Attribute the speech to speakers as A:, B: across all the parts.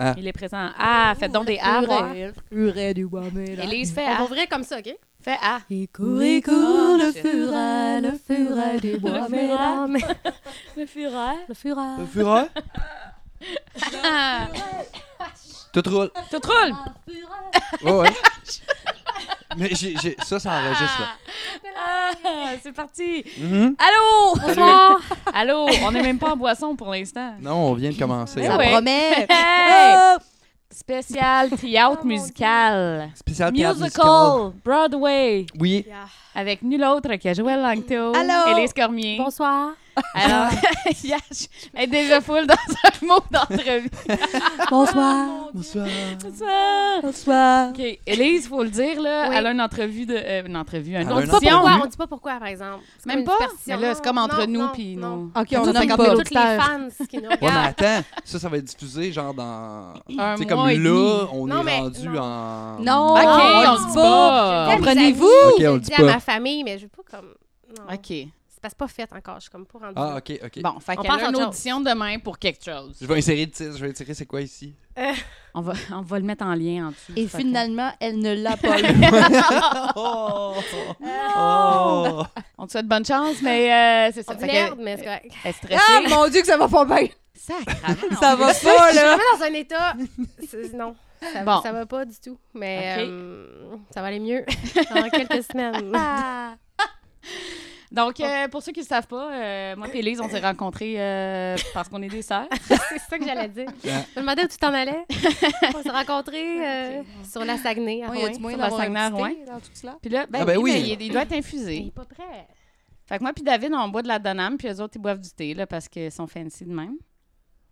A: Oh,
B: à.
A: Il est présent. Ah,
C: Oh,
A: faites donc des A. voir.
B: Furet du Wamela.
A: Élise, fait
C: On
A: A.
C: va ouvrir comme ça, OK?
A: Fait A.
B: Et court, et court, le furet, le furet du Wamela.
A: Le furet.
C: Le fura.
B: Le furet? Tout roule.
A: Ah, Tout roule.
B: Ouais, ouais. Mais j'ai, j'ai- ça, ça enregistre. Là.
A: Ah, c'est parti.
B: Mhm.
A: Allô? Bonsoir. Allô? On n'est même pas en boisson pour l'instant.
B: Non, on vient de commencer.
A: Ah
B: là.
A: ouais.
C: Promet.
A: Hey! Spécial
C: Oh,
A: théâtre musical.
B: Spécial théâtre musical.
A: Musical Broadway
B: Oui,
A: avec nul autre que Joël Langto
C: Allô?
A: Élise Cormier.
C: Bonsoir.
A: Alors, Yash est déjà full dans un mot d'entrevue.
C: Bonsoir.
B: bonsoir.
A: Ça.
C: Bonsoir.
A: OK, Élise, faut le dire, là,
C: Oui.
A: elle a une entrevue de. euh, une entrevue, une
B: Elle a
C: On dit
B: une
C: pas
A: audition.
B: entrevue.
C: pourquoi, on dit pas pourquoi, par exemple. C'est
A: Même
C: comme une
A: pas?
C: superstition.
A: Mais là, c'est comme
C: Non,
A: entre
C: non,
A: nous, puis
C: non.
A: nous.
C: OK,
B: on a
C: on a
B: 50
C: 50
B: 000
C: toutes les fans qui nous
B: Ouais, mais
C: regardent.
B: attends, ça, ça va être diffusé genre
A: Un
B: dans. Tu sais,
A: mois
B: comme
A: et
B: là,
A: demi.
B: on
C: Non,
B: est
C: mais
B: rendu
C: non.
B: en.
C: Non,
A: OK,
C: Ah,
A: Oh, on
C: on
A: le dit pas.
C: dit Je le dis à mes
B: Comprenez-vous?
C: amis,
B: OK, on
C: je
B: le
C: le
B: dit
C: dis à
B: pas.
C: ma famille, mais je veux pas comme... Non,
A: OK.
C: c'est parce que c'est pas fait encore, je suis comme pas rendue.
B: Ah,
C: là.
B: ok, ok.
A: Bon, fait
C: On
A: qu'elle
C: passe
A: a
C: à
A: une
C: autre
A: audition demain pour quelque chose.
B: Je vais insérer le titre, je vais insérer c'est quoi ici?
A: On va, on va le mettre en lien en dessous.
D: Et
A: Fait que-
D: finalement, elle ne l'a pas eu.
B: Oh! Oh!
A: On te souhaite bonne chance, mais euh, c'est ça.
C: On dit
A: Fait
C: merde,
A: que-
C: mais c'est correct.
A: Elle est stressée.
D: Ah, mon Dieu, que ça va pas bien.
A: Ah, Sacrément.
D: Ça va pas,
C: Je suis
D: là.
C: vraiment dans un état... c'est- Non, ça,
A: Bon.
C: ça va pas du tout, mais
A: OK.
C: euh, ça va aller mieux Ah, dans quelques semaines.
D: Ah.
A: Donc, euh, pour ceux qui ne le savent pas, euh, moi et Lise, on s'est rencontrés euh, parce qu'on est des sœurs.
C: c'est ça que j'allais dire. Je me demandais où tu t'en allais. On s'est rencontrés euh, sur la Saguenay, à
D: Il y a du
C: Rouen.
D: moyen
A: Sur la
D: d'avoir un
A: Saguenay,
D: petit thé dans tout cela.
A: Puis là, ben,
B: Ah ben
A: oui,
B: oui.
A: mais il, il doit être
C: Il
A: infusé.
C: est pas prêt.
A: Fait que moi puis David, on boit de la Donham, puis eux autres, ils boivent du thé, là, parce qu'ils sont fancy de même.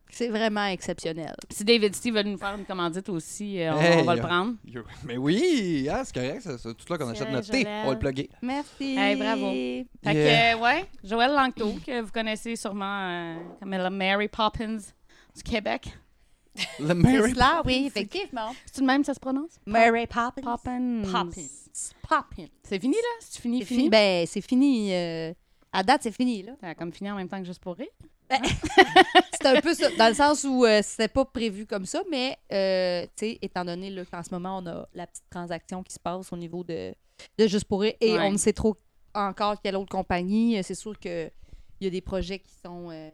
D: C'est vraiment exceptionnel.
A: Si David Steve veut nous faire une commandite aussi, euh, on,
B: Hey,
A: on va le
B: euh,
A: prendre.
B: Yo. Mais oui, hein, c'est correct, c'est c'est tout là qu'on
C: C'est
B: achète
C: vrai,
B: notre thé.
C: Joël.
B: On va le plugger.
D: Merci.
A: Hey, bravo. Fait
B: Yeah.
A: que, euh, ouais, Joël Langto, que vous connaissez sûrement euh, comme la Mary Poppins du Québec.
B: Le
D: C'est
B: Mary.
D: cela, oui, effectivement.
A: C'est-tu le même que ça se prononce?
D: Mary Poppins.
A: Poppins.
D: Poppins. Poppins.
A: C'est fini, là? C'est fini,
D: C'est
A: fini?
D: fini. Ben, c'est fini. euh, à date, c'est fini, là.
A: T'as comme fini en même temps que Juste pour rire.
D: C'est un peu ça, dans le sens où euh, c'était pas prévu comme ça, mais euh, tu sais, étant donné là, qu'en ce moment, on a la petite transaction qui se passe au niveau de, de Juste pour rire et
A: Ouais.
D: on ne sait trop encore quelle autre compagnie. Euh, C'est sûr qu'il y a des projets qui sont. euh,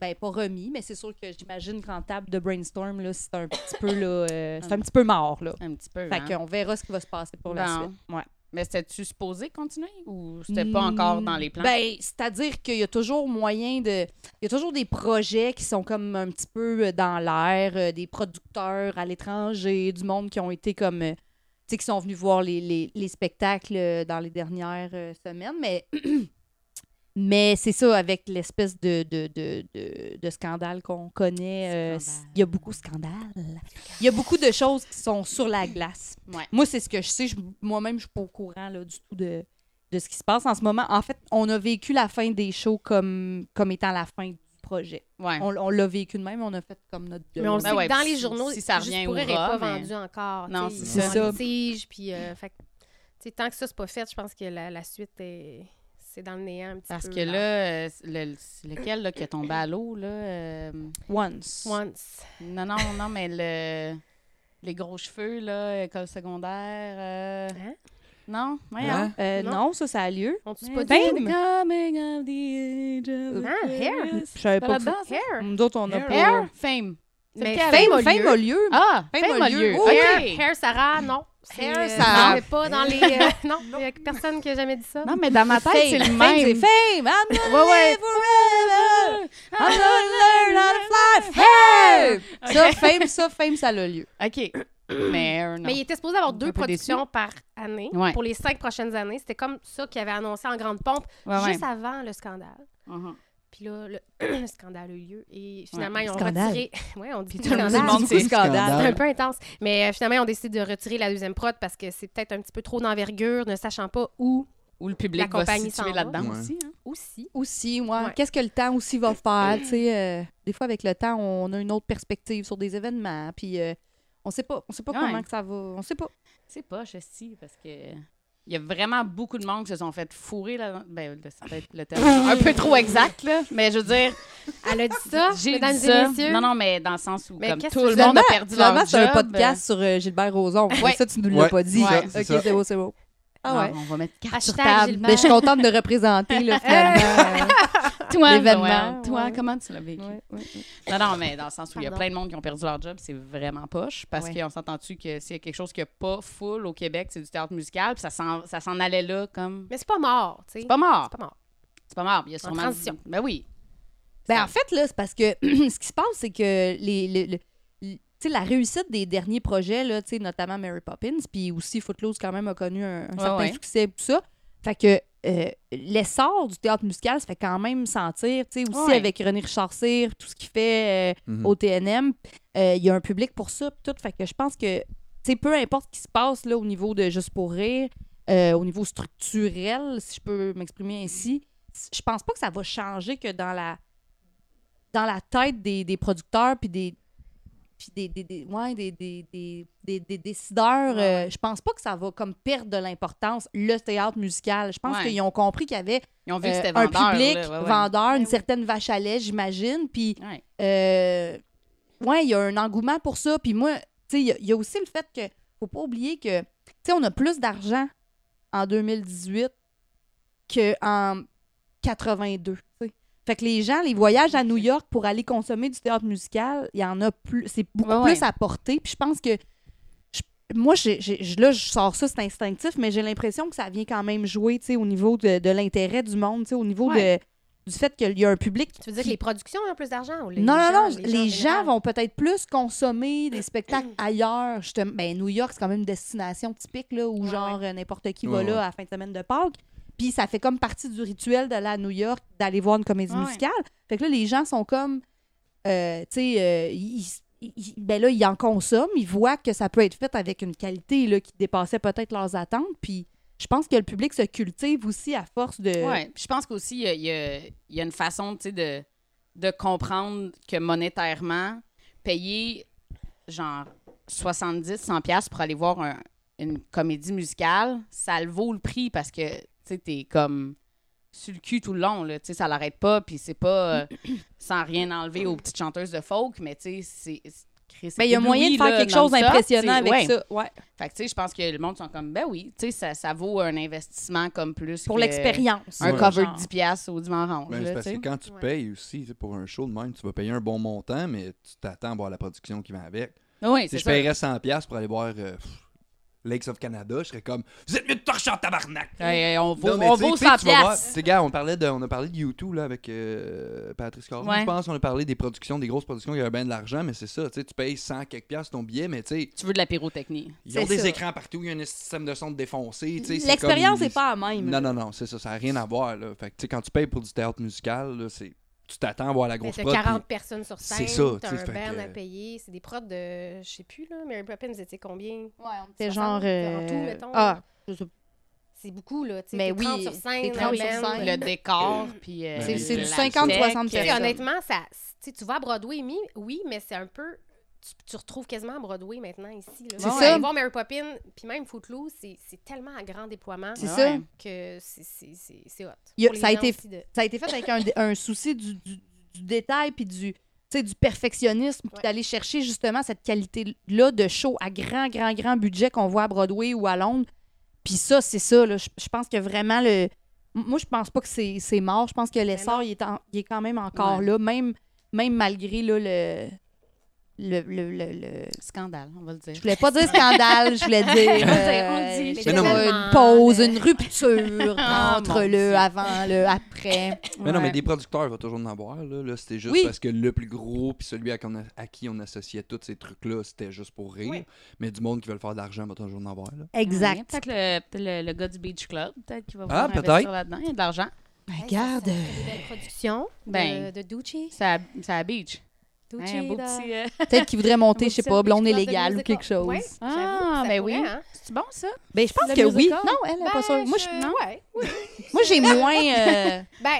D: ben, pas remis, mais c'est sûr que j'imagine qu'en table de brainstorm, là, c'est un petit peu là, euh, c'est un petit peu mort. Là.
A: Un petit peu. hein.
D: Fait qu'on verra ce qui va se passer pour la
A: Bon.
D: suite. Ouais.
A: Mais c'était-tu supposé continuer ou c'était pas encore dans les plans?
D: Hmm. Ben, c'est-à-dire qu'il y a toujours moyen de. Il y a toujours des projets qui sont comme un petit peu euh, dans l'air, euh, des producteurs à l'étranger, du monde qui ont été comme. euh, tu sais, qui sont venus voir les, les- les spectacles euh, dans les dernières euh, semaines. Mais, mais c'est ça, avec l'espèce de, de, de- de- de scandale qu'on connaît, euh,
A: Scandale.
D: il y a beaucoup de scandales. Il y a beaucoup de choses qui sont sur la glace.
A: Ouais.
D: Moi, c'est ce que je sais. Je- Moi-même, je suis pas au courant là, du tout de, de ce qui se passe en ce moment. En fait, on a vécu la fin des shows comme, comme étant la fin du projet.
A: ouais.
D: On, on l'a vécu de même, on a fait comme notre...
C: Mais on le
A: Ben
C: sait
A: ouais,
C: que dans
A: puis
C: les
A: si-
C: journaux,
A: si ça
C: juste
A: revient
C: pour
A: au
C: rire est
A: rat,
C: pas
A: mais-
C: vendu encore.
A: Non,
C: tu sais,
A: c'est
C: ils sont
D: ça.
C: en litige, puis euh, fait que, tu sais, tant que ça c'est pas fait, je pense que la, la suite est c'est dans le néant un petit
A: Parce
C: peu.
A: que là, euh, le- c'est lequel là, qui est tombé à l'eau, là? euh,
D: Once.
C: Once.
A: Non, non, non, mais le... les gros cheveux, là, école secondaire. euh,
C: Hein?
A: Non? Voyons.
B: Hein?
D: Euh, non.
C: Non.
D: ça, ça a lieu.
C: On tue
A: Pas
C: pas du
A: du-
D: Bim!
A: Coming of the age of
C: Hein, hair?
A: Aquarius.
D: Je savais pas
A: Pas
D: que-
A: là-dedans, ça?
C: hair.
D: Nous autres, on a
B: Hair.
D: pas...
A: Hair? Fame. C'est
C: Mais
A: lequel?
C: Fame
D: Fame,
C: a
D: Fame
C: lieu.
D: a lieu.
A: Ah,
D: Fame
A: Fame,
D: a
A: a
D: lieu.
A: lieu.
D: Oh,
A: OK.
C: Hair, hair, Sarah, non. C'est,
D: Hair,
C: euh,
D: Sarah.
C: on n'est pas dans les. euh, non, il y a personne qui a jamais dit ça.
A: Non, mais dans Ah, ma
D: Fame,
A: tête, c'est le
D: Fame, c'est
A: même.
D: fame. I'm gonna
A: Ouais, ouais.
D: live forever. I'm gonna learn how to fly. Hey! Ça, fame, ça, fame, ça a lieu.
A: OK. Mais Hair, non.
C: Mais il était supposé avoir deux
A: Un peu
C: productions par année
A: Ouais.
C: pour les cinq prochaines années. C'était comme ça qu'il avait annoncé en grande pompe
A: Ouais, ouais.
C: juste avant le scandale.
A: Mhm.
C: Puis là, le, le scandale a eu lieu et finalement,
A: Ouais,
C: ils ont
D: scandale.
C: retiré. Ouais, on dit
A: tout le monde
C: scandale.
A: dit- c'est
C: C'est un
B: scandale.
C: peu intense. Mais euh, finalement, on décide de retirer la deuxième prod parce que c'est peut-être un petit peu trop d'envergure, ne sachant pas où
A: Ou le public
C: La
A: va se
C: compagnie s'en
A: situer
C: va.
A: là-dedans
B: Ouais.
A: aussi. hein.
C: aussi.
D: Aussi, ouais.
C: Ouais.
D: Qu'est-ce que le temps aussi va faire? tu sais, euh, des fois, avec le temps, on a une autre perspective sur des événements. Puis, euh, on sait pas, on sait pas
A: Ouais.
D: comment que ça va. On sait pas.
A: C'est pas, je sais, parce que Il y a vraiment beaucoup de monde qui se sont fait fourrer là. Ben, là, c'est peut-être le terme un peu trop exact, là. Mais je veux dire,
C: Elle a dit ça,
A: j'ai
C: mesdames
A: dit ça.
C: et messieurs.
A: Non, non, mais dans le sens où
C: Mais
A: comme
C: qu'est-ce
A: tout
C: que
A: le
C: vous
A: monde
D: avez-
A: a perdu leur
D: Finalement,
A: job.
D: c'est un podcast sur euh, Gilbert Rozon.
A: Ouais.
D: Ça, tu nous l'as
B: Ouais,
D: pas dit.
A: Ouais,
D: Ok,
B: c'est ça.
D: c'est beau, c'est beau. Ah ouais.
A: Non, on va mettre carte sur
C: Hashtag
A: table.
C: Gilbert.
D: Mais Ben, je suis contente de représenter, là, finalement.
A: Toi,
D: L'événement,
A: Joël, toi,
D: ouais.
A: comment tu l'as vécu?
D: euh, ouais, ouais.
A: Non, non, mais dans le sens où il y a
C: Pardon.
A: plein de monde qui ont perdu leur job, c'est vraiment poche. Parce
D: Ouais.
A: qu'on s'entend-tu que s'il y a quelque chose qui n'a pas full au Québec, c'est du théâtre musical, puis ça s'en ça s'en allait là comme.
C: Mais c'est pas mort, tu sais.
A: C'est pas mort.
C: C'est pas mort.
A: C'est pas mort. Il y a sûrement.
C: transition.
A: Ben oui.
D: Ben, en fait, là, c'est parce que ce qui se passe, c'est que les, le- le- le- tu sais, la réussite des derniers projets, là, tu sais, notamment Mary Poppins, puis aussi Footloose, quand même, a connu un, un certain
A: ouais.
D: succès, tout ça. Fait que euh, l'essor du théâtre musical se fait quand même sentir, tu sais, aussi
A: Ouais. Mm-hmm.
D: avec René Richard Cyr, tout ce qu'il fait euh,
B: Mhm.
D: au TNM. euh, Il y a un public pour ça, puis tout. Fait que je pense que, tu sais, peu importe ce qui se passe, là, au niveau de Juste pour rire, euh, au niveau structurel, si je peux m'exprimer ainsi, je pense pas que ça va changer que dans la dans la tête des, des producteurs puis des puis des, des, des- ouais, des, des, des- des- des décideurs, euh, je pense pas que ça va comme perdre de l'importance le théâtre musical. Je pense
A: Ouais.
D: qu'ils ont compris qu'il y avait
A: Ils ont vu
D: euh,
A: que c'était
D: un
A: vendeur.
D: public
A: là, ouais, Ben ouais.
D: vendeur, une
C: oui.
D: certaine vache à lait, j'imagine. Puis
A: Ouais.
D: euh, ouais, il y a un engouement pour ça. Puis moi, tu sais, il y a- il y, a aussi le fait que faut pas oublier que, tu sais, on a plus d'argent en 2018 qu'en 82. tu sais. Fait que les gens, les voyages à New York pour aller consommer du théâtre musical, il y en a plus. C'est beaucoup
A: Ouais, ouais.
D: plus à porter. Puis je pense que. je- Moi, j'ai- j'ai- je- là, je sors ça, c'est instinctif, mais j'ai l'impression que ça vient quand même jouer tu sais, au niveau de, de l'intérêt du monde, tu sais, au niveau
A: Ouais.
D: de- du fait qu'il y a un public
C: Tu veux dire que les productions ont plus d'argent ou les
D: non,
C: gens,
D: non, non.
C: les gens en
D: Les gens
C: général?
D: vont peut-être plus consommer des spectacles ailleurs. Justement. Ben, New York, c'est quand même une destination typique là, où
C: Ouais,
D: genre euh, n'importe qui
B: Ouais,
D: va là
B: ouais.
D: à la fin de semaine de Pâques. Puis ça fait comme partie du rituel d'aller à New York, d'aller voir une comédie
A: Ouais.
D: musicale. Fait que là, les gens sont comme. euh, tu sais, euh, ils- ils- ils- ben là, ils en consomment. Ils voient que ça peut être fait avec une qualité là, qui dépassait peut-être leurs attentes. Puis je pense que le public se cultive aussi à force de.
A: Ouais. Puis je pense qu'aussi, il y a, il y a- il y a une façon, tu sais, de, de comprendre que monétairement, payer genre 70, 100 pièces pour aller voir un- une comédie musicale, ça le vaut le prix parce que, tu sais, t'es comme sur le cul tout le long, là. Tu sais, ça l'arrête pas, puis c'est pas euh, sans rien enlever aux petites chanteuses de folk, mais tu sais, c'est... c'est- Chris,
D: Ben, il y a
A: c'est
D: moyen de
A: Louis,
D: faire
A: là,
D: quelque chose
A: non-stop, tu
D: d'impressionnant
A: sais,
D: avec
A: ouais.
D: ça. Ouais.
A: Fait que, tu sais, je pense que le monde sont comme, ben oui, tu sais, ça, ça vaut un investissement comme plus
D: Pour
A: que-
D: l'expérience.
A: un
B: Ouais.
A: cover
D: Genre.
A: de 10 pièces au dimanche orange,
B: euh, Ben, c'est
A: là,
B: parce
A: tu sais.
B: que quand tu
C: Ouais.
B: payes aussi, tu sais, pour un show de même, tu vas payer un bon montant, mais tu t'attends à voir la production qui va avec.
A: Oui,
B: Si
A: c'est
B: je
A: ça.
B: paierais 100$ pour aller voir euh, pff, Lakes of Canada, je serais comme Vous êtes mieux de torcher en tabarnak!
A: Hey, hey, on vaut,
B: Non, mais
A: on
B: tu sais,
A: vaut
B: tu sais,
A: 100
B: tu vas voir-
A: piastres.
B: Tu sais, gars, on, parlait de, on a parlé de YouTube là, avec euh, Patrice Caron.
A: Ouais.
B: Je pense qu'on a parlé des productions, des grosses productions qui avaient bien de l'argent, mais c'est ça. Tu sais, tu payes 100 quelques piastres ton billet, mais tu sais,
A: Tu veux de la pyrotechnie.
B: ils ont
D: C'est
B: des
D: ça.
B: écrans partout, il y a un système de son défoncé. tu sais, c'est
D: L'expérience
B: comme-
D: n'est pas la même.
B: Non, non, non, c'est ça, ça n'a rien à voir. Là. Fait que, tu sais, quand tu payes pour du théâtre musical, là, c'est... tu t'attends à voir la
C: Mais
B: grosse
C: t'as
B: prod.
C: 40
B: puis-
C: personnes sur
B: c'est euh,
C: scène,
B: ça,
C: t'as
B: tu sais,
C: un
B: fait
C: band
B: que-
C: à payer, c'est des prods de, je sais plus là, Mary Poppins, c'était combien?
D: C'est
C: 60,
D: genre.
C: en tout,
D: euh,
C: mettons,
D: Ah,
C: C'est beaucoup là, tu sais,
D: Mais
C: t'es 30
D: oui,
C: sur
D: t'es
C: scène,
D: 30
C: un
D: sur
C: band.
D: scène.
A: Le décor, puis... euh,
B: C'est- c'est
A: le-
B: du
A: la
D: 50,
A: tech,
D: 60
A: euh,
C: Tu sais,
D: personnes.
C: honnêtement, ça, tu sais, tu vas à Broadway, mi- oui, mais c'est un peu. Tu, tu retrouves quasiment Broadway maintenant ici. là.
D: C'est
C: Ouais.
D: ça.
C: Aller voir Mary Poppins, puis même Footloose, c'est c'est tellement à grand déploiement
D: c'est
A: Ouais.
D: ça.
C: que c'est- c'est c'est- c'est hot.
D: Il y a-
C: Pour les
D: ça a
C: gens
D: été-
C: aussi de-
D: Ça a été fait avec un, un souci du, du- du détail puis du, tu sais, du perfectionnisme, puis
C: Ouais.
D: d'aller chercher justement cette qualité-là de show à grand, grand, grand budget qu'on voit à Broadway ou à Londres. Puis ça, c'est ça. là. Je je pense que vraiment, le... M- moi, je pense pas que c'est c'est mort. Je pense que l'essor, il, est en- il est quand même encore
A: Ouais.
D: là, même, même malgré là, le. Le, le, le- le-
A: Scandale, on va le
D: Je
A: dire.
D: voulais pas dire scandale, je voulais dire.
A: On le dit, on le dit.
D: euh,
B: Mais non, mais-
D: une pause, une rupture
A: Ah,
D: entre
A: mon Dieu.
D: le avant, le après.
B: Mais non, mais
A: Ouais.
B: des producteurs, il va toujours en avoir. Là, là, c'était juste
D: Oui.
B: parce que le plus gros, puis celui à, qu'on a- à qui on associait tous ces trucs-là, c'était juste pour rire.
C: Ouais.
B: Mais du monde qui veut le faire de l'argent, il va toujours en avoir. Là.
A: Ouais, Peut-être le, le- le gars du Beach Club, peut-être qu'il va
B: Ah,
A: vouloir investir
B: peut-être.
A: là-dedans. Il y a de l'argent.
D: Ben,
C: Hey,
D: regarde.
C: Ça, ça serait des belles productions
A: Ben.
C: de, de Ducci.
A: C'est à, c'est à Beach.
C: Ducci
A: Hein, un beau
C: là.
A: petit... euh,
D: Peut-être qu'il voudrait monter, je sais
C: petit
D: pas, blonde
C: petit club de
D: illégale ou
C: musical.
D: quelque chose.
C: Ouais,
A: Ah,
C: j'avoue, ça
A: ben
C: pourrait,
A: oui.
C: hein.
A: C'est bon, ça?
D: Ben, je pense
C: Le
D: que oui.
C: musical?
D: Non, elle n'est pas
C: Ben,
D: sûre. Moi, je-
C: je-
A: non.
C: ouais, oui.
D: moi, j'ai moins. euh,
C: Ben,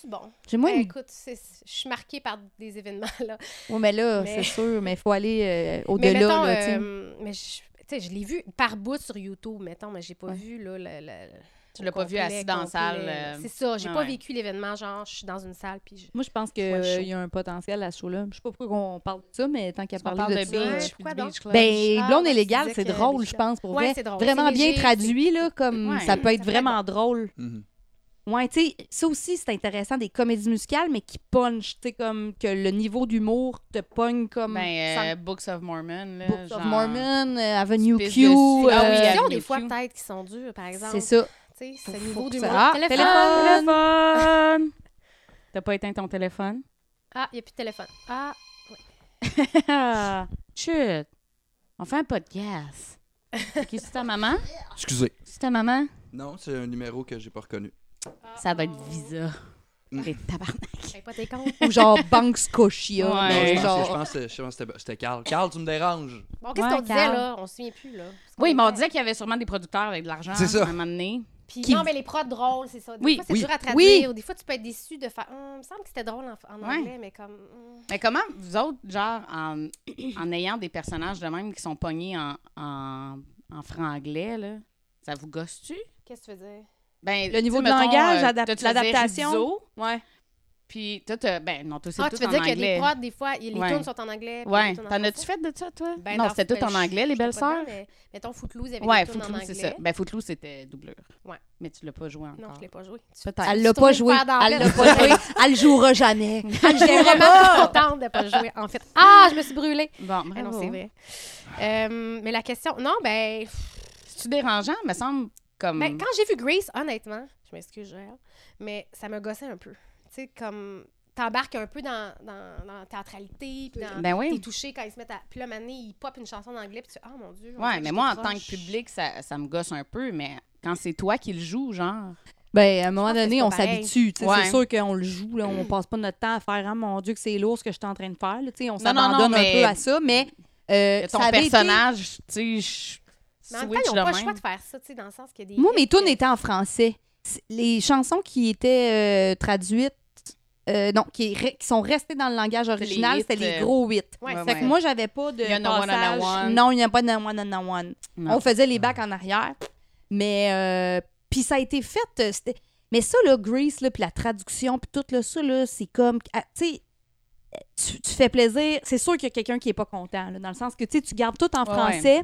C: c'est bon.
D: j'ai moins.
C: Ben,
D: une-
C: écoute, c'est- je suis marquée par des événements là.
D: Ouais, mais là,
C: Mais-
D: c'est sûr, mais il faut aller euh,
C: Mais
D: au-delà.
C: mettons,
D: là, tu sais.
C: euh, mais je- Tu sais, je l'ai vu par bout sur YouTube, mettons, mais j'ai pas
A: Ouais.
C: vu, là, le... le-
A: Tu
C: au
A: l'as pas vu
C: complet,
A: assis dans la
C: complet.
A: salle, euh,
C: C'est ça, j'ai
A: ouais,
C: pas
A: ouais.
C: vécu l'événement, genre, je suis dans une salle, puis je...
D: Moi, je pense qu'il
C: Ouais, chaud.
D: y a un potentiel à ce show-là. Je sais pas pourquoi on parle de ça, mais tant qu'à
A: On
D: parler
A: parle de,
D: de, ça.
C: Ouais,
A: beach, puis
C: pourquoi
A: de
C: donc?
A: beach club.
D: Ben,
C: Ah,
D: blonde
C: ouais,
D: et
C: tu
D: légale,
C: disais
D: c'est
C: que
D: drôle,
C: Beach
D: je
C: Club.
D: pense, pour
C: Ouais,
D: vrai.
C: c'est
A: Ah
C: drôle.
D: Vraiment
C: c'est
D: bien
C: léger,
D: traduit, là, comme
A: Ouais.
D: ça peut être
C: Ça peut
D: vraiment drôle.
B: Mhm.
D: Ouais, tu sais, ça aussi, c'est intéressant, des comédies musicales, mais qui punch, tu sais, comme que le niveau d'humour te pogne comme...
A: Ben,
D: sans-
A: euh, Books of Mormon. Là,
D: Books of
A: genre-
D: Mormon, euh, Avenue
A: Espèce
D: Q...
A: de-
D: euh,
A: Ah
C: Ah
A: oui,
C: oui,
A: Avenue
C: des fois
A: Q.
C: peut-être qui sont durs, par exemple.
D: c'est ça.
C: Tu sais,
D: Faut-
C: ce
D: faut
C: niveau
D: que
C: du
D: ça-
C: monde.
D: Ah,
C: téléphone!
A: Téléphone! T'as pas éteint ton téléphone?
C: Ah, il n'y a plus de téléphone. Ah,
A: Chut! On fait un podcast. Ok, c'est ta maman?
B: Excusez.
A: C'est ta maman?
B: Non, c'est un numéro que j'ai pas reconnu.
A: Ça va être
C: oh.
A: Visa.
B: Mm.
A: Et tabarnak.
C: Fais ben, pas tes comptes.
D: Ou genre Bank Scotia.
A: Ouais.
B: Non, je
D: mais
B: pense,
D: genre...
B: je pense que je pense que c'était- c'était Carl. Carl, tu me déranges.
C: Bon, qu'est-ce
D: Ouais,
C: qu'on disait,
D: Carl.
C: là? On se souvient plus, là. Parce qu'on
A: Oui, mais on
C: était-
A: disait qu'il y avait sûrement des producteurs avec de l'argent
B: C'est ça.
A: à un moment donné.
C: Puis,
D: qu'il-
C: Non, mais les prods drôles, c'est ça. Des
A: Oui,
C: fois, c'est
B: oui.
C: dur à traduire.
D: Oui.
C: ou Des fois, tu peux être déçu de faire... Hum, il me semble que c'était drôle en, en
A: Ouais.
C: anglais, mais comme... hum.
A: Mais comment vous autres, genre, en, en ayant des personnages de même qui sont pognés en, en, en franglais, là, ça vous gosse-tu?
C: Qu'est-ce que tu veux dire?
A: Ben,
D: Le niveau
A: tu
D: de
A: sais, mettons,
D: langage,
A: euh,
D: adap-
A: toi, tu veux dire
D: l'adaptation.
A: Rizzo,
D: Ouais.
A: Puis toi, t'as- ben non, toi, c'est
C: Ah,
A: tout
C: tu veux
A: en
C: dire que
A: anglais.
C: les prods, des fois, y- les
A: Ouais.
C: tunes sont en anglais. puis
A: ouais,
C: les tunes en
A: t'en as-tu
C: français?
A: fait de ça, toi?
C: Ben,
A: non,
C: dans-
A: c'était tout
C: ben,
A: en
C: je-
A: anglais, les
C: j'étais pas
A: belles-sœurs?
C: dedans, mais, Mettons, Footloose, il y avait
A: Ouais,
C: des tunes en
A: Footloose,
C: anglais.
A: c'est ça. Ben, Footloose, c'était doublure.
C: Ouais.
A: Mais tu l'as pas joué encore.
C: Non, je l'ai pas joué. Tu-
A: Peut-être.
D: Elle
C: tu
D: l'a
C: trouves
D: pas
C: une
D: joué.
C: paire d'enfants.
D: Elle l'a pas joué. Elle le jouera jamais. Elle
C: J'étais
D: jouera
C: vraiment
D: pas.
C: contente de pas jouer, en fait. Ah, je me suis brûlée.
A: Bon,
C: Ah non,
A: bravo.
C: c'est vrai. Euh, mais la question... Non, ben...
A: C'est-tu dérangeant? Me semble comme.
C: Ben, quand j'ai vu Grace, honnêtement, je m'excuse, Joël, mais ça me gossait un peu. Tu sais, comme, t'embarques un peu dans, dans, dans la théâtralité, puis dans...
A: Ben
C: T'es
A: oui.
C: touché quand ils se mettent à... Puis là, maintenant, ils popent une chanson en anglais, puis tu fais « Ah, mon Dieu! » on dirait
A: Ouais, mais moi, en tant que
C: j'étais proche.
A: public, ça, ça me gosse un peu, mais quand c'est toi qui le joues, genre.
D: Ben, à un moment
C: pense que
D: donné,
C: c'est
D: on
C: pas pareil. Mm.
D: s'habitue. tu sais,
A: Ouais.
D: C'est sûr qu'on le joue. Là, on passe pas notre temps à faire Ah mon Dieu, que c'est lourd ce que je suis en train de faire. là, tu sais, on
A: Non, non, non,
D: s'abandonne un
A: mais-
D: peu à ça, mais. euh,
A: ton
D: ça avait été-
A: personnage, tu sais, je
C: Mais en même temps,
A: switch de
C: ils n'ont pas le
A: même.
C: choix de faire ça, tu sais, dans le sens qu'il y a des...
D: Moi, mes
C: hits,
D: tunes
C: euh,
D: étaient en français. C'est- Les chansons qui étaient euh, traduites, euh, non, qui, re- qui sont restées dans le langage original,
A: hits,
D: c'était les
A: euh,
D: gros hits.
C: Ouais,
A: Ouais,
D: Fait
A: ouais.
D: que moi, j'avais pas de
A: Il y en a one on a
D: passage.
A: one.
D: Non, il n'y a pas de one on one.
A: Non.
D: On faisait les bacs en arrière. Mais euh, puis ça a été fait. euh, c'était- Mais ça, là, Grease, là, puis la traduction, puis tout là, ça, là, c'est comme. ah, tu sais, tu, tu fais plaisir. C'est sûr qu'il y a quelqu'un qui est pas content, là, dans le sens que tu sais, tu gardes tout en
A: Ouais,
D: français.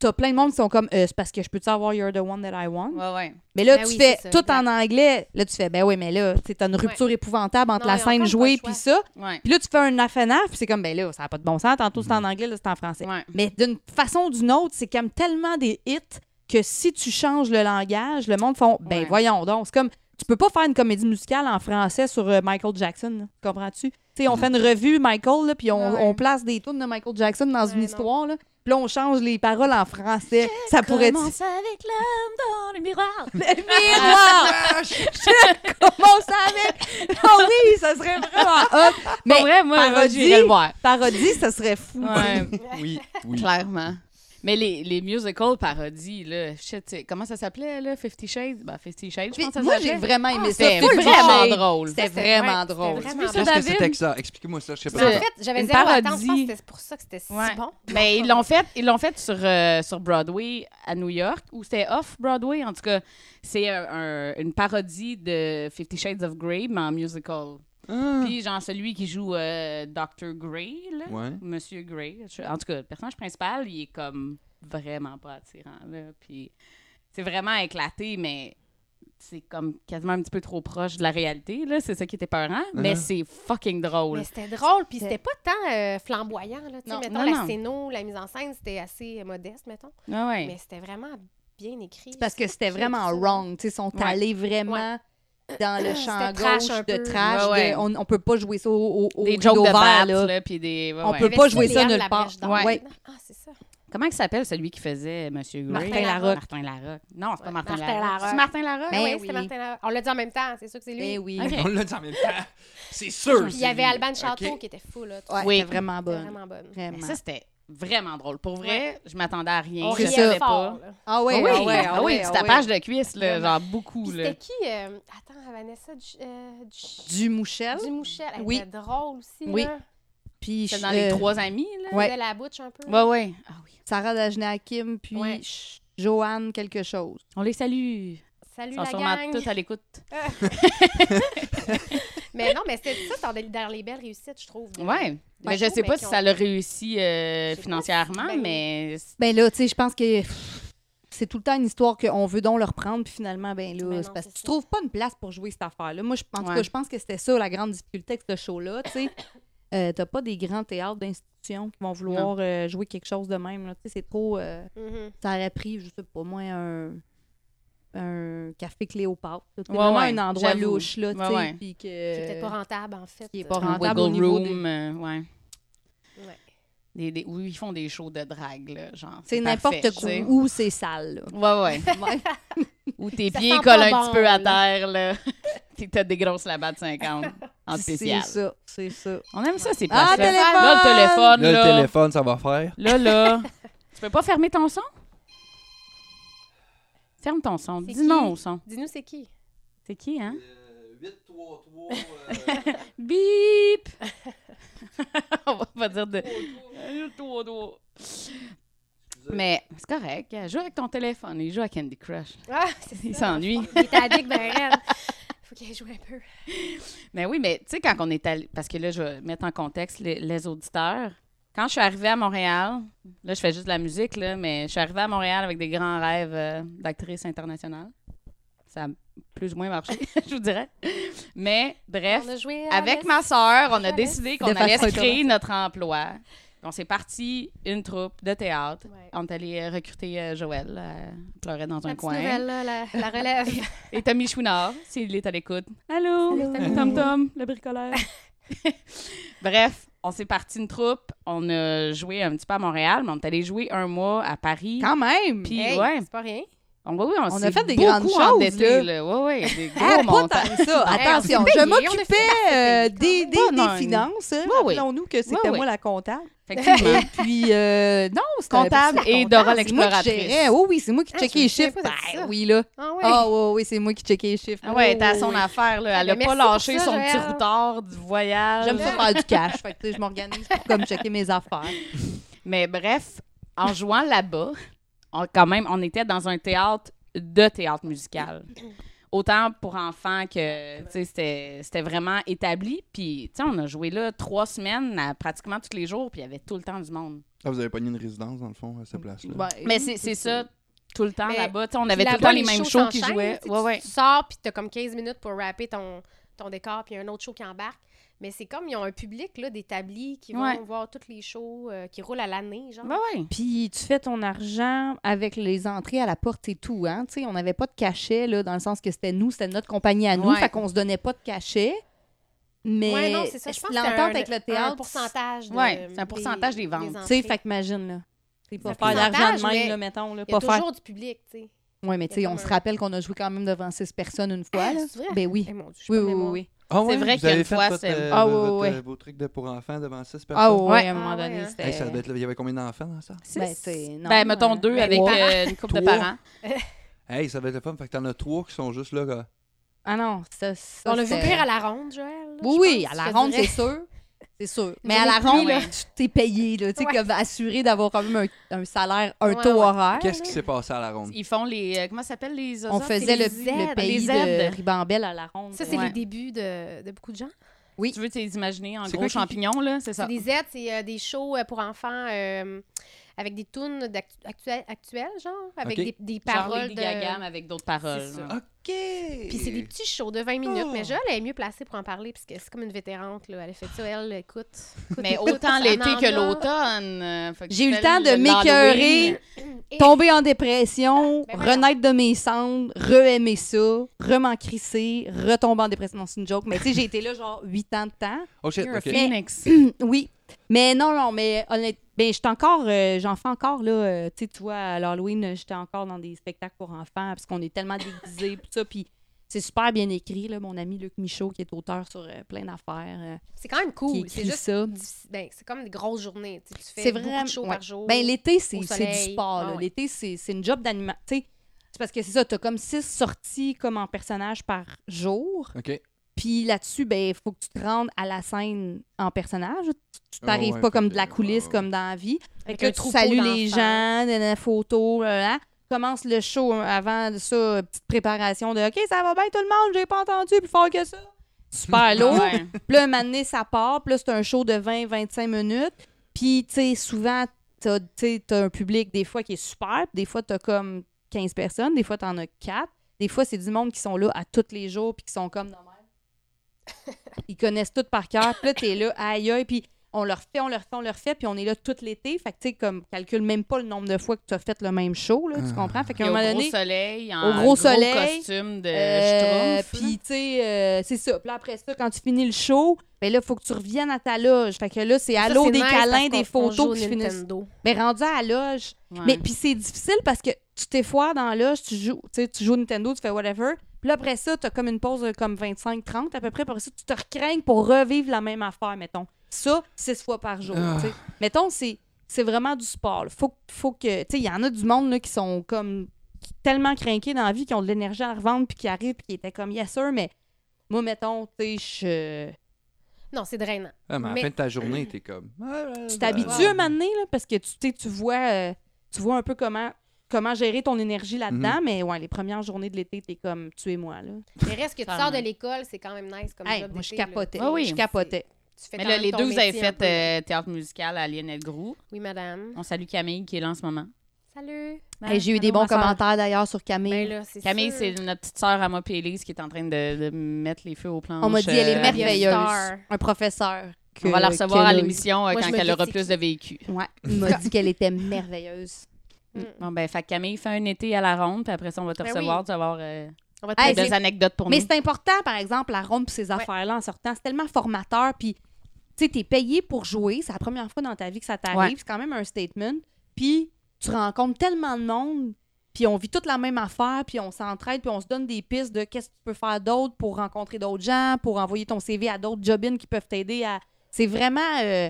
D: T'as plein de monde qui sont comme Euh, c'est parce que je peux-tu avoir You're the one that I want?
A: Ouais, ouais.
D: Mais là,
C: Ben
D: tu
C: oui,
D: fais
C: c'est ça,
D: tout en anglais. Là, tu fais ben oui, mais là, tu sais, t'as une rupture épouvantable entre
C: Non,
D: la
C: ils ont comme
D: scène
C: pas le
D: jouée
C: choix.
D: puis ça.
A: Ouais.
D: Puis là, tu fais un affanaf, puis c'est comme ben là, ça n'a pas de bon sens. Tantôt, c'est en anglais, là, c'est en français.
A: Mm. Ouais.
D: Mais d'une façon ou d'une autre, c'est comme tellement des hits que si tu changes le langage, le monde font ben
A: Ouais.
D: voyons donc. C'est comme tu peux pas faire une comédie musicale en français sur euh, Michael Jackson, là. comprends-tu Tu sais, on
B: Mhm.
D: fait une revue Michael là, puis on,
C: Ouais.
D: on place des tunes de Michael Jackson dans
C: Ouais,
D: une
C: non.
D: histoire là. Puis là, on change les paroles en français. Ça pourrait être
A: Commence avec l'homme dans le miroir.
D: miroir. Commence avec. Ah oui, ça serait vraiment hot.
A: Pour
D: Mais
A: vrai, moi, moi,
D: parodie.
A: j'irais le voir.
D: parodie, ça serait fou.
A: Ouais,
B: Oui, oui.
A: clairement. Mais les, les musical parodies, là, shit, tu sais, comment ça s'appelait, là, Fifty Shades? Ben, Fifty Shades, je pense que ça
D: Moi, j'ai
A: s'appelait. Ah,
D: vraiment aimé ça.
A: C'était
D: Full
A: vraiment
D: shade.
A: drôle.
D: C'était
C: c'était-
D: vraiment
C: ouais, c'était
D: drôle.
C: vraiment
A: Tu sais,
C: bon.
B: Qu'est-ce que
A: David?
B: c'était que ça? Expliquez-moi ça, je sais
C: Mais en
B: pas.
A: Ouais.
C: fait, j'avais
A: Une
C: zéro attente,
A: parodie.
C: je pense que c'était pour ça que c'était si
A: Ouais.
C: bon.
A: Mais ils l'ont fait, ils l'ont fait sur, euh, sur Broadway à New York, ou c'était off-Broadway, en tout cas. C'est un- un- une parodie de Fifty Shades of Grey, mais en musical.
B: Ah.
A: Puis, genre, celui qui joue euh, Dr. Grey, là,
B: Ouais.
A: Monsieur Grey, je- en tout cas, le personnage principal, il est comme vraiment pas attirant, là. Puis, c'est vraiment éclaté, mais c'est comme quasiment un petit peu trop proche de la réalité, là. C'est ça qui était peurant, mais
B: Uh-huh.
A: c'est fucking drôle.
C: Mais c'était drôle, puis
D: C'était-
C: c'était pas tant euh, flamboyant. Là, Tu sais,
A: Non,
C: mettons,
A: non,
C: la
A: non.
C: scéno, la mise en scène, c'était assez euh, modeste, mettons.
A: Ah ouais.
C: Mais c'était vraiment bien écrit.
D: C'est parce que c'était
C: Tout
D: vraiment
C: ça.
D: wrong. tu sais, Ils sont
A: Ouais.
D: allés vraiment dans le champ
C: C'était trash
D: gauche
C: un
D: de
C: peu.
D: trash.
A: Ouais, ouais.
D: de- on, on peut pas jouer ça au, au, au
A: des
D: rideau
A: jokes de
D: vert,
A: bats,
D: là.
A: là. puis des... ouais,
D: On
A: ouais.
D: peut
C: Il y
D: pas
C: avait
D: jouer ça
C: Léane
D: nulle
C: la
D: part.
C: Brèche d'Or
A: Ouais.
C: là-dedans. Ah, c'est ça.
A: Comment il s'appelle, celui qui faisait Monsieur Grey?
D: Martin Larocque.
A: Martin Larocque. Non, c'est pas
C: Ouais,
A: Martin,
C: Martin
A: Larocque.
C: Larocque.
A: C'est Martin Larocque?
D: Ben
C: Ben oui,
D: oui.
C: c'était Martin Lara- On l'a dit en même temps, c'est sûr que c'est lui.
D: Mais oui.
A: Ok.
B: On l'a dit en même temps. C'est sûr.
C: Puis il y avait Alban Château qui était fou, là.
D: Ouais,
A: Oui.
D: c'était vraiment
C: C'était
D: bonne.
C: vraiment bonne.
A: Mais
D: Vraiment.
A: ça, c'était vraiment drôle. Pour vrai, je m'attendais à rien.
C: On
A: je
D: riait
A: savais
C: riait
A: pas.
C: fort, là.
D: Ah ouais,
A: Ah
D: ah
A: oui,
D: ouais, ah
A: ah oui,
D: ouais,
A: du
D: ah
A: tapage de cuisse, là,
C: Vraiment.
A: genre beaucoup.
C: Puis
A: Là.
C: c'était qui? euh, Attends, Vanessa du... euh,
D: ouais. Du Mouchel.
C: Du Mouchel, elle
D: Oui.
C: était drôle aussi.
D: Oui.
C: là.
D: Puis
A: C'est
D: je-
A: dans les
D: euh,
A: trois amis, là.
D: Ouais.
C: De la bouche un peu.
A: Ouais, ouais. Ah oui.
D: Sarah Dajnakim, puis
C: Ouais.
D: Ch- Joanne quelque chose.
A: On les salue.
C: Salut
A: Ils sont
C: la
A: sûrement
C: gang.
A: tous à l'écoute.
C: Mais non, mais c'est ça, c'est dans les belles réussites, je trouve. de-
A: Ouais.
C: Ben,
A: mais
C: je
A: je sais
C: trouve,
A: pas
C: mais
A: si
C: qu'on-
A: ça l'a réussi euh,
C: Je sais pas
A: financièrement,
C: si- ben-
A: mais
D: Ben là, tu sais, je pense que pff, c'est tout le temps une histoire qu'on veut donc le reprendre, puis finalement, ben là,
C: Ben non,
D: c'est parce que
C: c'est
D: tu
C: ça.
D: trouves pas une place pour jouer cette affaire-là. Moi, je, en tout
A: Ouais.
D: cas, je pense que c'était ça la grande difficulté avec ce show-là, tu sais. Euh, T'as pas des grands théâtres d'institutions qui vont vouloir euh, jouer quelque chose de même. là. Tu sais, c'est trop... euh,
C: Mhm.
D: ça aurait pris, je sais pas moi, un, un café Cléopâtre. C'est
A: Ouais,
D: vraiment
A: ouais,
D: un endroit
A: j'avoue.
D: louche, là, tu
A: Ouais,
D: sais,
A: ouais.
D: puis que...
C: C'est peut-être pas rentable, en fait.
D: qui est pas
A: un
D: rentable au
A: wiggle
D: niveau
A: room, euh, ouais.
C: Ouais.
A: Des, des- où ils font des shows de drague, là, genre.
D: C'est
A: parfait,
D: n'importe quoi.
A: tu sais.
D: Où c'est sale, là.
A: Ouais, ouais.
D: Ouais.
A: Où tes
C: Ça
A: pieds
C: sent
A: collent
C: pas
A: un
C: bon,
A: petit peu à
C: là.
A: terre, là. Puis T'as des grosses labats de 50 en spécial.
D: C'est ça, c'est ça.
A: On aime ça, ces
D: Ah,
A: places-là.
D: téléphone!
A: Là, le téléphone,
B: Là,
A: là.
B: le téléphone, ça va faire.
A: Là, là. tu peux pas fermer ton son? Ferme ton son.
C: C'est
A: Dis
C: qui?
A: non au son.
C: Dis-nous, c'est qui?
A: C'est qui, hein?
B: 833.
A: Bip! On va pas dire de. Mais c'est correct. Joue avec ton téléphone. Il joue à Candy Crush.
C: Ah, c'est
A: Il
C: ça.
A: s'ennuie.
C: Il est addict, ben raide. Faut qu'il joue un peu.
A: Mais oui, mais tu sais, quand on est allé. Parce que là, je vais mettre en contexte les, les auditeurs. Quand je suis arrivée à Montréal, là, je fais juste de la musique, là, mais je suis arrivée à Montréal avec des grands rêves euh, d'actrice internationale. Ça a plus ou moins marché, je vous dirais. Mais bref.
C: On a joué à
A: Avec
C: la-
A: ma sœur, on a
C: Alice.
A: décidé
D: De
A: qu'on allait
D: façon
A: se créer notre emploi. On s'est parti une troupe de théâtre.
C: Ouais.
A: On est allé euh, recruter euh, Joël, euh, elle pleurait dans
C: La
A: un
C: petite
A: coin.
C: nouvelle, là, la, la relève.
A: Et Tommy Chouinard, s'il est à l'écoute. Allô, Tom Tom, le bricoleur. Bref, on s'est parti une troupe. On a joué un petit peu à Montréal, mais on est allé jouer un mois à Paris.
D: Quand même!
A: Puis,
C: Hey,
A: ouais.
C: C'est pas rien.
A: On, oui, oui, on,
D: On a
A: s'est
D: fait des
A: beaucoup
D: grandes choses,
A: endettés,
D: là.
A: là. Ouais, ouais, des gros
D: Ah, pas
A: montants.
D: tant que ça.
C: Hey, on
D: Attention,
C: s'est
D: je
C: payé, on a fait
D: m'occupais euh, des,
C: des
D: des,
A: comptes.
D: des
A: Bonne
D: finances. hein.
A: Oui, oui.
D: Rappelons-nous que c'était
A: Oui, oui.
D: moi la comptable.
A: Effectivement.
D: Et puis, euh, non, c'était
A: Comptable
D: c'est la
A: et
D: comptable, c'est
A: Dora
D: moi qui
A: l'exploratrice.
D: gérais. Oh oui, c'est moi qui
C: Ah,
D: checkais
C: je me
D: les
C: souviens
D: chiffres.
C: pas de
D: Ben
C: ça.
D: oui, là.
C: Ah
A: Oh,
C: ouais.
D: Ah oui, oui, c'est moi qui checkais les chiffres.
A: Ah ouais, t'as
D: Oh,
A: son
D: oui.
A: affaire, là. Elle
C: Ah,
A: a
C: ben,
A: pas
C: merci pour
A: lâché
C: ça,
A: son petit
C: Joël.
A: routard du voyage.
D: J'aime ça faire du cash. Fait que tu sais, je m'organise pour comme checker mes affaires.
A: Mais bref, en jouant là-bas, on- quand même, on était dans un théâtre de théâtre musical. Autant pour enfants que, tu sais, c'était c'était vraiment établi. Puis, tu sais, on a joué là trois semaines, à pratiquement tous les jours, puis il y avait tout le temps du monde.
B: Ah, vous avez pogné une résidence, dans le fond, à cette place-là.
A: Mais c'est c'est ça, tout le temps
C: Mais
A: là-bas. Tu sais, on avait tout le
C: Là-bas,
A: temps les mêmes shows qui
C: s'enchaînent, là,
A: jouaient.
C: tu sais,
A: Ouais,
C: tu-
A: ouais.
C: Tu sors, puis t'as comme 15 minutes pour rapper ton, ton décor, puis un autre show qui embarque. Mais c'est comme, ils ont un public là, d'établis qui vont
A: Ouais.
C: voir toutes les shows euh, qui roulent à l'année, genre.
A: Ouais, ouais.
D: Puis tu fais ton argent avec les entrées à la porte et tout, hein. Tu sais, on n'avait pas de cachet, là, dans le sens que c'était nous, c'était notre compagnie à nous,
A: Ouais.
D: fait qu'on se donnait pas de cachet. Mais
C: Ouais, non, c'est ça. Je pense que c'est
D: l'entente
C: un-
D: avec le
C: un
D: théâtre,
C: pourcentage. de-
A: Ouais, c'est un pourcentage des ventes.
D: tu sais,
C: entrées.
D: fait qu'imagine, là. C'est pas
C: un
D: faire d'argent de
C: pourcentage,
D: même,
C: mais
D: là, mettons, là,
C: Il y a
D: pas faire.
C: toujours du public, tu sais.
D: Ouais, mais tu sais,
C: comme
D: on
C: un-
D: se rappelle qu'on a joué quand même devant six personnes une fois, là.
C: c'est vrai?
D: Ben oui.
C: Eh mon Dieu, je suis
D: Oui,
C: pas
D: oui, oui,
C: mémoire.
D: oui.
B: Ah,
A: C'est vrai
B: vous avez
A: qu'une
B: fait
A: fois,
B: votre,
A: c'est-
B: euh,
D: Ah, ouais,
B: votre,
D: ouais.
B: euh, vvos trucs de pour enfants devant 6 personnes.
D: Ah, ouais,
A: Ouais.
D: à un moment
C: Ah, ouais,
D: donné,
C: hein.
D: c'était.
B: Hey, ça devait être là, il y avait combien d'enfants dans ça?
D: Ben, c'est- non,
A: Ben, mettons
D: hein.
A: deux
D: Ben,
A: avec
D: trois.
A: euh, une couple de
B: Trois.
A: parents.
B: Hey, ça devait être le fun. Fait que t'en as trois qui sont juste là. là.
D: Ah non, ça, ça,
C: On l'a vu
D: c'était-
C: pire à la ronde, Joël. là,
D: Oui,
C: je
D: oui, à
C: pense, je
D: la
C: te
D: ronde,
C: dirais.
D: c'est sûr. C'est sûr. Mais
A: Je
D: à la
A: l'ai
D: ronde,
A: pris,
D: là,
A: ouais.
D: tu t'es payé, là. Tu sais,
C: Ouais.
D: comme assuré d'avoir quand même un, un salaire, un
C: Ouais,
D: taux
C: ouais.
D: horaire.
B: Qu'est-ce qui s'est passé à la ronde?
A: Ils font les. euh, comment ça s'appelle les.
D: On
A: Ozas?
D: faisait le,
C: les
D: le
C: aides,
D: pays
A: les
D: de
A: aides.
D: Ribambelle à la ronde.
C: Ça, c'est
A: Ouais.
C: les débuts de, de beaucoup de gens.
A: Tu veux t'imaginer en
B: C'est
A: gros
B: quoi qui-
A: champignon, là, c'est ça?
C: C'est des aides, c'est euh, des shows euh, pour enfants euh, avec des tunes d'actu- actuelles, actuelles, genre, avec
B: Ok.
C: des, des
A: Genre
C: paroles
A: Lady
C: de...
A: Gaga, mais avec d'autres paroles.
C: C'est ça.
A: ouais.
D: Ah,
B: OK!
C: Puis c'est des
B: Euh.
C: petits shows de 20 minutes,
B: Oh.
C: mais Joël est mieux placée pour en parler, parce que c'est comme une vétérante, là. Elle a fait ça, elle, écoute. écoute,
A: Mais
C: écoute,
A: autant
C: ça
A: l'été
C: en
A: que
C: a.
A: l'automne. euh, fait que
D: J'ai eu le
A: c'est
D: temps de
A: l'Halloween.
D: m'écœurer,
C: Et-
D: tomber en dépression,
C: Ben voyons.
D: renaître de mes cendres, re-aimer ça, re-m'en crisser, retomber en dépression. Non, c'est une joke. Mais tu sais, j'ai été là genre 8 ans de temps.
B: Oh shit,
D: You're a
B: OK.
D: fan.
A: Phoenix.
D: Oui. Mais non, non, mais honnêtement, ben, j'étais encore, euh, j'en fais encore, là. euh, tu sais, tu vois, à l'Halloween, euh, j'étais encore dans des spectacles pour enfants, parce qu'on est tellement déguisés, pis ça, puis c'est super bien écrit, là, mon ami Luc Michaud, qui est auteur sur euh, plein d'affaires, euh,
C: C'est quand même
D: qui
C: cool.
D: écrit
C: C'est juste
D: ça.
C: difficile. Ben, c'est comme des grosses journées. tu sais, Tu
D: C'est
C: fais beaucoup
D: vraiment-
C: de shows
D: ouais.
C: par jour.
D: Ben, l'été, c'est
C: au
D: c'est du
C: soleil.
D: sport, là.
C: Ah ouais.
D: L'été, c'est c'est une job d'animateur. Tu sais, c'est parce que c'est ça, t'as comme six sorties comme en personnage par jour,
B: OK.
D: Puis là-dessus, ben, il faut que tu te rendes à la scène en personnage. Tu
B: Ah
D: t'arrives
B: ouais,
D: pas comme de la
B: peut-être,
D: coulisse,
B: ouais,
D: comme dans la vie. Fait
C: Avec
D: que
C: un
D: là, tu
C: troupeau
D: salues les
C: d'enfants.
D: gens, donnes la photo, là, là. Commence le show hein, avant de ça, euh, petite préparation de OK, ça va bien tout le monde, j'ai pas entendu plus fort que ça.
A: Ah
D: Super lourd.
A: Ouais.
D: Puis là, un moment donné, ça part. Puis là, c'est un show de 20-25 minutes. Puis, tu sais, souvent, t'as tu sais, t'as un public, des fois, qui est super. puis des fois, t'as comme 15 personnes. Des fois, t'en as 4. Des fois, c'est du monde qui sont là à tous les jours puis qui sont comme... dans le même. Ils connaissent tout par cœur. Puis là, t'es là, aïe, aïe. Puis on leur fait, on leur fait, on leur fait. Puis on est là tout l'été. Fait que, tu sais, comme, calcule même pas le nombre de fois que t'as fait le même show, là. Tu comprends? Fait qu'à
A: Puis
D: un
A: au
D: moment
A: gros
D: donné...
A: soleil, en
D: au gros
A: gros,
D: soleil,
A: costume de
D: Euh,
A: schtroumpf,
D: Puis, tu sais, euh, c'est ça. Puis là, après ça, quand tu finis le show, ben là, faut que tu reviennes à ta loge. Fait que là, c'est à
C: Ça,
D: l'eau
C: c'est
D: des
C: nice parce
D: câlins,
C: qu'on-
D: des
C: on joue au
D: photos qui finissent.
C: Nintendo.
D: Mais rendu à la loge.
A: là. Ouais.
D: Mais puis c'est difficile parce que tu t'effoires dans la loge, tu joues, tu sais, tu joues au Nintendo, tu fais whatever. Puis là, après ça, t'as comme une pause de comme 25-30 à peu près. Après ça, tu te recraignes pour revivre la même affaire, mettons. Ça, six fois par jour.
B: Ah.
D: tu sais. Mettons, c'est c'est vraiment du sport. là. Faut, faut que. Tu sais, il y en a du monde là, qui sont comme qui- tellement craqués dans la vie, qui ont de l'énergie à revendre, puis qui arrivent, puis qui étaient comme, yes, sir, mais moi, mettons, tu sais,
C: Non, c'est drainant.
B: Ah, mais à la
C: Mais-
B: fin de ta journée, t'es comme. Ah, ah,
D: je- tu
C: Ben,
B: ah,
D: t'habitues à un moment donné, là, parce que tu, tu sais, tu vois euh, tu vois un peu comment comment gérer ton énergie là-dedans, mais ouais, les premières journées de l'été, t'es comme, tu es moi, là.
C: Le reste que tu
A: Clairement.
C: sors de l'école, c'est quand même nice comme
D: Hey,
C: job
D: moi, je
C: d'été, là.
D: capotais.
A: Ah oui.
D: Je capotais.
C: Tu fais
A: Mais
C: quand
A: là,
C: même
A: les
C: ton
A: deux, vous avez
C: métier un
A: fait
C: peu.
A: euh, théâtre musical à Alien El Grou.
C: Oui, madame.
A: On salue Camille qui est là en ce moment.
C: Salut.
D: Hey, J'ai eu des
A: Allô,
D: bons
A: ma sœur.
D: commentaires d'ailleurs sur Camille.
C: Ben là, c'est
A: Camille,
C: sûr.
A: c'est notre petite sœur à moi puis Élise qui est en train de, de mettre les feux aux planches.
D: On m'a dit, elle est
A: euh,
D: merveilleuse.
C: star.
D: Un professeur.
A: On va la
D: que-
A: recevoir à
D: qu'elle a eu.
A: l'émission euh,
C: Moi, je
A: quand
C: me
A: elle aura
C: dis,
A: plus de
C: c'est
A: vécu.
D: Ouais, il m'a dit qu'elle était merveilleuse.
C: Mm.
A: Bon, ben, fait que Camille, fait un été à la ronde, puis après ça, on va te
C: Ben
A: recevoir,
C: oui.
A: tu vas avoir euh,
C: On va te
D: Hey,
A: des
C: poser-
A: belles anecdotes pour
D: Mais
A: nous.
D: c'est important, par exemple, la ronde pour ces affaires-là en sortant. C'est tellement formateur. Puis, tu sais, t'es payé pour jouer. C'est la première fois dans ta vie que ça t'arrive.
A: Ouais.
D: C'est quand même un statement. Puis, tu rencontres tellement de monde. Puis, on vit toute la même affaire. Puis, on s'entraide. Puis, on se donne des pistes de qu'est-ce que tu peux faire d'autre pour rencontrer d'autres gens, pour envoyer ton CV à d'autres jobins qui peuvent t'aider à. C'est vraiment. euh,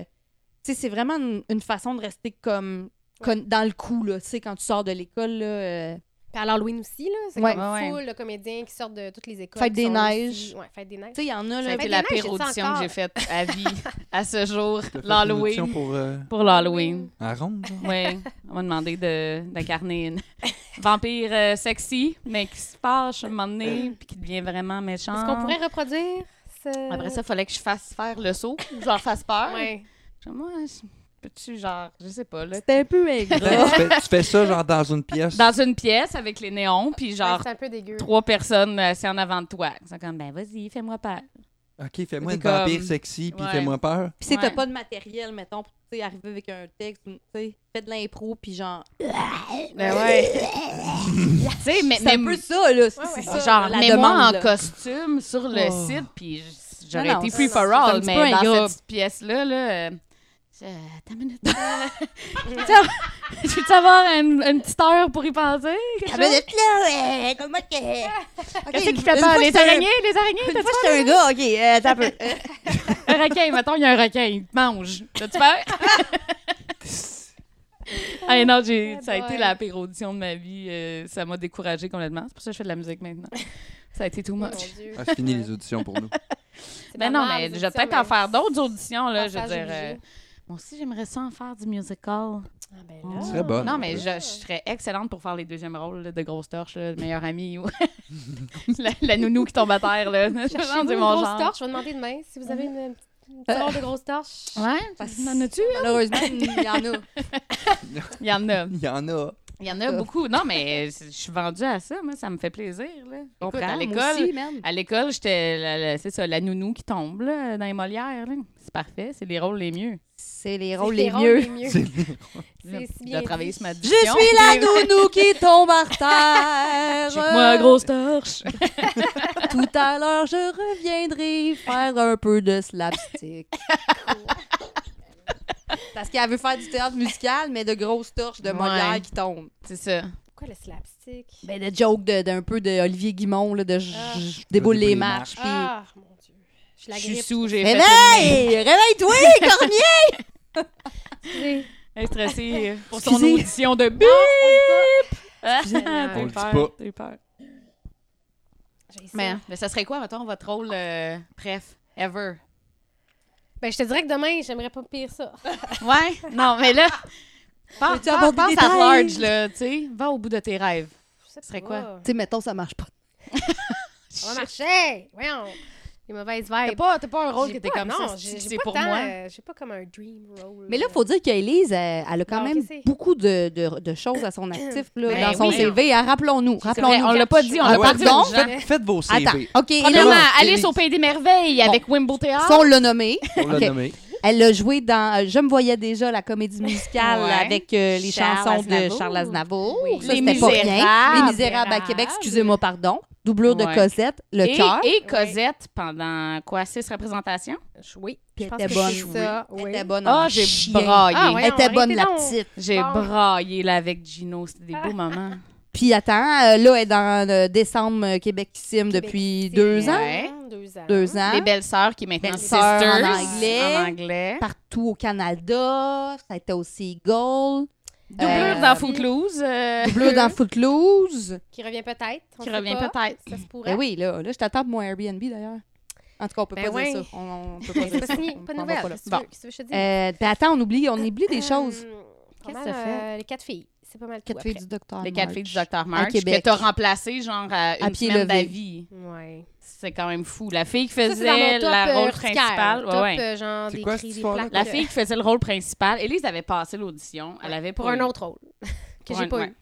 D: tu sais, c'est vraiment une, une façon de rester comme. con- Dans le coup, là, tu sais, quand tu sors de l'école, là, euh,
C: Puis à l'Halloween aussi, là. C'est
D: Ouais.
C: comme
A: Ouais, ouais.
C: full de comédiens qui sortent de toutes les écoles.
D: Fête
C: qui
D: des
C: sont là
D: neiges.
C: aussi. Ouais, fête des neiges.
D: tu sais, il y en a,
A: Ça a
D: là.
C: Fait
A: été
C: que
A: la
C: là, j'ai
A: pire
C: ça
A: audition que
C: encore.
A: j'ai faite à vie à ce jour,
B: t'as fait une audition
A: l'Halloween.
B: Pour, euh,
A: Pour l'Halloween.
B: à ronde, genre.
A: Ouais, on m'a demandé de- d'incarner une vampire euh, sexy, mais qui se fâche à un moment donné, puis qui devient vraiment méchante.
C: Est-ce qu'on pourrait reproduire ce...
A: Après ça, il fallait que je fasse faire le saut, que je leur fasse peur.
C: Ouais.
A: Genre, Moi, je- peux-tu, genre, je sais pas, là.
D: C'était un peu
B: tu, fais, tu fais ça, genre, dans une pièce.
A: Dans une pièce avec les néons, puis genre
C: Ouais, c'est un peu dégueu.
A: trois personnes assises en avant de toi. Ils sont comme, ben vas-y, fais-moi peur.
B: Ok, fais-moi
A: C'est
B: une vampire
A: comme-
B: sexy, puis
A: Ouais.
B: fais-moi peur.
D: Puis si t'as
A: Ouais.
D: pas de matériel, mettons, pour tu sais, arriver avec un texte, tu sais, fais de l'impro, puis genre.
A: Ben ouais. tu sais, mais,
D: C'est un
A: mais-
D: peu ça, là. C'est
C: Ouais, ouais.
D: c'est ça.
A: genre,
D: la
A: mets-moi en
D: demande, là.
A: costume sur le
B: Oh.
A: site, puis j-
D: Non,
A: j'aurais
D: non,
A: été
D: ça,
A: free for
D: c'est un
A: all,
D: petit peu
A: mais
D: un
A: dans
D: groupe.
A: cette petite pièce-là, là. euh, je- Attends une minute. Je veux-tu avoir une, une petite heure pour y penser? quelque
D: Ah,
A: chose?
D: ben, de là, ouais, comment que. Ok,
A: Qu'est-ce qui
D: une- une
A: fait peur?
D: fois,
A: Les
D: j'étais un-
A: araignées? Les araignées?
D: Une fois, j'étais un gars, ok, euh, attends un peu. Euh,
A: Un requin, mettons, il y a un requin, il te mange. T'as-tu peur? ah non, j'ai- ça a été la pire audition de ma vie. euh, ça m'a découragée complètement. C'est pour ça que je fais de la musique maintenant. Ça a été too
C: Oh, mon
A: much.
C: Dieu.
B: Ah, c'est fini les auditions pour nous.
C: C'est
A: Mais Ben non,
C: dommage,
A: mais
C: les
A: je vais
C: auditions,
A: peut-être en
C: mais-
A: faire d'autres auditions, là, je veux
C: Passage
A: dire.
C: obligé.
A: euh, Moi aussi, j'aimerais ça en faire du musical.
C: Ah, ben
B: Tu
C: là.
B: serais bonne.
A: non,
B: en
A: mais
B: plus.
A: je, je serais excellente pour faire les deuxièmes rôles là, de grosse torche, là, de meilleure amie ou la, la nounou qui tombe à terre. Là.
C: Cherchez-vous
A: Genre,
C: une
A: c'est mon
C: grosse
A: genre.
C: torche. Je vais demander demain si vous avez une, une petite drôle de grosse torche.
A: Ouais,
D: Parce-
A: t'en as-tu?
D: Malheureusement, il y en a.
A: Il y en a.
B: Il y en a.
A: Il y en a
D: Tough.
A: beaucoup. Non, mais je suis vendue à ça. Moi, ça me fait plaisir. Là. Écoute, à
D: moi
A: l'école,
D: aussi, même.
A: à l'école, j'étais, la- la- c'est ça, la nounou qui tombe là, dans les Molières. là. C'est parfait. C'est les rôles les mieux.
D: C'est les
C: C'est
D: rôles
C: les
D: les
C: rôles
D: mieux.
C: les mieux.
B: C'est-
C: C'est si
A: J'ai
C: bien
A: travaillé
C: dit.
A: ce matin.
D: Je suis la nounou qui tombe par terre.
A: Moi, grosse torche.
D: Tout à l'heure, je reviendrai faire un peu de slapstick. Parce qu'elle veut faire du théâtre musical, mais de grosses torches de
A: Ouais.
D: Molière qui tombent.
A: C'est ça.
C: Pourquoi le slapstick?
D: Ben, de joke de- d'un peu de Olivier Guimond, là, de je-
C: Ah.
D: je je déboule
B: Je déboule les
D: les marches. puis-
C: Ah, mon Dieu. Je suis
A: Je
C: la
A: suis
C: grippe.
A: sous, j'ai fait
D: Réveille! Réveille-toi, Cormier!
C: excusez.
A: une... stressée pour son
D: Excusez.
A: audition de bip. Ah,
C: Excusez.
A: T'as
B: On
A: eu
B: le dit
A: peur,
B: pas.
A: t'as eu peur.
C: J'ai ça.
A: Mais, mais ça serait quoi, mettons, votre rôle, euh, bref, ever?
C: Ben, je te dirais que demain, j'aimerais pas pire ça.
A: Ouais? Non, mais là, pense,
D: Veux-tu aborder
A: pense, pense
D: des
A: à
D: détails?
A: large, là, tu sais. Va au bout de tes rêves.
C: Ce
A: serait quoi?
D: Tu sais, mettons, ça marche pas.
C: Ça va marcher! Voyons! Les mauvaises
A: T'as
C: vibes.
A: pas, t'as pas un rôle
C: J'ai
A: qui était
C: pas-
A: comme
C: non,
A: ça,
C: j'ai-
A: c'est
C: j'ai
A: c'est
C: pas
A: pour
C: tant,
A: moi.
C: euh, J'ai pas comme un dream role.
D: Mais là, il faut dire qu'Élise, elle, elle a quand
C: Non,
D: même
C: qu'est-ce que c'est?
D: beaucoup de, de- de choses à son actif là,
A: Ben
D: dans son
A: oui.
D: CV. Ah, rappelons-nous.
A: C'est vrai,
D: Rappelons-nous.
A: on l'a pas dit, on
D: Ah,
A: l'a pas dit
D: pardon?
A: aux gens.
B: Faites, faites vos CV.
D: Attends. OK,
A: Premièrement,
D: Élise,
A: Alice au Pays des Merveilles avec Wimbo Théâtre.
D: ça, on l'a nommé.
B: On l'a
D: Ok.
B: nommé.
D: Elle l'a joué dans euh, Je me voyais déjà, la comédie musicale
A: Ouais.
D: avec euh, les
A: Charles
D: chansons de
A: Aznavour.
D: Charles Aznavour.
A: Oui.
D: Ça,
A: Les
D: c'était pas rien.
A: Misérables.
D: Les Misérables à Québec,
C: Misérables.
D: excusez-moi, pardon. Doublure de
A: Ouais.
D: Cosette, le
A: et,
D: cœur.
A: et Cosette pendant quoi, six représentations?
C: Oui.
D: Puis
C: Je
D: elle
C: pense
D: était
C: que
D: bonne.
C: c'est ça.
D: Elle
C: oui.
D: était bonne en
A: Ah, j'ai
D: chien.
A: braillé.
C: Ah, ouais.
D: Elle était
C: Voyons,
D: bonne, la
C: arrêtez donc.
D: petite.
A: J'ai
C: Bon.
A: braillé là avec Gino, c'était des beaux moments.
D: Puis attends, euh, là, elle est dans euh, décembre euh, Québec-Sime depuis
C: Québec,
D: deux
C: c'est-
D: ans.
A: Ouais.
C: Deux ans.
D: Deux ans.
A: Les belles-sœurs qui est maintenant
D: Belles-sœurs
A: sisters
D: en anglais.
A: en anglais.
D: Partout au Canada. Ça a été au Seagull.
A: Doublure
D: Euh,
A: dans Footloose. euh,
D: Doublure dans Footloose.
C: Qui revient peut-être. on
A: Qui
C: sait
A: revient
C: pas.
A: peut-être.
C: Ça se pourrait.
D: Ben oui, là, là je t'attends pour mon Airbnb d'ailleurs. En tout cas, on peut
C: Ben
D: pas
C: ouais.
D: dire ça. On, on peut pas
C: Mais
D: dire
C: C'est
D: ça.
C: pas signé.
D: On
C: Pas de
D: s'en va pas
C: nouvelles.
D: là.
C: Qu'est-ce que tu
D: Bon.
C: veux- qu'est-ce que je te dis?
D: Euh, ben attends, on oublie, on oublie des choses.
C: Qu'est-ce
A: que ça fait?
C: euh, Les quatre filles. C'est pas mal. tout
D: Quatre
C: après.
D: filles du docteur.
A: Les quatre filles du Dr.
D: À
A: March
D: Québec.
A: que t'as remplacé genre à une
D: À pied
A: semaine
D: levé.
A: d'avis.
C: Ouais.
A: C'est quand même fou. La fille qui
C: Ça, c'est dans mon
A: faisait
C: top,
A: la
C: euh,
A: rôle
C: urticaire.
A: principal.
C: Top,
A: ouais, ouais.
C: euh, genre
B: C'est
C: des
B: quoi,
C: cris,
B: cette
C: des
B: histoire-là?
C: plaques.
A: La fille qui faisait le rôle principal, Élise avait passé l'audition. Elle avait
C: Pour un autre rôle que j'ai pas eu.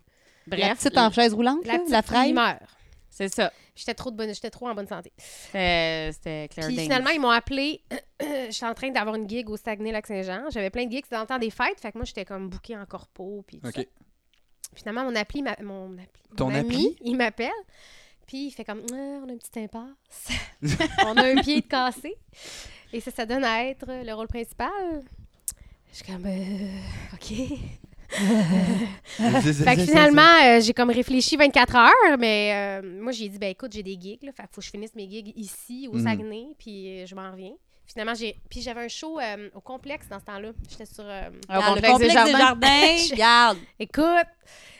D: La
A: Bref,
D: petite en chaise roulante,
C: La
D: là,
C: petite
D: la fraise.
C: meurt.
A: c'est ça.
C: J'étais trop de bonne, j'étais trop en bonne santé.
A: C'était c'était Claire
C: Puis
A: Danes.
C: finalement, ils m'ont appelé. j'étais en train d'avoir une gig au Saguenay-Lac-Saint-Jean. J'avais plein de gigs dans le temps des fêtes. Fait que moi, j'étais comme bouquée en corpo. Puis tout ça.
B: OK.
C: Finalement, mon appli, m'a- mon appli, mon
B: Ton
C: ami,
B: appli?
C: il m'appelle. Puis il fait comme, Ah, on a une petite impasse. on a un pied de cassé. Et ça, ça donne à être le rôle principal. Je suis comme, Euh, OK. Fait que finalement, euh, j'ai comme réfléchi 24 heures, mais euh, moi, j'ai dit, ben écoute, j'ai des gigs, là, fait que faut que je finisse mes gigs ici, au
D: Mm.
B: Mhm.
C: Saguenay, puis euh, je m'en reviens. Finalement, j'ai. Puis j'avais un show euh, au complexe dans ce temps-là. J'étais sur. euh,
A: Alors,
D: Dans le complexe des jardins. Regarde,
C: Écoute,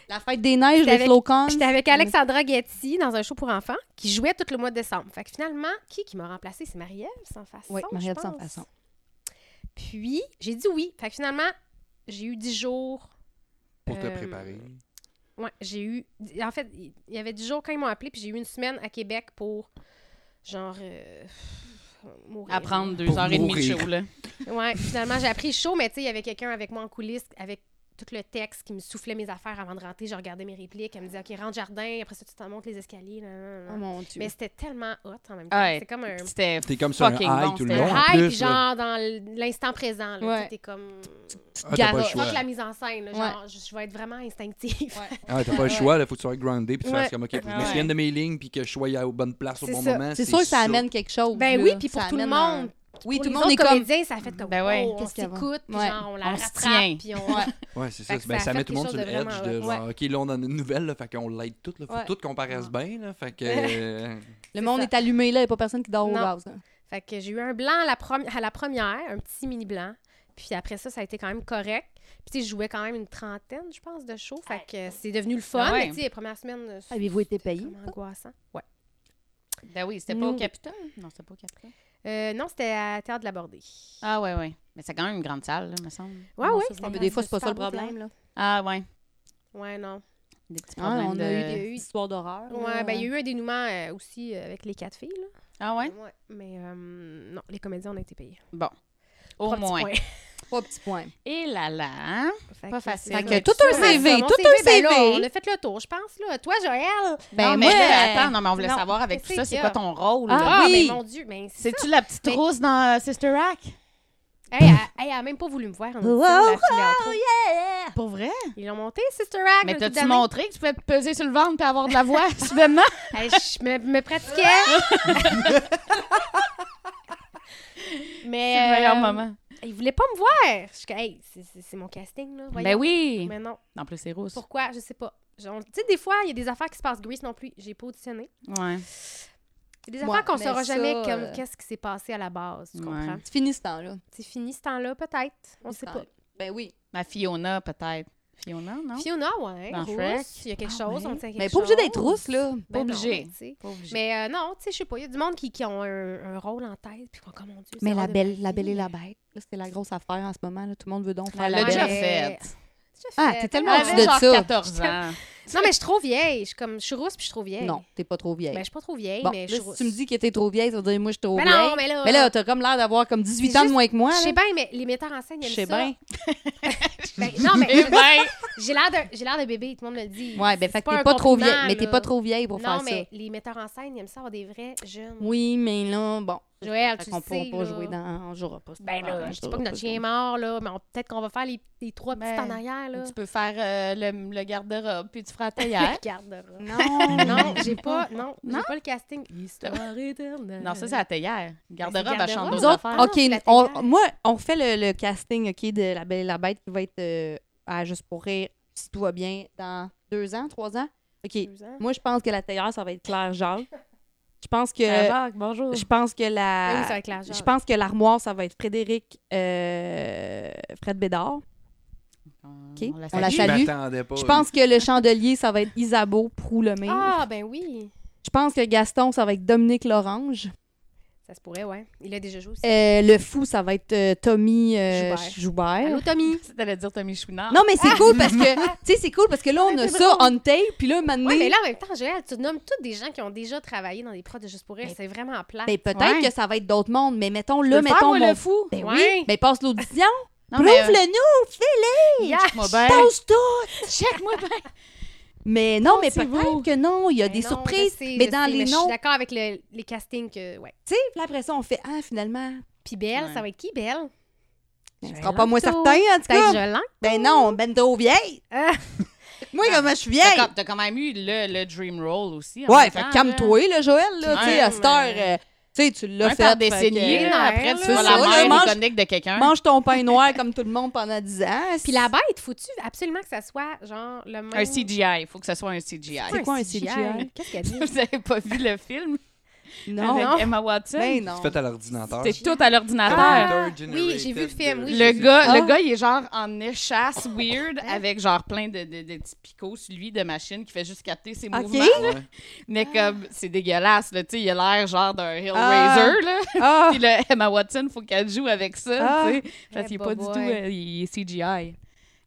D: la fête des neiges,
C: J'étais
D: les
C: avec-
D: flocons.
C: j'étais avec Alexandra Getty dans un show pour enfants qui jouait tout le mois de décembre. Fait que finalement, qui qui m'a remplacée? C'est Marie-Ève sans façon.
D: Oui,
C: je
D: Marielle sans
C: pense.
D: façon.
C: Puis, j'ai dit oui. Fait que finalement, j'ai eu 10 jours
B: Pour te
C: euh,
B: préparer.
C: Ouais, j'ai eu. En fait, il il y avait 10 jours quand ils m'ont appelé, puis j'ai eu une semaine à Québec pour, genre, euh, mourir.
A: à prendre deux
B: Pour
A: heures et demie de
B: mourir.
A: show. Là.
C: Ouais, finalement, j'ai appris chaud, mais tu sais, il y avait quelqu'un avec moi en coulisses, avec tout le texte qui me soufflait mes affaires avant de rentrer. Je regardais mes répliques. Elle me disait, OK, rentre jardin, après ça, tu t'en montes les escaliers. nan, nan,
D: Oh
C: nan.
D: mon Dieu.
C: mais c'était tellement hot en même temps.
A: Ouais.
C: C'est comme un.
A: C'était
B: T'es comme ça, un
A: fucking
B: high
A: bon,
B: tout le
A: c'était
B: long.
A: un
B: en
C: Hype,
B: plus, là.
C: genre dans l'instant présent. Là,
D: Ouais.
C: Tu sais, t'es comme.
B: Ah, t'as pas le
A: Garage.
B: choix.
C: Fuck la mise en scène. là,
D: Ouais.
C: genre, je, je vais être vraiment instinctive.
B: Ah, t'as pas le choix, là, faut que tu sois groundé, puis tu
C: Ouais.
B: fasses comme, OK, faut que je me
A: Ouais.
B: souvienne de mes lignes, puis que je sois à- aux bonnes places au
C: C'est
B: bon
C: ça.
B: moment.
D: C'est sûr que ça amène quelque chose.
C: Ben
D: là.
C: oui, puis
D: Oh Ça
C: pour tout le
D: amène un-
C: monde.
D: Oui,
C: pour
D: tout le
C: les
D: monde est
C: autres
D: comme.
C: comédiens, ça a fait comme
A: Ben ouais.
C: oh, on
D: Qu'est-ce qu'il y a
C: s'écoute, puis
D: avant?
C: genre on la
A: On se
C: rattrape,
A: tient.
C: puis on
D: Ouais.
B: Ouais, c'est
C: Fait
B: ça.
C: que
B: Ben,
C: ça
B: ça met
C: fait
B: tout le monde sur
C: quelque
B: le
C: chose de
B: edge de
C: vraiment,
B: genre, OK, là, on en a une nouvelle, là, fait qu'on l'aide toutes, là. Faut
D: Ouais.
B: toutes qu'on paraisse bien, là. Fait que. euh,
D: Le
C: C'est
D: monde
C: ça.
D: est allumé, là, il n'y a pas personne qui dort au
C: Non.
D: vase. là.
C: Fait que j'ai eu un blanc à la, prom- à la première, un petit mini blanc. Puis après ça, ça a été quand même correct. Puis tu sais, je jouais quand même une trentaine, je pense, de shows. Fait que c'est devenu le fun.
A: Ah ouais.
C: Mais tu sais, les premières semaines, euh,
D: Avez-vous été
C: c'était
D: payé?
C: comme angoissant. Ouais.
A: Ben oui, c'était pas au
D: Nous-
A: Capitole. Non, c'était pas au Capitole.
C: Euh, non, c'était à Théâtre de la Bordée.
A: Ah ouais, ouais. Mais c'est quand même une grande salle, là, me semble.
C: Ouais,
D: Mon
C: ouais.
D: souvenir.
C: c'était
D: Mais des fois,
C: quand
D: c'est pas ça le
C: même super beau,
D: problème. Là.
A: Ah ouais.
C: Ouais, non.
A: Des petits
D: Ah,
A: problèmes
D: on
A: de...
D: a eu
C: Il y a
D: des
C: eu-
D: histoires d'horreur.
C: Ouais,
D: là.
C: ben il y a eu un dénouement euh, aussi euh, avec les quatre filles, là.
A: Ah ouais?
C: Ouais. Mais euh, non, les comédiens, on a été payés.
A: Bon. Au
C: Trois petits
A: moins.
C: points.
D: Pas petit point.
A: Et là là.
C: Fait
A: Pas
C: que
A: facile.
C: c'est
A: Fait
D: que
C: ça.
D: tout un
C: Ça,
D: CV,
C: mon
D: tout un
C: ben là,
D: CV.
C: on a fait le tour, je pense. Là. Toi, Joël.
A: Ben,
D: Non,
A: mais
D: moi,
A: là,
D: euh,
A: attends, non, mais on voulait
C: non,
A: savoir avec tout
C: qu'est-ce
A: ça,
C: qu'il y
A: c'est
C: a?
A: quoi ton rôle?
D: Ah,
A: là?
D: oui.
C: mais mon Dieu. Ben, c'est ça.
A: C'est-tu la petite
C: Mais-
A: rousse dans euh, Sister Act?
C: Hey, elle, hey, elle a même pas voulu me voir. en audition, la fille d'Outreau.
A: Pour vrai?
C: Ils l'ont monté, Sister Act.
A: Mais
C: un coup
A: t'as-tu
C: d'année.
A: montré que tu pouvais te peser sur le ventre et avoir de la voix, soudainement?
C: Hey, je me, me pratiquais.
A: C'est
C: mais.
A: le meilleur
C: euh,
A: moment.
C: Ils voulaient pas me voir. Je suis comme, hey, c'est- c'est c'est mon casting, là.
A: Ben
C: voyons.
A: oui.
C: Mais non.
A: En plus, c'est rousse.
C: Pourquoi? Je sais pas. Genre, Tu sais, des fois, il y a des affaires qui se passent Grease non plus. J'ai pas auditionné.
A: Ouais.
C: Il y a des
D: Ouais,
C: affaires qu'on
D: mais
C: saura
D: ça,
C: jamais
D: euh,
C: comme qu'est-ce qui s'est passé à la base, tu
A: Ouais.
C: comprends?
D: Tu finis ce temps-là.
C: C'est fini ce temps-là, peut-être. On
D: Ce
C: sait
D: temps-là.
C: pas.
D: Ben oui.
A: Ma Fiona, peut-être. Fiona, non?
C: Fiona, ouais.
A: Dans Shrek.
C: rousse, il y a quelque
D: Ah,
C: chose,
D: ouais.
C: on tient quelque
D: Mais
C: chose.
D: pas obligé d'être rousse, là.
C: Ben
A: Pas
C: non,
A: obligé.
C: mais tu sais.
A: Pas obligé.
C: Mais euh, non, tu sais, je sais pas. Il y a du monde qui, qui ont un, un rôle en tête. Puis, comme oh mon Dieu. c'est
D: Mais
C: rare
D: la
C: de
D: belle,
C: ma
D: la
C: vie.
D: belle et la bête, là, c'était la grosse affaire en ce moment. là. Tout le monde veut donc faire
A: Elle
D: la
A: l'a
C: Ouais.
A: déjà
D: belle.
A: faite.
C: J'ai
D: Ah,
C: fait,
D: t'es
C: ah,
D: tellement
C: ouais.
A: Elle
D: au-dessus
A: avait
D: de
A: genre
D: ça.
A: 14 ans.
C: Non, mais je suis trop vieille. Je suis comme, je suis rousse puis je suis trop vieille.
D: Non, t'es pas trop vieille.
C: Ben, je suis pas trop vieille,
D: Bon,
C: mais je
D: là,
C: suis
D: si
C: rousse.
D: tu me dis que t'es trop vieille, ça veut dire moi je suis trop
C: Ben
D: vieille.
C: non, mais là.
D: Mais là, t'as comme l'air d'avoir comme 18 ans de
C: juste-
D: moins que moi.
C: je
D: là.
C: sais bien, mais les metteurs en scène, ils
D: Je
C: aiment
D: sais
C: ça.
D: bien.
C: Ben, non, mais
A: Eh ben,
C: j'ai l'air de, j'ai l'air de bébé, tout le monde me le dit.
D: Ouais, ben
C: C'est
D: fait que
C: un
D: t'es pas trop
C: compliment,
D: vieille, mais t'es
C: là.
D: pas trop vieille pour
C: Non,
D: faire
C: mais
D: ça.
C: les metteurs en scène, ils aiment ça avoir des vrais jeunes.
D: Oui, mais là, bon.
C: Joël,
D: Fait
C: tu
D: qu'on
C: le
D: pourra
C: sais,
D: pas
C: là.
D: jouer dans. On jouera pas. cette
C: Ben là,
D: affaire-là,
C: je dis pas
D: jouera
C: que notre
D: Ah, ça.
C: chien est mort, là, mais on- peut-être qu'on va faire les, les trois petites
A: Ben,
C: en arrière, là.
A: tu peux faire euh, le, le garde-robe, puis tu feras ta taillère.
C: Regarde, là.
D: Non,
C: Non, j'ai pas, non, j'ai
A: Non?
C: pas le casting. Histoire éternelle.
A: non, ça, c'est la théière. Garde-robe à
C: garde-robe.
D: Ben, Nous
A: chanteuse
C: Nos
A: à
D: autres,
A: faire.
C: affaires.
D: OK,
C: Ah,
D: on-
C: c'est la
D: moi, on fait le, le casting ok, de La Belle et la Bête qui va être euh, à Juste pour rire, si tout va bien, dans deux ans, trois ans. OK.
C: Deux ans.
D: Moi, je pense que la tailleur, ça va être Claire Jacques. Je pense que.
C: Ah, Jacques, bonjour.
D: Je pense que la.
C: Ben oui, ça va être Claire
D: je
C: Jacques.
D: pense que l'armoire, ça va être Frédéric euh, Fred Bédard.
A: OK.
D: OK.
A: On
D: On
A: la
D: la
A: salue.
B: Je
D: salue.
B: m'attendais pas.
D: Je pense que le chandelier, ça va être Isabeau Proulemé.
C: Ah, ben oui.
D: Je pense que Gaston, ça va être Dominique Lorange.
C: Ça se pourrait, ouais. Il a déjà joué aussi.
D: Euh, le fou, ça va être euh, Tommy euh,
C: Joubert.
D: Joubert.
C: Allô, Tommy.
A: Tu allais dire Tommy Chouinard.
D: Non, mais c'est cool parce que, tu sais, c'est cool parce que là, on a
C: c'est
D: ça
C: drôle.
D: on tape, puis là, maintenant.
C: Ouais, mais là, en même temps, Joël, tu nommes tous des gens qui ont déjà travaillé dans des prods de Juste pour rire.
D: Ben,
C: C'est vraiment plat.
D: Ben, peut-être
A: Ouais.
D: que ça va être d'autres mondes, mais mettons,
A: Je peux
D: là,
A: le faire,
D: mettons
A: moi,
D: mon
A: le fou.
D: Ben
C: Ouais.
D: oui, ben passe l'audition,
A: Non, mais, euh, ben,
D: prouve-le-nous, fais-le,
A: check-moi bien.
D: passe tout!
A: Check-moi bien.
D: Mais non, mais
A: Pensez-vous.
D: peut-être que non, il y a
C: Ben
D: des
C: non,
D: surprises,
C: je sais,
D: mais
C: je
D: dans
C: sais,
D: les
C: je
D: noms,
C: suis d'accord avec le- les castings que, ouais.
D: tu sais, puis après ça, on fait, ah, finalement,
C: Puis Belle,
A: Ouais.
C: ça va être qui, Belle?
D: ce
C: Joël
D: sera pas moi
C: Lanto.
D: certain, en tout
C: Peut-être
D: cas.
C: Jolin?
D: Ben non, ben trop vieille!
C: Ah.
D: Moi, comment je suis
A: T'as
D: vieille!
A: comme- T'as quand même eu le, le dream roll aussi. en
D: Ouais,
A: même
D: fait
A: temps,
D: que calme-toi, là, Joël, là,
A: Ouais,
D: tu sais, à cette heure,
C: mais-
D: euh, tu sais, tu
A: là.
D: l'as
A: Un
D: fait.
A: par
D: fait que-
A: décennie, là, après, tu
C: C'est
D: ça,
A: vas la
D: là,
A: mère
D: mange-
A: iconique de quelqu'un.
D: Mange ton pain noir comme tout le monde pendant 10 ans.
C: Puis la bête, faut-tu absolument que ça soit, genre, le même...
A: Un CGI. Il faut que ce soit un CGI.
C: Ah,
D: C'est quoi un CGI?
C: Qu'est-ce qu'elle dit?
A: Vous avez pas vu le film
D: Non,
A: avec Emma Watson?
D: ben non.
B: Fait à l'ordinateur.
A: C'est tout à l'ordinateur.
C: Ah,
B: Computer
C: oui, j'ai vu le
B: generated euh,
C: film, oui.
B: de-
A: Le gars,
D: Ah. Oh,
A: le gars, il est genre en échasse weird avec genre plein de, de, de petits picots sur lui de machine qui fait juste capter ses
D: Ok.
A: mouvements. là.
B: Ouais.
A: Mais comme, c'est dégueulasse, là, tu sais, il a l'air genre d'un Hellraiser,
D: Ah.
A: là.
D: Ah!
A: Puis là, Emma Watson, faut qu'elle joue avec ça,
D: Ah.
A: tu sais. Parce
C: Eh,
A: qu'il est
C: bah
A: pas du tout,
C: ouais.
A: euh, il est CGI.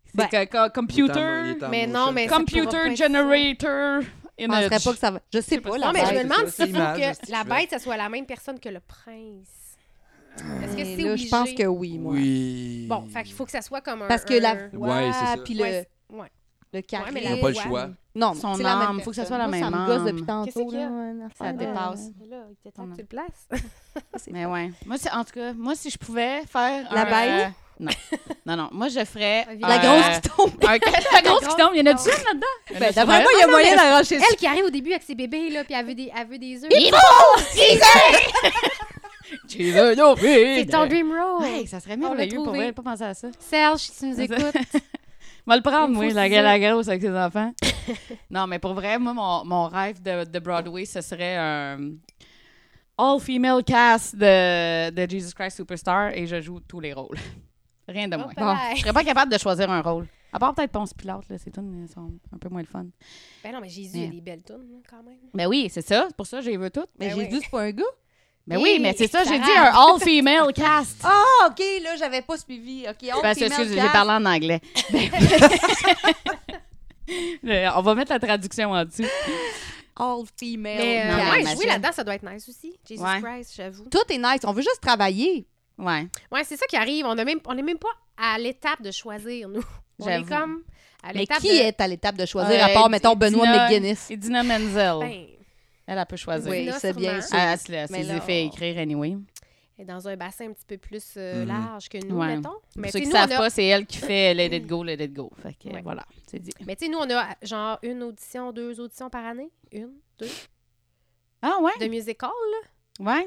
A: C'est
D: Ben.
A: que- que-
B: Il est en- il
A: computer,
B: est en
C: Mais
B: motion.
C: non, mais- Ça pourra pas
A: computer
C: être ça.
A: generator
D: Je
A: image.
D: penserais pas que ça va. Je sais pas, la
C: Non, mais je me
B: Ouais,
D: bête.
C: demande
B: c'est ça,
C: s'il
B: c'est
C: faut
B: l'image, là, si
C: que
B: tu
C: la
B: fais.
C: bête, ça soit la même personne que le prince. Est-ce que
D: Mais
C: c'est
D: là,
C: obligé?
D: je pense que oui, moi.
B: Oui.
C: Bon, fait qu'il faut que ça soit comme un...
D: Parce que la
C: un-
B: Ouais, c'est ça.
D: voix, puis le,
C: Ouais, ouais.
D: le carré.
C: mais
B: Ils
C: la-
B: n'ont pas le
C: Ouais.
B: choix.
D: Non,
A: Son
D: c'est la
A: âme,
D: même
A: faut que ça
D: personne.
A: soit la
D: Moi,
A: même
D: Ça me gosse
A: âme.
D: depuis tantôt.
C: qu'il y
D: là,
C: a?
D: une
A: Ça
D: affaire de-
A: dépasse.
C: Mais Là, il était temps
A: Non.
C: que tu le places.
A: Mais ouais. Moi, c'est- en tout cas, moi, si je pouvais faire.
D: La
A: un,
D: baille?
A: euh, non. non, non. Moi, je ferais.
C: La
D: La
A: un- euh,
D: grosse qui tombe.
A: un- la grosse qui tombe. Il y en a-tu
C: grosse
A: une là-dedans? Ah, Il y en
D: Ben,
A: a-tu
D: D'après
A: une?
D: moi, il y a moyen d'arracher ça.
C: Elle qui arrive au début avec ses bébés, là, puis elle veut des, elle veut des œufs.
A: Jesus, yo,
C: C'est ton dream roll.
A: Ouais, ça serait
C: On l'a
A: merveilleux pour
C: trouvé.
A: vrai, pas penser à ça.
C: Serge, si tu nous
A: C'est ça.
C: écoutes.
A: On va le prendre,
C: Il
A: moi,
C: faut
A: la,
C: se dire.
A: la grosse avec ses enfants. non, mais pour vrai, moi, mon, mon rêve de, de Broadway, ce serait un all-female cast de, de Jesus Christ Superstar et je joue tous les rôles. Rien de
C: Oh,
A: moins.
C: bye.
A: Je serais pas capable de choisir un rôle. À part peut-être Ponce Pilate, là, ces tunes elles sont un peu moins le fun.
C: Ben non, mais Jésus, il y a
A: Mais-
C: des belles tunes, là, quand même.
A: Mais oui, c'est ça. C'est pour ça que j'ai vu toutes.
D: Mais
C: Ben
D: j'ai
C: oui.
D: dit, c'est pas un gars.
A: Mais oui,
C: Hey,
A: mais c'est ça, j'ai
C: Sarah.
A: dit un all-female cast.
D: Ah, OK, là, j'avais pas suivi. OK, on
A: Parce que excuse, Ben, j'ai parlé en anglais. Le- On va mettre la traduction en dessous.
D: All female.
C: Mais, euh,
A: Non, mais
C: ouais,
A: imagine.
C: jouer là-dedans, ça doit être nice aussi. Jesus
A: Ouais.
C: Christ, j'avoue.
D: Tout est nice. On veut juste travailler.
A: Ouais.
C: Ouais, c'est ça qui arrive. On n'est même, on est même pas à l'étape de choisir, nous. On est
A: J'avoue.
C: comme à
D: Mais
C: l'étape
D: qui
C: de...
D: est à l'étape de choisir, à
A: Euh,
D: part, mettons, Benoît
A: Dina-
D: McGuinness?
A: Et Dina Menzel.
C: Ben,
A: elle, elle peut choisir.
D: Oui,
C: Dina,
D: c'est bien
C: sûrement.
D: sûr.
A: Elle, elle se laisse
D: Mais
A: les
D: là-
A: effets écrire anyway.
C: elle est dans un bassin un petit peu plus euh,
B: Mhm.
C: large que nous,
A: Ouais.
C: mettons. Mais
A: Pour ceux
C: tu
A: qui ne
C: sais, nous, on
A: savent
C: a...
A: pas, c'est elle qui fait Let It Go, Let It Go. Fait que
C: Ouais.
A: voilà, c'est dit.
C: Mais tu sais, nous, on a genre une audition, deux auditions par année. Une, deux.
A: Ah ouais?
C: De musical, là.
A: Ouais.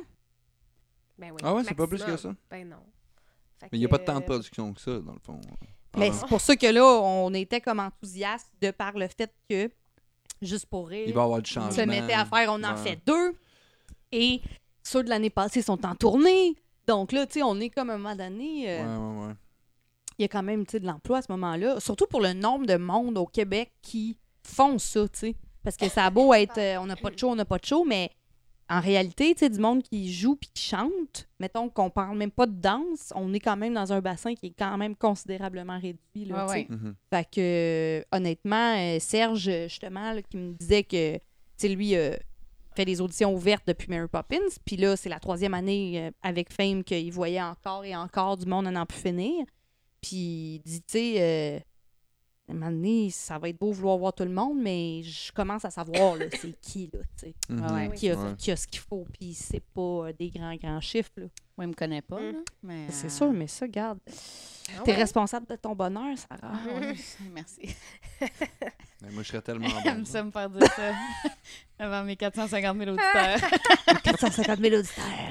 C: Ben oui.
B: Ah ouais, c'est pas plus que
C: maximum.
B: ça.
C: Ben non. Fait
B: Mais il n'y a pas de
C: que-
B: temps de production que ça, dans le fond.
D: Mais
B: Ah.
D: c'est pour ça que là, on était comme enthousiaste de par le fait que, juste pour rire,
B: Il va y avoir du
D: on
B: changement.
D: se mettait à faire, on en
B: Ouais.
D: fait deux. Et ceux de l'année passée sont en tournée. Donc là, tu sais, on est comme à un moment donné.
B: Ouais,
D: euh,
B: ouais, ouais.
D: il y a quand même tu sais, de l'emploi à ce moment-là, surtout pour le nombre de monde au Québec qui font ça, tu sais. Parce que ça a beau être euh, on n'a pas de show, on n'a pas de show, mais en réalité, tu sais, du monde qui joue puis qui chante, mettons qu'on parle même pas de danse, on est quand même dans un bassin qui est quand même considérablement réduit, là,
A: Ouais,
D: tu sais.
A: ouais.
B: Mhm.
D: Fait que, euh, honnêtement, euh, Serge, euh, justement, là, qui me disait que, tu sais, lui, euh, fait des auditions ouvertes depuis Mary Poppins, puis là, c'est la troisième année euh, avec Fame qu'il voyait encore et encore du monde à n'en plus finir. Puis, il dit, tu sais, euh, à un moment donné, ça va être beau vouloir voir tout le monde, mais je commence à savoir, là, c'est qui, là, tu sais,
B: Mhm.
A: Ah, Ouais,
D: qui, a-
B: Ouais.
D: qui a ce qu'il faut, puis c'est pas euh, des grands, grands chiffres, là.
A: Oui, il me connaît pas.
C: Mm.
A: là, mais,
D: C'est
A: euh,
D: sûr, mais ça, garde, t'es responsable de ton bonheur, Sarah.
A: ah, ouais, Merci.
B: Mais Moi, je serais tellement bon.
A: J'aime ça me faire dire ça avant mes 450 000 auditeurs.
D: 450 000 auditeurs.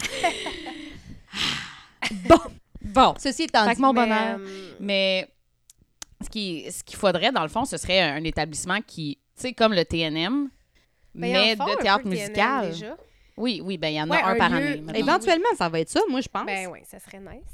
D: bon. Bon. Ceci étant
A: Fait
D: dit.
A: que mon
C: Mais,
A: bonheur.
C: euh,
A: Mais ce qui- ce qu'il faudrait, dans le fond, ce serait un établissement qui, tu sais, comme le TNM,
C: ben, ils en
A: mais
C: font un
A: de
C: peu
A: théâtre
C: le TNM
A: musical.
C: déjà.
A: Oui, oui, ben il y en a
C: Ouais,
A: un,
C: un
A: par
C: lieu-
A: année. mettons.
C: Éventuellement,
D: Éventuellement, ça va être ça, moi, je pense.
C: Ben oui, ça serait nice.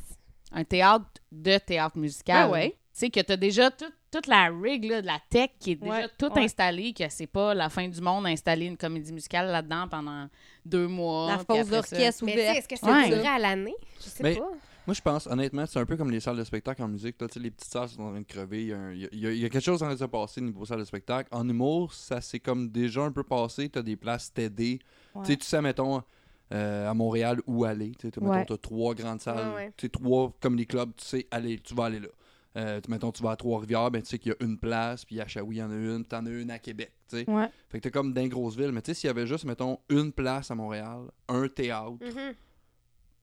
A: Un théâtre de théâtre musical.
C: Ah
D: Ben ouais.
A: Tu sais, que tu as déjà tout- toute la rig là, de la tech qui est déjà
D: Ouais,
A: tout
D: ouais.
A: installée, que c'est pas la fin du monde installer une comédie musicale là-dedans pendant deux mois.
D: La
A: puis
D: pause
A: après ça-
D: d'orchestre
C: Mais tu sais,
D: ouverte.
C: est-ce que c'est
A: Ouais.
C: duré à l'année? Je sais
B: Mais-
C: pas.
B: Moi, je pense, honnêtement, c'est un peu comme les salles de spectacle en musique. Là, tu sais, les petites salles sont en train de crever. Il y a un- il y, a- il y a- il y a quelque chose en train de se passer niveau salle de spectacle. En humour, ça s'est comme déjà un peu passé. Tu as des places TD.
D: Ouais.
B: Tu sais, tu sais, mettons, euh, à Montréal, où aller. Tu sais, t'as-
D: Ouais.
B: mettons, as trois grandes salles.
C: Ouais, ouais.
B: Tu sais, trois, comme les clubs, tu sais, allez, tu vas aller là. Euh, tu- mettons, tu vas à Trois-Rivières, ben, tu sais qu'il y a une place, puis à Chaoui, il y en a une, puis t'en as une à Québec, tu sais.
D: Ouais.
B: Fait que t'es comme dans une grosse ville, mais tu sais, s'il y avait juste, mettons, une place à Montréal, un théâtre,
C: Mhm.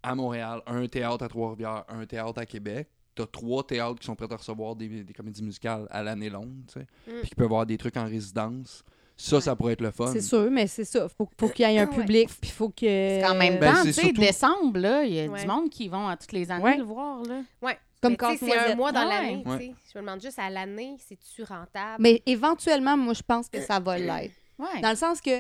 B: à Montréal, un théâtre à Trois-Rivières, un théâtre à Québec. T'as trois théâtres qui sont prêts à recevoir des, des comédies musicales à l'année longue, tu sais.
C: Mm.
B: Puis qui peuvent avoir des trucs en résidence. Ça, ça pourrait être le fun.
D: C'est sûr, mais c'est ça. Faut, faut qu'il y ait un
C: Ah Ouais.
D: public, puis faut que.
A: C'est quand même
B: Ben,
A: temps,
B: c'est
A: tu sais,
B: surtout-
A: décembre, là, il y a
C: euh, Ouais.
A: du monde qui vont à toutes les années
D: Ouais.
A: le voir, là.
D: Comme
C: Mais tu sais, c'est un
D: Casse-Noisette. Ah
C: mois
A: Ouais.
C: dans l'année. tu
B: Ouais.
C: sais. Je me demande juste à l'année, c'est-tu rentable? Ben,
D: Mais éventuellement, moi, je pense que ça va l'être.
A: Ouais.
D: Dans le sens que,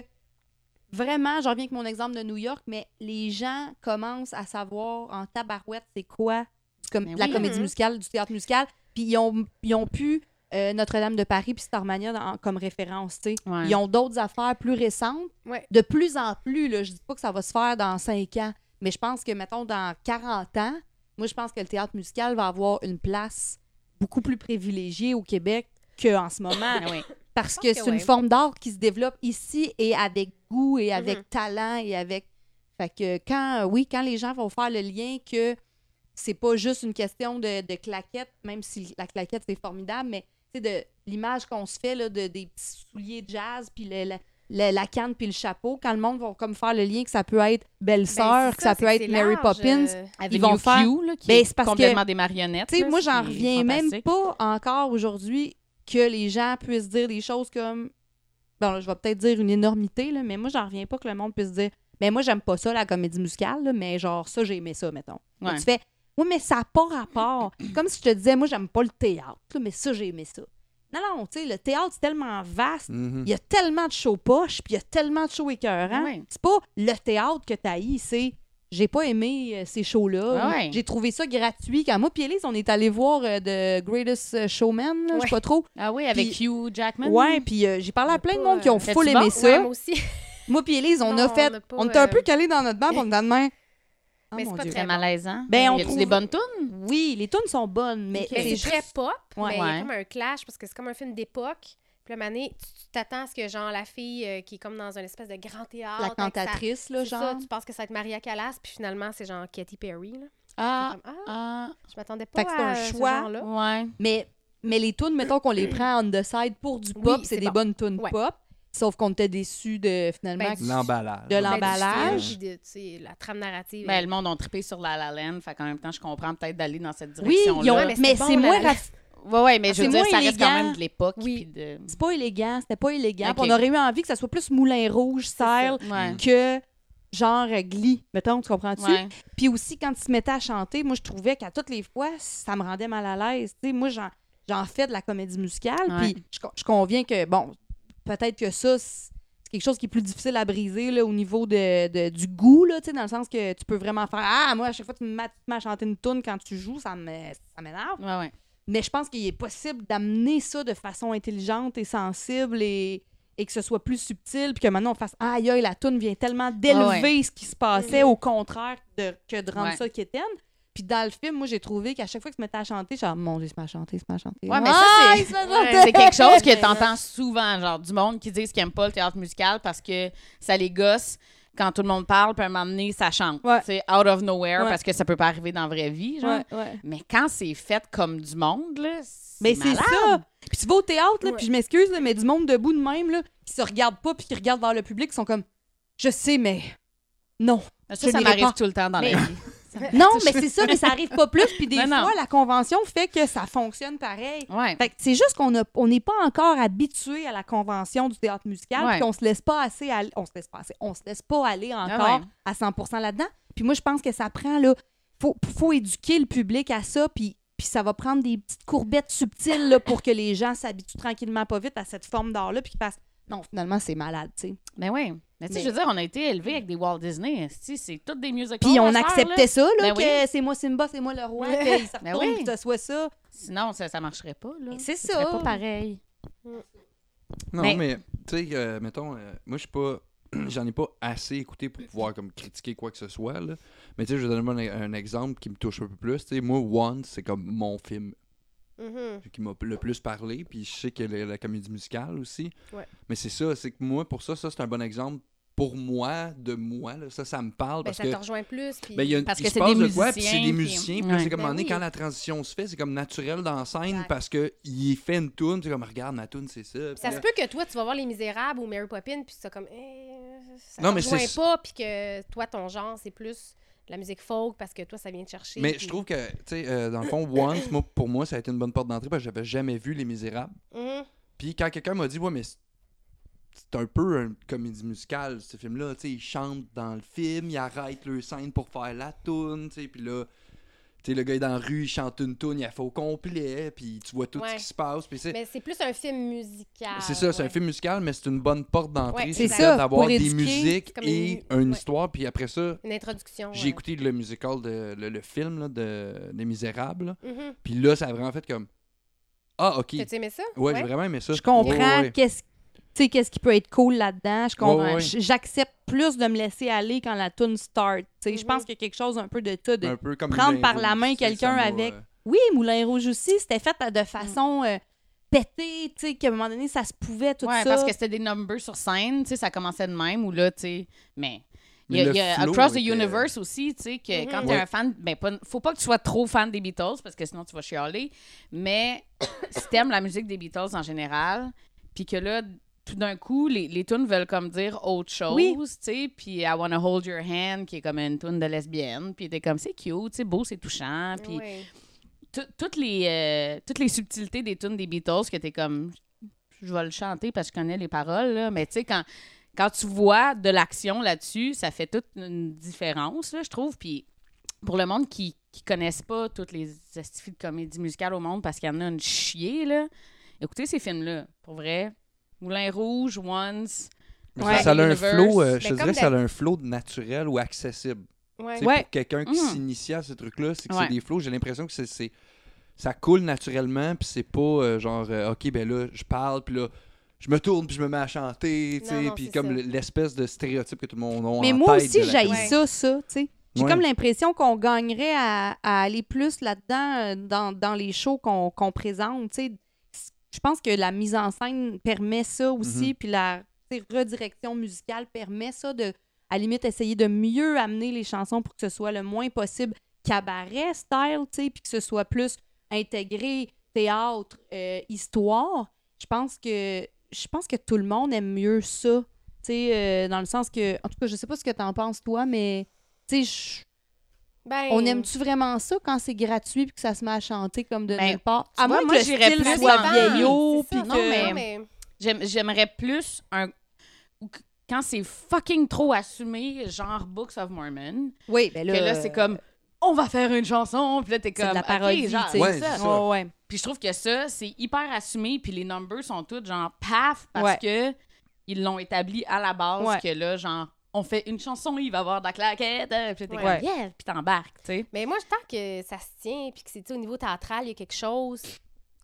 D: vraiment, j'en reviens avec mon exemple de New York, mais les gens commencent à savoir en tabarouette c'est quoi du com-
A: Mais
D: la
A: oui.
D: comédie
C: Mhm.
D: musicale, du théâtre musical. Puis ils ont, ils ont pu euh, Notre-Dame de Paris puis Starmania dans- comme référence, tu sais.
A: Ouais.
D: Ils ont d'autres affaires plus récentes.
C: Ouais.
D: De plus en plus, là, je dis pas que ça va se faire dans 5 ans, mais je pense que, mettons, dans 40 ans, moi, je pense que le théâtre musical va avoir une place beaucoup plus privilégiée au Québec qu'en ce moment.
A: Ah oui.
D: Parce
C: pense
D: que
C: que
D: c'est une
C: ouais.
D: forme d'art qui se développe ici et avec goût et avec
C: Mhm.
D: talent et avec. Fait que quand, euh, oui, quand les gens vont faire le lien que c'est pas juste une question de, de claquette, même si la claquette c'est formidable, mais tu sais, de l'image qu'on se fait là, de, des petits souliers de jazz puis le- le- le- la canne puis le chapeau, quand le monde va comme faire le lien que ça peut être Belle-Sœur,
C: Ben, c'est
D: que ça
C: c'est
D: peut être
C: c'est
D: Mary
C: large,
D: Poppins,
C: euh,
A: Avec
D: Ils vont
A: New
D: faire-
A: Q, là, qui
D: Ben,
A: est,
D: c'est parce
A: complètement des marionnettes.
D: tu sais,
A: là,
D: moi,
A: c'est
D: j'en reviens même
A: fantastique.
D: pas encore aujourd'hui que les gens puissent dire des choses comme. Bon, là, je vais peut-être dire une énormité, là, mais moi, j'en reviens pas que le monde puisse dire. Mais moi, j'aime pas ça, la comédie musicale, là, mais genre, ça, j'ai aimé ça, mettons. Là,
A: Ouais.
D: Tu fais, oui, mais ça n'a pas rapport. comme si je te disais, moi, j'aime pas le théâtre, là, mais ça, j'ai aimé ça. Non, non, tu sais, le théâtre, c'est tellement vaste.
C: Mm.
B: Mhm.
D: Il y a tellement de shows poches, puis il y a tellement de shows écœurants.
A: Ouais.
D: C'est pas le théâtre que t'haïs, c'est j'ai pas aimé euh, ces shows-là.
A: Ouais.
D: J'ai trouvé ça gratuit. Quand moi, puis Elise, on est allé voir euh, The Greatest euh, Showman, là, je sais
C: Ouais.
D: pas trop.
A: Ah oui, avec Hugh Jackman.
D: ouais, puis euh, j'ai parlé à plein de
C: pas,
D: monde qui ont
A: euh,
D: full
A: fais-tu
D: aimé
A: bon?
D: ça.
C: Ouais, moi aussi.
D: Moi, puis Elise, on
C: Non,
D: a fait.
C: on a pas,
D: On était un
C: euh,
D: peu calés dans notre banc, puis on était de main. Ah,
C: Mais
D: mon
C: c'est pas
D: Dieu.
A: Très malaisant.
D: Ben, on
A: y a-tu
D: trouve-
A: des bonnes tunes?
D: Oui, les tunes sont bonnes, mais
C: Mais
D: c'est
C: c'est très pop,
D: Ouais.
C: mais il y
A: Ouais.
C: a comme un clash parce que c'est comme un film d'époque. Puis là, Mané, tu tu t'attends à ce que, genre, la fille euh, qui est comme dans un espèce de grand théâtre.
D: la
C: avec sa-
D: cantatrice, là,
C: c'est ça,
D: genre.
C: tu penses que ça va être Maria Callas, puis finalement, c'est genre Katy Perry. Là. C'est
A: Ah,
C: comme, ah,
A: ah,
C: je m'attendais pas
D: Fait que c'est un
C: à ce
D: choix.
C: genre-là.
D: ah,
A: ouais.
D: Mais, mais les tunes, mettons qu'on les prend on the side pour du pop, c'est
C: c'est
D: des
C: bon.
D: bonnes tunes
C: Ouais.
D: pop. Sauf qu'on était déçus de finalement.
C: Ben,
D: que-
C: du-
B: L'emballage.
D: De
C: Ben, du
D: l'emballage.
C: film, puis de- tu sais, la trame narrative.
A: Ben, le monde ont trippé sur la La Land, fait qu'en même temps, je comprends peut-être d'aller dans cette
D: oui,
A: direction-là. Ah,
D: ils ont-
C: Ouais, mais c'est
D: mais
C: bon,
D: c'est
C: la-
D: moins
C: la-
D: raf-
A: Ouais, ouais, mais je
D: C'est
A: veux dire,
D: moins
A: ça reste quand
D: élégant.
A: même de l'époque.
D: Oui.
A: puis de-
D: C'est pas élégant, c'était pas élégant.
A: Ok.
D: Puis On aurait eu envie que ça soit plus Moulin Rouge style
A: Ouais.
D: que genre euh, Glee, mettons, tu comprends-tu?
A: Ouais.
D: Puis aussi, quand ils se mettaient à chanter, moi, je trouvais qu'à toutes les fois, ça me rendait mal à l'aise. Tu sais, moi, j'en, j'en fais de la comédie musicale,
A: Ouais.
D: puis je, con- je conviens que, bon, peut-être que ça, c'est quelque chose qui est plus difficile à briser là, au niveau de, de- du goût, là, tu sais, dans le sens que tu peux vraiment faire « Ah, moi, à chaque fois, tu me mets tu me mets à chanter une toune quand tu joues, ça, me, ça m'énerve.
A: Ouais, ouais. »
D: Mais je pense qu'il est possible d'amener ça de façon intelligente et sensible et, et que ce soit plus subtil, puis que maintenant on fasse Aïe, aïe, la toune vient tellement d'élever ce qui se passait, au contraire de, que de rendre
A: Mhm. Ouais.
D: ça quétaine. Puis dans le film, moi, j'ai trouvé qu'à chaque fois que je me mettais à chanter, je suis mon Dieu, il se met à chanter, il se met à chanter.
A: Ouais, mais ça,
D: Ah,
A: c'est-
D: il se met à
C: Ouais.
D: chanter!
A: Ben, C'est quelque chose que t'entends souvent, genre du monde qui disent qu'ils aiment pas le théâtre musical parce que ça les gosse quand tout le monde parle, puis à un moment donné, ça chante.
D: Ouais.
A: C'est out of nowhere
D: Ouais.
A: parce que ça peut pas arriver dans la vraie vie. Genre.
D: Ouais, ouais.
A: Mais quand c'est fait comme du monde, là, c'est
D: Mais c'est
A: malade.
D: ça. Puis tu vas au théâtre, là,
C: Ouais.
D: puis je m'excuse, là, mais du monde debout de même, là, qui se regarde pas, puis qui regarde vers le public, qui sont comme, je sais, mais non.
A: Ça,
D: Je
A: ça
D: n'irai
A: m'arrive
D: pas.
A: tout le temps dans
D: Mais-
A: la vie.
D: Non, mais c'est ça, mais ça arrive pas plus. Puis des
A: Non, non.
D: fois, la convention fait que ça fonctionne pareil.
A: Ouais.
D: Fait que c'est juste qu'on a- on n'est pas encore habitué à la convention du théâtre musical,
A: Ouais.
D: puis qu'on se laisse pas assez aller, on se laisse pas assez, on se laisse pas aller encore
A: Ah ouais.
D: à 100% là-dedans. Puis moi je pense que ça prend là faut faut éduquer le public à ça puis puis ça va prendre des petites courbettes subtiles là, pour que les gens s'habituent tranquillement pas vite à cette forme d'art là puis qu'ils passent non, finalement c'est malade, tu sais.
A: Mais oui. Mais tu sais,
D: Mais-
A: je veux dire, on a été élevés avec des Walt Disney. esti, C'est toutes des musicals.
D: Puis on
A: à cette heure-là.
D: acceptait ça là
A: Ben
D: que c'est moi Simba, c'est moi le roi,
C: Ouais.
D: qu'il se
A: Ben
D: retourne,
A: oui.
D: puis que ce soit ça.
A: Sinon, ça, ça marcherait pas. là.
D: Mais c'est
A: Ce serait
D: ça.
A: pas pareil.
B: Non,
A: Mais-
B: mais, tu sais, euh, mettons, euh, moi, je suis pas. J'en ai pas assez écouté pour pouvoir comme critiquer quoi que ce soit. Là. Mais tu sais, je vais donner un, un exemple qui me touche un peu plus. Tu sais, moi, One, c'est comme mon film
C: Mhm.
B: qui m'a le plus parlé. Puis je sais que la, la comédie musicale aussi.
C: Ouais.
B: Mais c'est ça, c'est que moi, pour ça, ça, c'est un bon exemple pour moi, de moi. là. Ça, ça me parle.
C: Ben,
B: parce
C: ça
B: que
C: te rejoint plus. puis-
B: Ben, il y a-
A: Parce
B: il
A: que
B: se
A: c'est
B: passe
A: des
B: de quoi, puis c'est
A: musiciens,
B: des
A: puis-
B: musiciens. Puis
A: Ouais.
B: là, c'est comme,
C: Ben
B: à un moment donné,
C: oui.
B: quand la transition se fait, c'est comme naturel dans la scène
C: Exact.
B: parce qu'il fait une toune. C'est comme, regarde, ma toune, c'est ça. Puis
C: Ça
B: là-
C: se peut que toi, tu vas voir Les Misérables ou Mary Poppins, puis ça comme. eh, ça
B: Non,
C: te
B: mais c'est
C: rejoint
B: ça.
C: pas, puis que toi, ton genre, c'est plus de la musique folk parce que toi, ça vient te chercher.
B: Mais
C: puis-
B: je trouve que, tu sais, euh, dans le fond, Once, moi, pour moi, ça a été une bonne porte d'entrée parce que j'avais jamais vu Les Misérables.
C: Mhm.
B: Puis quand quelqu'un m'a dit, ouais, mais c'est- c'est un peu une comédie musicale, ce film-là, tu sais, ils chantent dans le film, ils arrêtent le scène pour faire la toune, tu sais, puis là, tu sais, le gars est dans la rue, il chante une toune, il la fait au complet, puis tu vois tout ce
C: Ouais.
B: qui se passe, puis c'est...
C: Mais c'est plus un film musical.
B: C'est ça, c'est un
C: ouais.
B: film musical, mais c'est une bonne porte d'entrée.
C: Ouais,
B: c'est
C: c'est
B: le
C: ça,
B: fait d'avoir
D: pour
B: des
D: éduquer,
B: musiques
C: c'est comme
B: et
C: une-
B: une
C: ouais.
B: histoire. Puis après ça,
C: Une introduction.
B: j'ai
C: ouais.
B: écouté le musical, de, le, le film là, de, des Misérables. là.
C: Mhm.
B: Puis là, ça a vraiment fait comme Ah, ok. Ouais,
C: T'as-tu aimé ça?
B: j'ai vraiment aimé ça.
D: Je comprends
B: Ouais, ouais.
D: qu'est-ce tu sais, qu'est-ce qui peut être cool là-dedans. Je comprends.
B: Ouais, ouais.
D: J- J'accepte plus de me laisser aller quand la tune start. Tu sais, Je
C: Mhm.
D: pense qu'il y a quelque chose un peu de tout. de-
B: Un peu comme
D: prendre
B: Moulin
D: par la
B: Rouge,
D: main
B: tu sais,
D: quelqu'un
B: ça m'a,
D: avec-
B: euh,
D: Oui, Moulin Rouge aussi, c'était fait de façon euh, pétée, tu sais, qu'à un moment donné, ça se pouvait, tout
A: Ouais,
D: ça.
A: parce que c'était des numbers sur scène, tu sais, ça commençait de même ou là, tu sais. Mais il y
B: Mais
A: a,
B: le
A: il y a
B: flow
A: Across the
B: était-
A: Universe aussi, tu sais, que
D: Mm-hmm.
C: Mhm.
A: quand t'es
B: Ouais.
A: un fan, ben, pas, faut pas que tu sois trop fan des Beatles parce que sinon tu vas chialer. Mais si t'aimes la musique des Beatles en général, puis que là, tout d'un coup, les, les tunes veulent comme dire autre chose,
D: Oui.
A: tu sais, puis I Wanna Hold Your Hand, qui est comme une tune de lesbienne, puis t'es comme, c'est cute, tu sais, beau, c'est touchant, puis
C: Ouais.
A: tout- toutes les euh, toutes les subtilités des tunes des Beatles que t'es comme je vais le chanter parce que je connais les paroles là. mais tu sais quand quand tu vois de l'action là-dessus ça fait toute une différence là, je trouve puis pour le monde qui qui connaissent pas toutes les astifies de comédie musicale au monde parce qu'il y en a une chier là écoutez ces films là pour vrai Moulin Rouge Once
B: mais
A: Ouais.
B: ça, ça a un
A: Universe.
B: flow, euh, je
C: Mais
B: te
C: ben, comme
B: dirais, ça a
C: d'hab-
B: un flow naturel ou accessible.
C: Ouais.
B: Tu sais,
D: Ouais.
B: Pour quelqu'un qui
A: Mm.
B: s'initie à ce truc-là, c'est que
A: Ouais.
B: c'est des flows. J'ai l'impression que c'est- c'est ça coule naturellement, puis c'est pas euh, genre, euh, ok, ben là, je parle, puis là, je me tourne, puis je me mets à chanter, tu
C: Non,
B: sais,
C: non,
B: puis
C: c'est
B: comme
C: ça.
B: l'espèce de stéréotype que tout le monde a
D: Mais
B: en
D: moi
B: tête de
D: aussi,
B: la
D: j'haïs
B: comédie.
D: ça, ça, tu sais. J'ai
B: Ouais.
D: comme l'impression qu'on gagnerait à, à aller plus là-dedans euh, dans, dans les shows qu'on qu'on présente, tu sais. C- Je pense que la mise en scène permet ça aussi, puis la tu sais, redirection musicale permet ça de, à la limite, essayer de mieux amener les chansons pour que ce soit le moins possible cabaret style, tu sais, puis que ce soit plus intégré théâtre, euh, histoire. Je pense que je pense que tout le monde aime mieux ça, tu sais, euh, dans le sens que, en tout cas, je sais pas ce que t'en penses toi, mais tu sais, je-
C: Ben,
D: on aime-tu vraiment ça quand c'est gratuit puis que ça se met à chanter comme de
A: Ben,
D: nulle part?
A: tu
D: À
A: vois,
D: moins
A: moi,
D: que le
A: j'irais
D: style
A: plus
D: soit
A: dans-
D: vieillot,
C: C'est
D: puis
C: ça,
D: que...
A: non, mais-
C: Non, mais.
A: J'aime- J'aimerais plus un. ou qu- Quand c'est fucking trop assumé, genre Books of Mormon,
D: Oui, ben là...
A: que là, c'est comme on va faire une chanson, puis là, t'es
D: C'est
A: comme
D: de la
A: OK,
D: parodie,
A: genre,
D: tu sais.
B: Ouais,
A: c'est ça.
B: c'est
D: Ouais, ouais.
A: Puis je trouve que ça, c'est hyper assumé, puis les numbers sont tous genre paf, parce que ils l'ont établi à la base
D: Ouais.
A: que là, genre, on fait une chanson, il va avoir de la claquette, euh, puis t'es
C: Ouais.
A: comme, yeah, puis t'embarques, tu sais.
C: Mais moi, je tant que ça se tient, puis que c'est tu sais, au niveau théâtral, il y a quelque chose,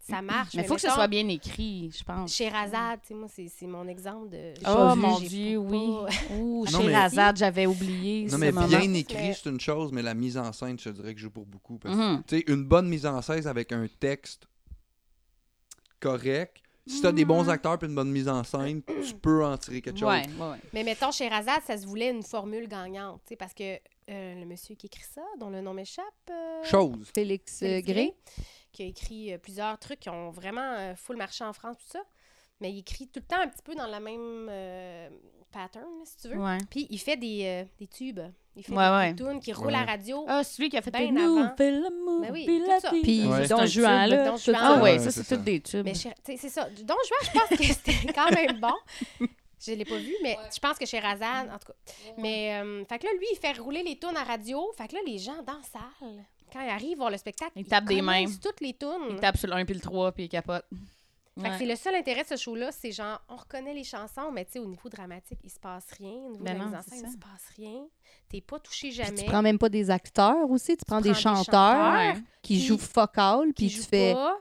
B: Mm-hmm.
C: ça marche.
A: Mais il faut que ce
C: mettons,
A: soit bien écrit, je pense.
C: Chez Razad, tu sais, moi, c'est c'est mon exemple de.
D: Ah,
A: Oh
D: J'ai
A: mon
D: pas-
A: Dieu, oui. Ouh,
B: Non,
A: chez
B: mais-
A: Razad, j'avais oublié
B: Non,
A: ce
B: mais
A: moment.
B: bien écrit,
C: Mais-
B: c'est une chose, mais la mise en scène, je te dirais que je joue pour beaucoup.
D: Mm-hmm.
B: parce que,
A: Mhm.
B: tu sais, une bonne mise en scène avec un texte correct, si t'as des bons acteurs et une bonne mise en scène, tu peux en tirer quelque chose.
A: Ouais, ouais, ouais.
C: Mais mettons, chez Razad, ça se voulait une formule gagnante, tu sais, parce que euh, le monsieur qui écrit ça, dont le nom m'échappe. euh,
B: Chose.
D: Félix euh,
C: Félix
D: Gray.
C: Gray, qui a écrit euh, plusieurs trucs qui ont vraiment euh, full marché en France, tout ça. Mais il écrit tout le temps un petit peu dans la même euh, pattern, là, si tu veux.
A: Ouais.
C: Puis il fait des, euh, des tubes. Il fait
A: Ouais,
C: des,
A: ouais.
C: des tunes qui roulent
B: Ouais.
C: à radio.
A: Ah, celui qui a fait
C: Ben
A: le nous,
C: avant.
A: fais l'amour,
C: Ben oui,
A: puis
C: tout
A: la
C: ça.
A: vie.
D: Puis
B: Ouais.
A: C'est un
D: Don Juan,
A: tube.
D: là.
C: Don
D: tout ça.
C: Juan.
A: Ah ouais,
B: Ouais,
A: ça, c'est
B: c'est ça.
A: tous des tubes.
C: Mais chez- tu sais, c'est ça. Donc, je pense que c'était quand même bon. Je l'ai pas vu, mais je pense que chez Razan, en tout cas. Mais, euh, fait que là, lui, il fait rouler les tunes à radio. Fait que là, les gens dans la salle, quand ils arrivent voir le spectacle,
A: Ils tapent des
C: connaissent
A: mains.
C: toutes les tunes.
A: Il tape sur le 1 puis le 3 puis il capote.
C: Fait que
A: Ouais.
C: c'est le seul intérêt de ce show-là, c'est genre, on reconnaît les chansons, mais tu sais, au niveau dramatique, il se passe rien. Au niveau
A: Ben
C: de
A: non,
C: la mise en
A: c'est
C: scène,
A: ça.
C: il se passe rien. T'es pas touché
D: Puis
C: jamais.
D: tu prends même pas des acteurs aussi, tu prends, des,
C: prends des
D: chanteurs
C: chanteurs
D: qui
C: qui-
D: jouent fuck all,
C: qui
D: puis tu
C: jouent
D: fais.
C: pas.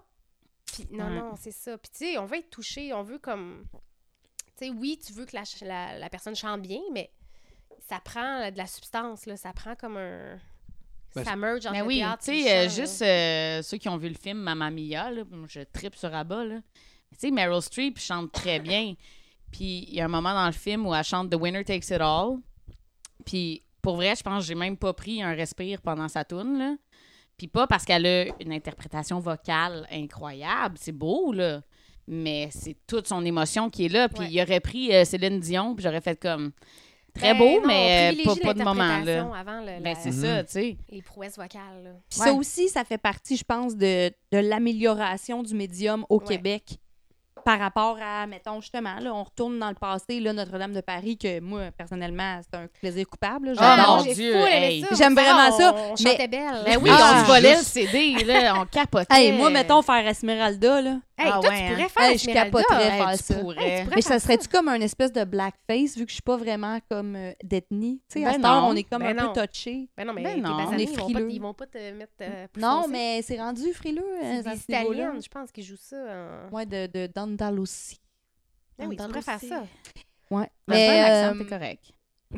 C: Puis, non,
A: Ouais.
C: non, c'est ça. Puis tu sais, on veut être touché, on veut comme... Tu sais, oui, tu veux que la, ch- la, la personne chante bien, mais ça prend là, de la substance, là. Ça prend comme un...
B: Ben,
C: ça merge entre
A: Mais
C: le
A: oui,
C: théâtre
A: tu
C: et le
A: sais, euh,
C: chant, là.
A: juste euh, ceux qui ont vu le film Mamma Mia, là, je tripe sur Abba, là. Tu sais, Meryl Streep chante très bien. Puis il y a un moment dans le film où elle chante The Winner Takes It All. Puis pour vrai, je pense que j'ai même pas pris un respire pendant sa tourne, là. Puis pas parce qu'elle a une interprétation vocale incroyable, c'est beau, là. Mais c'est toute son émotion qui est là. Puis
C: Ouais.
A: il aurait pris euh, Céline Dion, puis j'aurais fait comme très
C: Ben
A: beau,
C: non, on
A: mais euh, pas,
C: privilégie
A: pas de moment, là.
C: l'interprétation avant le-
A: Ben
C: la-
A: c'est
B: Mhm.
A: ça, tu sais.
C: les prouesses vocales, là.
D: Puis
A: Ouais.
D: ça aussi, ça fait partie, je pense, de, de l'amélioration du médium au
C: Ouais.
D: Québec par rapport à, mettons, justement, là, on retourne dans le passé, là, Notre-Dame de Paris, que moi, personnellement, c'est un plaisir coupable. là,
A: Ah,
D: J'adore.
A: mon
C: j'ai
A: Dieu,
C: full aimé
A: hey.
C: ça.
D: J'aime
C: Sarah,
D: vraiment ça,
C: On, on
D: mais-
C: chantait belle.
A: Ben oui,
D: Ah!
A: on se volait
B: Juste-
A: le CD, là, on capotait.
D: Hey, moi, mettons, faire Esmeralda, là.
C: Hey,
A: Ah
C: toi,
A: ouais,
C: tu
A: hein.
C: pourrais faire
D: Hey, je
C: Esmeralda.
D: capoterais.
A: Hey,
D: faire
A: tu
D: ça.
A: pourrais.
C: Hey, tu pourrais-
D: Mais ça serait-tu comme un espèce de blackface, vu que je suis pas vraiment comme euh, d'ethnie? Tu sais, à
A: Ben
D: cette heure,
A: non.
D: on est comme
C: Ben
D: un
C: non.
D: peu touché.
C: Ben non, mais
A: Ben
C: tes
A: non,
C: basanés,
D: on est
C: ils, vont pas,
D: frileux.
C: ils vont pas te mettre euh, plus
D: Non,
C: foncé.
D: mais c'est rendu frileux.
C: C'est
D: euh, à
C: des
D: ce niveau-là.
C: Italiennes, je pense, qui jouent ça. en-
D: Ouais, de, de d'Andalousie.
C: Ben oui, tu pourrais faire ça.
D: Ouais.
A: mais
D: Mais
A: l'accent,
D: euh,
A: Ben, t'es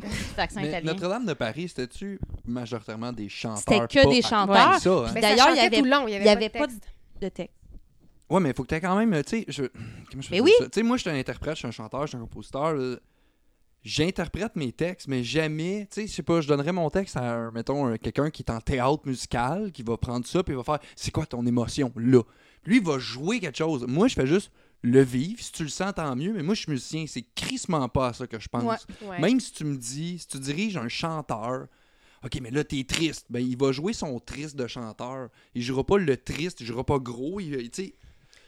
A: correct. Cet accent
B: Mais
A: italien.
B: Notre-Dame de Paris, c'était-tu majoritairement des chanteurs?
D: C'était que
B: pas
D: des
B: acteurs?
D: chanteurs.
B: C'est ça, hein?
C: Mais
D: D'ailleurs,
C: ça
D: il y
C: chantait
D: avait-
C: tout le long, il y avait,
D: il y avait
C: pas,
D: pas
C: de texte.
D: de texte.
B: Ouais, mais il faut que tu quand même. euh, Tu sais, je. Comment je peux
D: Mais
B: dire
D: oui.
B: ça? Tu sais, moi, je suis un interprète, je suis un chanteur, je suis un compositeur. là. J'interprète mes textes, mais jamais. Tu sais, je sais pas, je donnerais mon texte à, un- mettons, un- quelqu'un qui est en théâtre musical, qui va prendre ça, puis il va faire C'est quoi ton émotion, là Lui, il va jouer quelque chose. Moi, je fais juste le vivre. Si tu le sens, tant mieux, mais moi, je suis musicien. C'est crissement pas à ça que je pense.
D: Ouais.
C: Ouais.
B: Même si tu me dis, si tu diriges un chanteur, OK, mais là, t'es triste. Ben, il va jouer son triste de chanteur. Il jouera pas le triste, il jouera pas gros. Il, il- tu sais,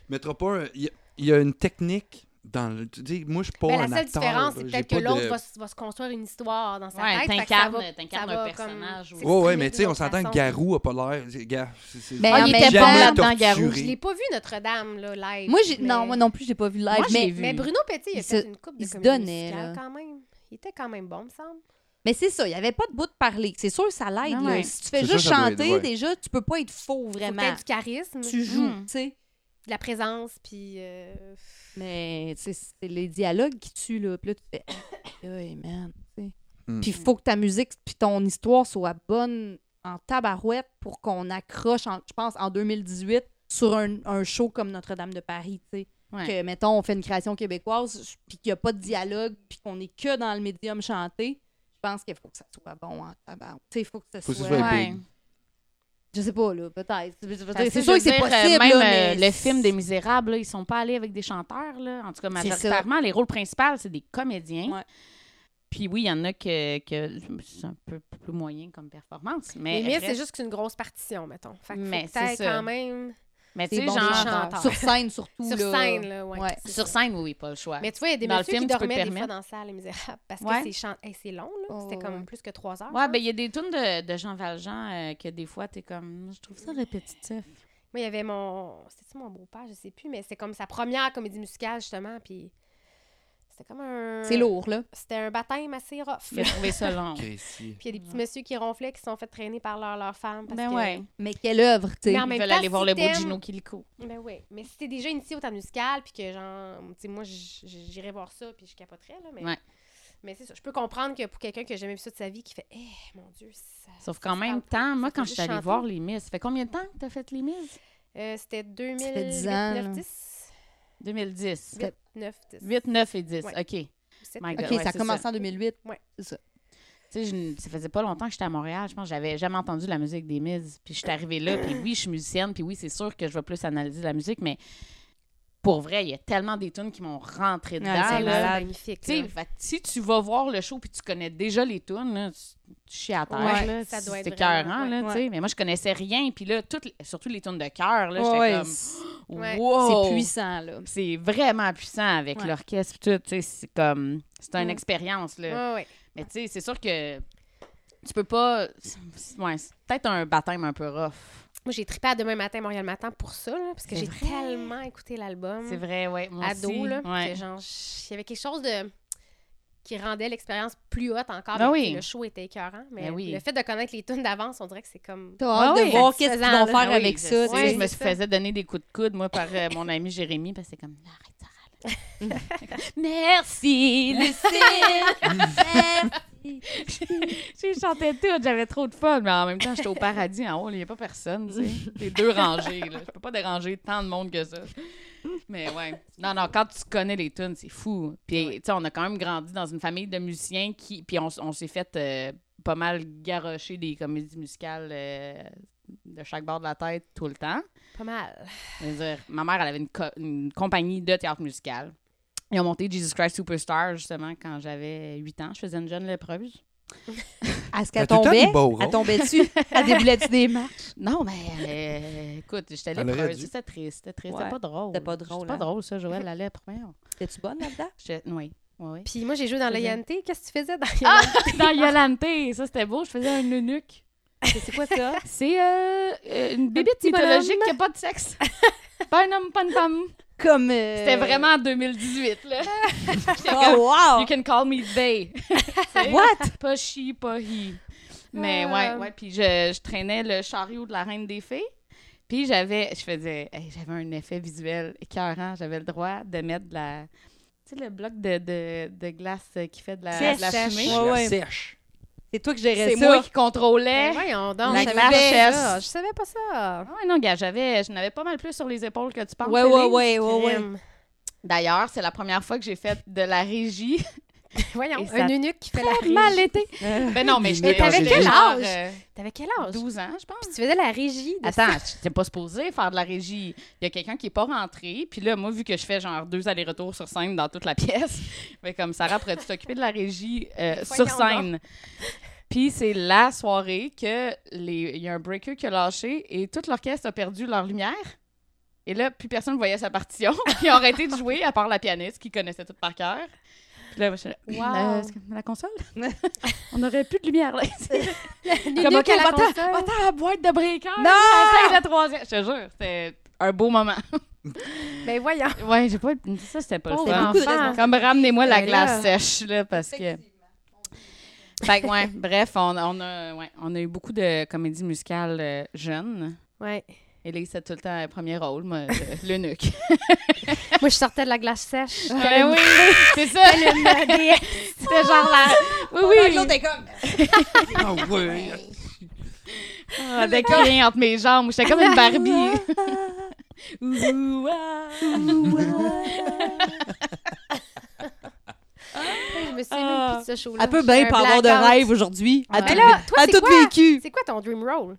B: il mettra pas. un- Il y a- il y a une technique dans le. Tu sais, moi, je suis pas
C: Ben,
B: un
C: la seule
B: acteur,
C: différence,
B: là.
C: c'est
B: J'ai
C: peut-être
B: pas
C: que
B: de-
C: l'autre va, s- va se construire une histoire dans sa
A: Ouais,
C: tête. fait que ça
A: t'incarnes-
C: va-
A: t'incarnes
C: ça
A: un
C: va comme
A: personnage ou-
C: s'exprimer
B: Ouais, ouais, mais
C: d'une
B: tu sais, on
C: autre
B: s'entend que
C: façon.
B: Garou a pas l'air. c'est- gars, c'est- c'est-
D: Ben,
A: Ah,
D: en
A: il
D: même
A: était
D: temps-
A: bon là-dedans,
B: torturé.
A: Garou.
C: Je l'ai pas vu, Notre-Dame, là, live.
D: Moi, j'ai-
C: mais-
D: non, moi non plus, j'ai pas vu le live.
A: Moi, je l'ai
D: mais
A: vu.
C: Mais Bruno Petit, il a
D: Il
C: fait
D: se-
C: une coupe de
D: il se
C: comédie
D: donnait,
C: musicale
D: là.
C: quand même. Il était quand même bon, me semble.
D: mais c'est ça, il n'y avait pas de bout de parler. C'est sûr, ça l'aide.
A: Ah
D: là.
A: ouais.
D: Si tu fais
B: C'est
D: juste
B: sûr, ça doit
D: chanter,
B: aider, ouais.
D: déjà, tu peux pas être faux,
C: Faut
D: vraiment.
C: peut-être du charisme,
D: Tu joues,
A: Mm.
D: tu sais.
C: de la présence, puis... euh,
D: Mais tu sais, c'est les dialogues qui tuent, là. Puis là, tu fais Hey, man. tu sais.
B: Mm.
D: Puis il faut que ta musique puis ton histoire soit bonne en tabarouette pour qu'on accroche, en- je pense, en 2018 sur un, un show comme Notre-Dame de Paris, tu sais.
A: Ouais.
D: Que, mettons, on fait une création québécoise, puis qu'il n'y a pas de dialogue, puis qu'on est que dans le médium chanté. Je pense qu'il faut que ça soit bon en tabarouette. Tu sais, il faut que ça
B: Faut que ce
D: soit...
B: soit
D: Ouais.
B: big.
D: Je sais pas, là, peut-être. Je veux dire,
A: Parce
D: C'est sûr
A: je
D: que c'est
A: veux dire, euh,
D: possible,
A: Même
D: là, mais...
A: euh, le film des Misérables, là, ils sont pas allés avec des chanteurs. Là. En tout cas,
D: C'est
A: majoritairement, les rôles principaux, c'est des comédiens.
D: Ouais.
A: Puis oui, il y en a que, que c'est un peu plus moyen comme performance. Mais,
C: Mais Miss,
A: reste-
C: c'est juste qu'une grosse partition, mettons. Fait que
A: Mais
C: mais
A: c'est ça.
C: quand même
A: mais tu
D: C'est
A: sais,
D: bon,
A: genre,
D: des
C: chanteurs.
D: Sur scène, surtout,
C: sur
D: là.
C: scène, là, ouais.
D: Ouais.
C: c'est
A: sur
C: ça.
A: scène, oui, oui, pas le choix.
C: Mais tu vois, il y a des
A: Dans le
C: messieurs
A: film,
C: qui
A: tu peux te
C: dormaient des
A: permettre.
C: fois dans la salle, les misérables, parce
A: Ouais.
C: que c'est chan- hey, c'est long, là.
D: Oh,
C: C'était comme
D: ouais.
C: plus que trois heures.
A: Ouais,
C: genre.
A: ben il y a des tunes de, de Jean Valjean euh, que des fois, t'es comme, je trouve ça répétitif.
C: Moi, il y avait mon. C'était-tu mon beau-père, je sais plus, mais c'est comme sa première comédie musicale, justement, puis C'était comme un.
D: C'est lourd, là.
C: C'était un baptême assez rough.
A: Il a trouvé ça long.
B: Christy.
C: Puis il y a des petits messieurs qui ronflaient qui se sont fait traîner par leur, leur femme. Parce
A: Ben
C: que...
A: ouais.
D: Mais quelle œuvre, tu sais.
C: Mais en
A: Ils
C: même
A: veulent
C: temps,
A: aller voir
C: si
A: le beau
C: t'aimes-
A: Gino Kilico.
C: Ben oui. Mais si t'es déjà initié au temps musical, puis que genre, tu sais, moi, j- j- j'irais voir ça, puis je capoterais, là. Mais,
A: Ouais.
C: mais c'est ça. Je peux comprendre que pour quelqu'un qui a jamais vu ça de sa vie, qui fait, eh, mon Dieu, ça.
A: Sauf
C: ça
A: qu'en
C: se
A: même
C: parle
A: temps,
C: pas, ça
A: moi,
C: fait
A: quand je
C: juste
A: suis allée
C: chanter.
A: voir les Miss, ça fait combien de temps que tu as fait les Miss?
C: Euh, C'était 2000.
D: fait 10 ans, là.
C: 10.
A: 2010.
C: 8, 9, 10.
A: 8, 9 et 10.
C: Ouais.
A: OK. Tu
C: sept,
A: my
C: huit.
D: OK,
A: Ouais,
D: ça a
A: c'est
D: commencé
A: ça.
D: en 2008.
A: sais, je n- ça faisait pas longtemps que j'étais à Montréal. Je pense que j'avais jamais entendu la musique des Miss. Puis je suis arrivée là, puis oui, je suis musicienne, puis oui, c'est sûr que je vais plus analyser la musique, mais pour vrai, il y a tellement des tunes qui m'ont rentré dedans.
D: c'est
C: Ah,
A: là.
C: là, magnifique.
A: Tu sais,
C: là.
A: fait que si tu vas voir le show puis tu connais déjà les tunes, là, tu tu chies à terre.
C: Ouais,
A: là,
C: ça
A: c'est
C: doit être
A: écœurant,
C: vraiment-
A: là,
D: ouais.
A: tu sais. Mais moi, je connaissais rien. Puis là, toutes, les- surtout les tunes de cœur, là, j'étais
D: Ouais,
A: comme...
D: c'est
C: Ouais.
A: Wow!
D: c'est puissant, là.
A: C'est vraiment puissant avec
D: Ouais.
A: l'orchestre pis tout, tu sais, c'est comme c'est une
C: Mm.
A: expérience là.
C: Ouais, ouais.
A: Mais tu sais, c'est sûr que tu peux pas c'est- ouais, c'est peut-être un baptême un peu rough.
C: Moi, j'ai trippé à demain matin, Montréal matin pour ça, là, parce que
A: C'est vrai.
C: j'ai tellement écouté l'album.
A: C'est vrai, ouais, moi aussi.
C: Hum. ado, là.
A: Ouais.
C: que genre, j- il y avait quelque chose de qui rendait l'expérience plus haute encore.
A: Ben
C: mais
A: oui.
C: Le show était écœurant, mais
A: Ben oui.
C: le fait de connaître les tunes d'avance, on dirait que c'est comme...
D: T'as
A: Ah
D: hâte
A: oui,
D: de voir qu'est-ce qu'ils vont
C: satisfaisant, là.
D: faire
A: Ah oui,
D: avec
A: je
D: ça.
A: sais,
D: tu sais.
A: je
C: c'est
A: me suis
C: ça.
A: faisais donner des coups de coude moi par euh, mon ami Jérémy parce que c'est comme arrête Sarah. là. Merci Lucille. J'ai chanté tout, j'avais trop de fun, mais en même temps, j'étais au paradis en haut, il n'y a pas personne, tu sais. Les deux rangées, là. Je peux pas déranger tant de monde que ça. Mais ouais. Non, non, quand tu connais les tunes, c'est fou. Puis, tu sais, on a quand même grandi dans une famille de musiciens qui. Puis, on, s- on s'est fait euh, pas mal garrocher des comédies musicales euh, de chaque bord de la tête tout le temps.
C: Pas mal.
A: Je veux dire, ma mère, elle avait une, co- une compagnie de théâtre musical. Ils ont monté Jesus Christ Superstar, justement, quand j'avais 8 ans. Je faisais une jeune lépreuse.
D: Est-ce
B: Elle a
D: qu'elle
B: tout le temps
D: tombait?
B: des beaux
D: Elle
B: ronds.
D: tombait dessus? Elle déboulait-tu des marches?
A: Non, mais euh, écoute, j'étais
B: Elle aurait
A: lépreuse.
B: dû.
A: C'était triste, c'était triste.
D: Ouais,
A: C'était pas drôle.
D: c'était pas drôle,
A: C'était pas
D: hein.
A: drôle, ça, Joël, la lèpre. voyons.
D: T'es-tu bonne là-dedans?
A: J'étais- Oui, oui, oui.
C: Puis moi, j'ai joué dans
A: Faisais-
C: l'Oyanté. Qu'est-ce que tu faisais dans
A: Ah!
C: l'Oyanté?
A: Dans Yolante, ça, c'était beau. Je faisais un eunuque.
D: C'est quoi ça?
A: C'est euh, euh, une bébête
D: petit bonhomme.
A: mythologique qui n'a pas de sexe. pas un homme, pas une femme.
D: Comme... euh,
A: C'était vraiment en 2018, là.
D: Oh,
A: You can call me they.
D: wow! What?
A: pas she, pas he. Mais
C: Ah.
A: ouais, ouais. Puis je, je traînais le chariot de la Reine des Fées. Puis j'avais, je faisais, hey, j'avais un effet visuel écœurant. J'avais le droit de mettre de la, tu sais, le bloc de, de, de glace euh, qui fait de la,
D: Sèche.
A: de la fumée.
D: Ouais, ouais.
B: sèche.
D: C'est toi qui gérais
A: C'est
D: ça.
A: moi qui contrôlais.
C: Ben voyons donc,
A: hein? La
C: je savais pas
A: glace.
C: ça. Je savais pas ça.
A: Ah ouais, non, gars, j'avais, je n'avais pas mal plus sur les épaules que tu penses.
D: Ouais, ouais,
A: Félix.
D: ouais, ouais, ouais.
C: Crème.
A: D'ailleurs, c'est la première fois que j'ai fait de la régie.
C: Voyons,
A: Et ça
C: un eunuque qui fait la régie.
A: Mal été.
D: Euh,
A: Ben non, mais
B: Mais
A: j'étais
B: t'avais
A: j'étais
B: quel
A: genre,
C: âge? T'avais quel
A: euh,
C: âge?
A: 12 ans, je pense.
C: Puis tu faisais la régie. de
A: Attends, t'es pas supposé faire de la régie. Il y a quelqu'un qui est pas rentré. Puis là, moi, vu que je fais genre deux allers-retours sur scène dans toute la pièce, mais comme Sarah, pourrais-tu t'occuper de la régie euh,
C: Mais
A: sur
C: voyons
A: scène? Puis c'est la soirée que les... il y a un breaker qui a lâché et toute l'orchestre a perdu leur lumière. Et là, plus personne ne voyait sa partition. Ils ont arrêté de jouer, à part la pianiste qui connaissait tout par cœur. Puis là, moi, je suis là,
C: Wow.
A: Euh, est-ce que- la console? On aurait plus de lumière, là. Comme,
C: L'eunuque
A: OK,
C: à la
A: va-t'en
C: console.
A: va-t'en à la boîte de breakers.
D: Non!
A: Essaye la troisième. Je te jure, c'était un beau moment.
C: Ben voyons.
A: Ouais, j'ai pas. Ça, c'était Ah, pas le
C: Pauvre
A: fun.
D: beaucoup de
C: enfant.
A: Comme ramenez-moi la
C: Mais là-
A: glace sèche, là, parce que. Fait que, ouais, bref, on, on a, ouais, on a eu beaucoup de comédies musicales euh, jeunes.
C: Ouais.
A: Élise, c'était tout le temps le premier rôle, moi, de- l'eunuque.
C: Moi, je sortais de la glace sèche.
A: Ben oui, c'est ça. C'était genre la. Oui, oui.
D: L'autre est comme...
B: Ah ouais.
A: Ah, dès qu'il vient entre mes jambes, j'étais comme une Barbie. Ouh, ah.
C: Je me suis
A: Ah.
C: même plus de ce show-là.
D: Elle peut
C: J'ai
D: bien
C: un
D: pas avoir de
C: blackout.
D: rêve aujourd'hui. Elle a
A: Mais
D: tout-
C: là, toi,
D: elle a
C: c'est
D: tout
C: quoi?
D: vécu.
C: C'est quoi ton dream roll?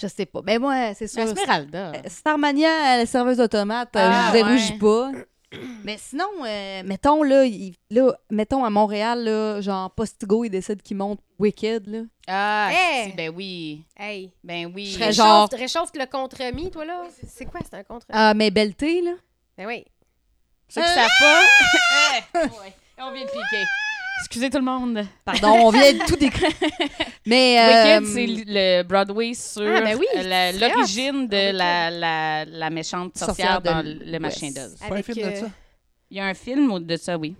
D: Je sais pas. Mais moi, c'est sûr.
A: Esmeralda.
D: Euh, Starmania, la serveuse de tomates, euh,
A: Ah,
D: je
A: ouais.
D: dérouge pas. Mais sinon, euh, mettons là, il- là, mettons à Montréal, là, genre Postigo, il décide qu'il monte Wicked. Là.
A: Ah,
C: Hey!
A: si, ben oui.
C: Hey,
A: Ben oui.
D: Je serais
C: réchauffe,
D: genre-
C: réchauffe le contre-mis, toi, là. c'est quoi, c'est un contre-mis?
D: Ah, mais Belleté, là.
C: Ben oui.
A: Ceux qui
D: Euh.
A: savent pas. Eh, Ouais. On vient de piquer. Excusez tout le monde.
D: Pardon, on vient de tout décrire. mais
A: Wicked,
D: euh,
A: c'est le Broadway sur
C: Ah, ben oui,
A: la-
C: c'est
A: l'origine de
C: Wicked.
A: la, la, la méchante sorcière,
D: Sorcière de
A: dans
D: l'Ouest.
C: euh,
A: Le Machin d'Oz.
B: Pas un film de ça.
A: Il y a un film de ça, oui.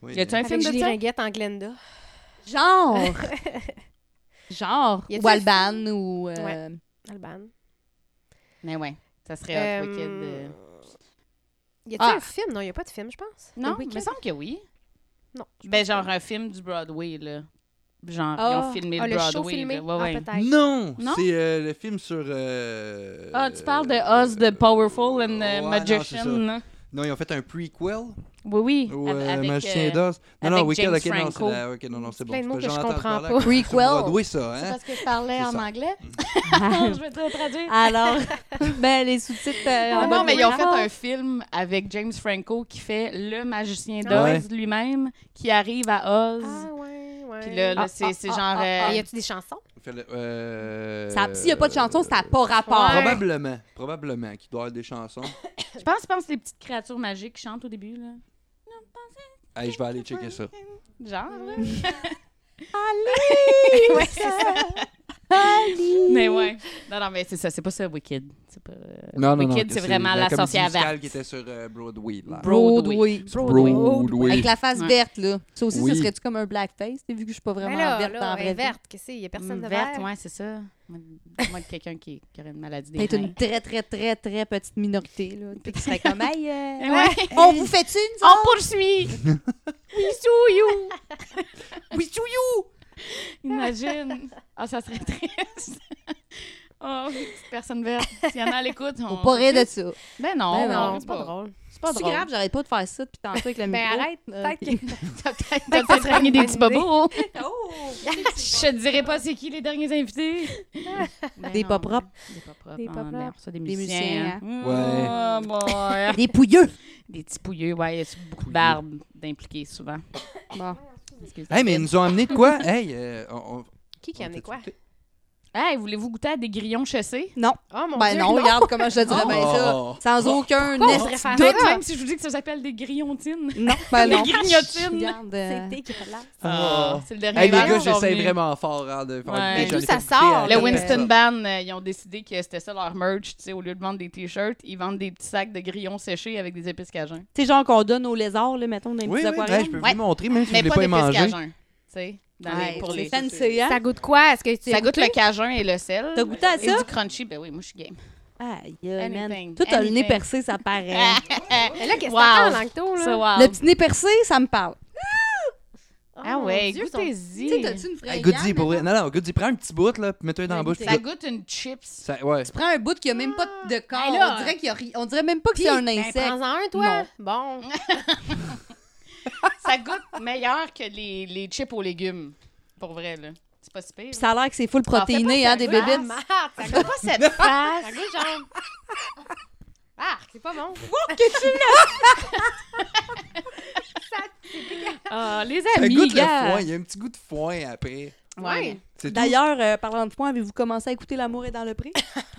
B: Oui,
A: Y a-tu un film de
C: Avec Julie
A: ça?
C: Ringuette en Glenda.
D: Genre! Genre!
C: Y a-tu
D: Ou Alban ou. euh,
C: Ouais. Alban.
A: Mais ouais, ça serait Hot
C: Euh,
A: Wicked. euh.
C: Y a-t-il
A: Ah.
C: un film? Non, y a pas de film, je pense.
A: Non,
C: The
A: il
C: Wicked?
A: me semble que oui.
C: Non.
A: Ben, genre un film du Broadway, là. Genre, ils
D: Ah.
A: ont filmé
C: Ah,
A: le
C: le
A: Broadway.
C: show filmé?
A: là. Ouais, ouais.
C: Ah, peut-être.
B: Non!
A: Non?
B: C'est euh, le film sur. euh,
A: Ah, tu parles de
B: euh,
A: Oz, the Powerful and
B: ouais,
A: the
B: non,
A: Magician.
B: c'est ça.
A: là.
B: Non, ils ont fait un prequel
A: oui, oui.
B: au
A: av-
B: euh,
A: avec,
B: Magicien
A: euh,
B: d'Oz. Non, non,
A: avec
B: Wicked,
A: James
B: ok, non, c'est
A: Franco.
B: la- ok, non, non, c'est bon.
C: Plein de
B: c'est
C: mots
B: parce
C: que je
B: j'en entends
C: comprends
B: parler.
C: pas.
B: C'est Broadway, ça, hein?
D: que je parlais
B: C'est ça.
D: anglais.
A: Ah, je vais te le traduire.
D: Alors, ben, les sous-titres. euh,
A: Ah
D: en
A: non, mais ils ont fait
D: anglais.
A: un film avec James Franco qui fait le magicien
B: Ah.
A: d'Oz lui-même, qui arrive à Oz.
C: Ah, ouais, ouais.
A: Puis là, là,
D: Ah,
A: c'est c'est
D: ah,
A: genre.
D: ah, ah,
A: euh,
C: Mais y a-tu des chansons?
B: Fait le- euh,
D: Ça- S'il n'y a pas de chanson, ça n'a pas rapport.
C: Ouais.
B: Probablement, probablement qu'il doit y avoir des chansons.
A: Je pense, je pense que les petites créatures magiques qui chantent au début, là.
B: Hey, je vais aller checker ça.
A: Genre, là.
D: Allez!
C: Ouais, c'est ça.
D: Allez!
A: Mais ouais. Non, non, mais c'est ça. C'est pas ça, Wicked. C'est pas... euh,
B: Non, non, non.
A: Wicked, c'est vraiment la,
B: comédie
A: sorcière
B: musicale
A: verte.
B: qui était sur euh, Broadway. Là.
D: Broadway.
B: Broadway.
D: Avec la face
A: Ouais.
D: verte, là. Ça aussi,
B: Oui.
D: ça serait-tu comme un blackface, vu que je suis pas vraiment
C: Mais là,
D: verte
C: là,
D: en
C: elle est
D: vrai?
C: verte, qu'est-ce que c'est? Y a personne de
A: Mm, verte,
C: vert.
A: ouais, c'est ça. Moi, moi, quelqu'un qui, qui aurait une maladie des
D: Peut-être
A: reins.
D: une très, très, très, très petite minorité, là. Puis qui serait comme, hey, euh,
A: Eh ouais.
D: on vous fait-tu une
A: On poursuit! We sue you!
D: Oui, to you!
A: Imagine! Ah, ça serait triste. Oh, petite personne verte. S'il y en a à l'écoute, on...
D: On pas rire de ça.
A: Ben non,
D: Ben
A: non,
D: non,
C: Ah, c'est pas drôle.
A: C'est pas
D: C'est
A: drôle.
D: grave, j'arrête pas de faire ça, puis tantôt avec le
C: Ben
D: micro.
C: arrête,
D: Euh,
C: peut-être
D: puis-
C: que...
A: T'as peut-être
C: Ben,
A: t'as
C: ça serait
A: peut-être pogné
C: une
A: des
C: bonne
A: petits
C: idée.
A: bobos.
D: Oh!
A: Je te dirais pas c'est qui les derniers invités. Ben
D: Des
A: non.
D: pas propres.
A: Des pas propres.
C: Des
A: Ah,
C: pas
A: ben,
C: propres.
A: ça, des
D: Des
A: musiciens.
D: musiciens,
A: hein.
B: hein.
A: Oh, boy.
D: Des pouilleux!
A: Des petits pouilleux, ouais. Il y a beaucoup de
B: Pouilleux.
A: barbe d'impliqués souvent. Excuse.
B: Hey, mais ils nous ont amené de quoi? hey, euh, on, on-
C: Qui qui en
B: on
C: est
B: t'a-tu
C: quoi?
B: goûté?
A: Hey, voulez-vous goûter à des grillons chassés?
D: Non.
C: Oh mon
D: Ben
C: Dieu,
D: non, regarde comment je te dirais
B: Oh.
D: bien ça. Sans aucun
C: Pourquoi on
D: esti
C: voudrait faire
D: doute.
C: ça?
A: Même si je vous dis que ça s'appelle des grillontives.
D: Non, ben
A: Des
D: non.
A: grignotines.
D: Regarde, euh,
C: C'est dégueulasse.
B: Ah.
A: c'est le dernier
B: Hey, les
A: verre
B: gars,
A: qui sont
B: j'essaie
A: venus.
B: vraiment fort hein, de faire
A: Ouais.
B: des- hein,
A: Mais
B: j'en ai
C: d'où ça
B: fait goûter à
C: sort,
A: Le
B: quelques
A: Winston
B: personnes.
A: Band, euh, ils ont décidé que c'était ça leur merch. Tu sais, au lieu de vendre des t-shirts, ils vendent des petits sacs de grillons séchés avec des épices cajun.
D: Tu sais, genre qu'on donne aux lézards, là, mettons, dans les
B: Oui,
D: petits
B: oui, ben, je
D: aquariums.
B: peux vous
A: Ouais.
B: les montrer, même si vous
A: Mais
B: ne voulez
A: pas
B: pas y
A: d'épices
B: manger.
A: cajun. Tu sais, dans les-
D: Ouais,
A: pour les.
D: c'est fancy, hein?
C: Ça goûte quoi? Est-ce que tu
A: Ça
C: as
A: goûte le
C: goûté?
A: cajun et le sel.
D: T'as goûté à
A: Et
D: ça?
A: du crunchy, ben oui, moi je suis game.
D: Aïe, euh,
A: Anything,
D: man. Tout a le
A: anything.
D: nez percé, ça paraît.
C: Mais là, qu'est-ce que
A: Wow. Ah
C: t'entends, Langto, là?
A: So wild.
D: le petit nez percé, ça me parle.
C: Oh
A: Ah
C: mon
A: ouais,
C: Dieu,
D: Tu sais,
A: goûtez-y.
D: t'as-tu une
B: Hey,
D: fringale?
B: goûte-y pour vrai.
D: mettons?
B: Non, non, goûte-y. Prends un petit bout, là, puis mets-toi dans la bouche. puis
A: Ça goûte une chips.
B: Ça, ouais.
D: Tu prends un bout qui a même pas de corps.
C: Hey, là,
D: on, dirait qu'il y a ri- on dirait même pas que c'est un
C: Ben,
D: insecte.
C: prends-en un, toi. Bon.
A: Ça goûte meilleur que les, les chips aux légumes. Pour vrai, là. C'est pas si pire.
D: Puis ça a l'air que c'est full
A: pas
D: protéiné, hein, des
A: sérieux,
D: bébés.
A: hein?
C: Ah, marre, ça
A: Ça
C: goûte,
A: goûte pas cette face.
C: ça goûte genre... Ah, c'est pas bon.
A: Ah, les
B: Ça
A: amis,
B: goûte le
A: gars.
B: foin. Il y a un petit goût de foin après.
A: Ouais.
B: C'est tout.
D: D'ailleurs, euh, parlant de foin, avez-vous commencé à écouter L'amour est dans le pré?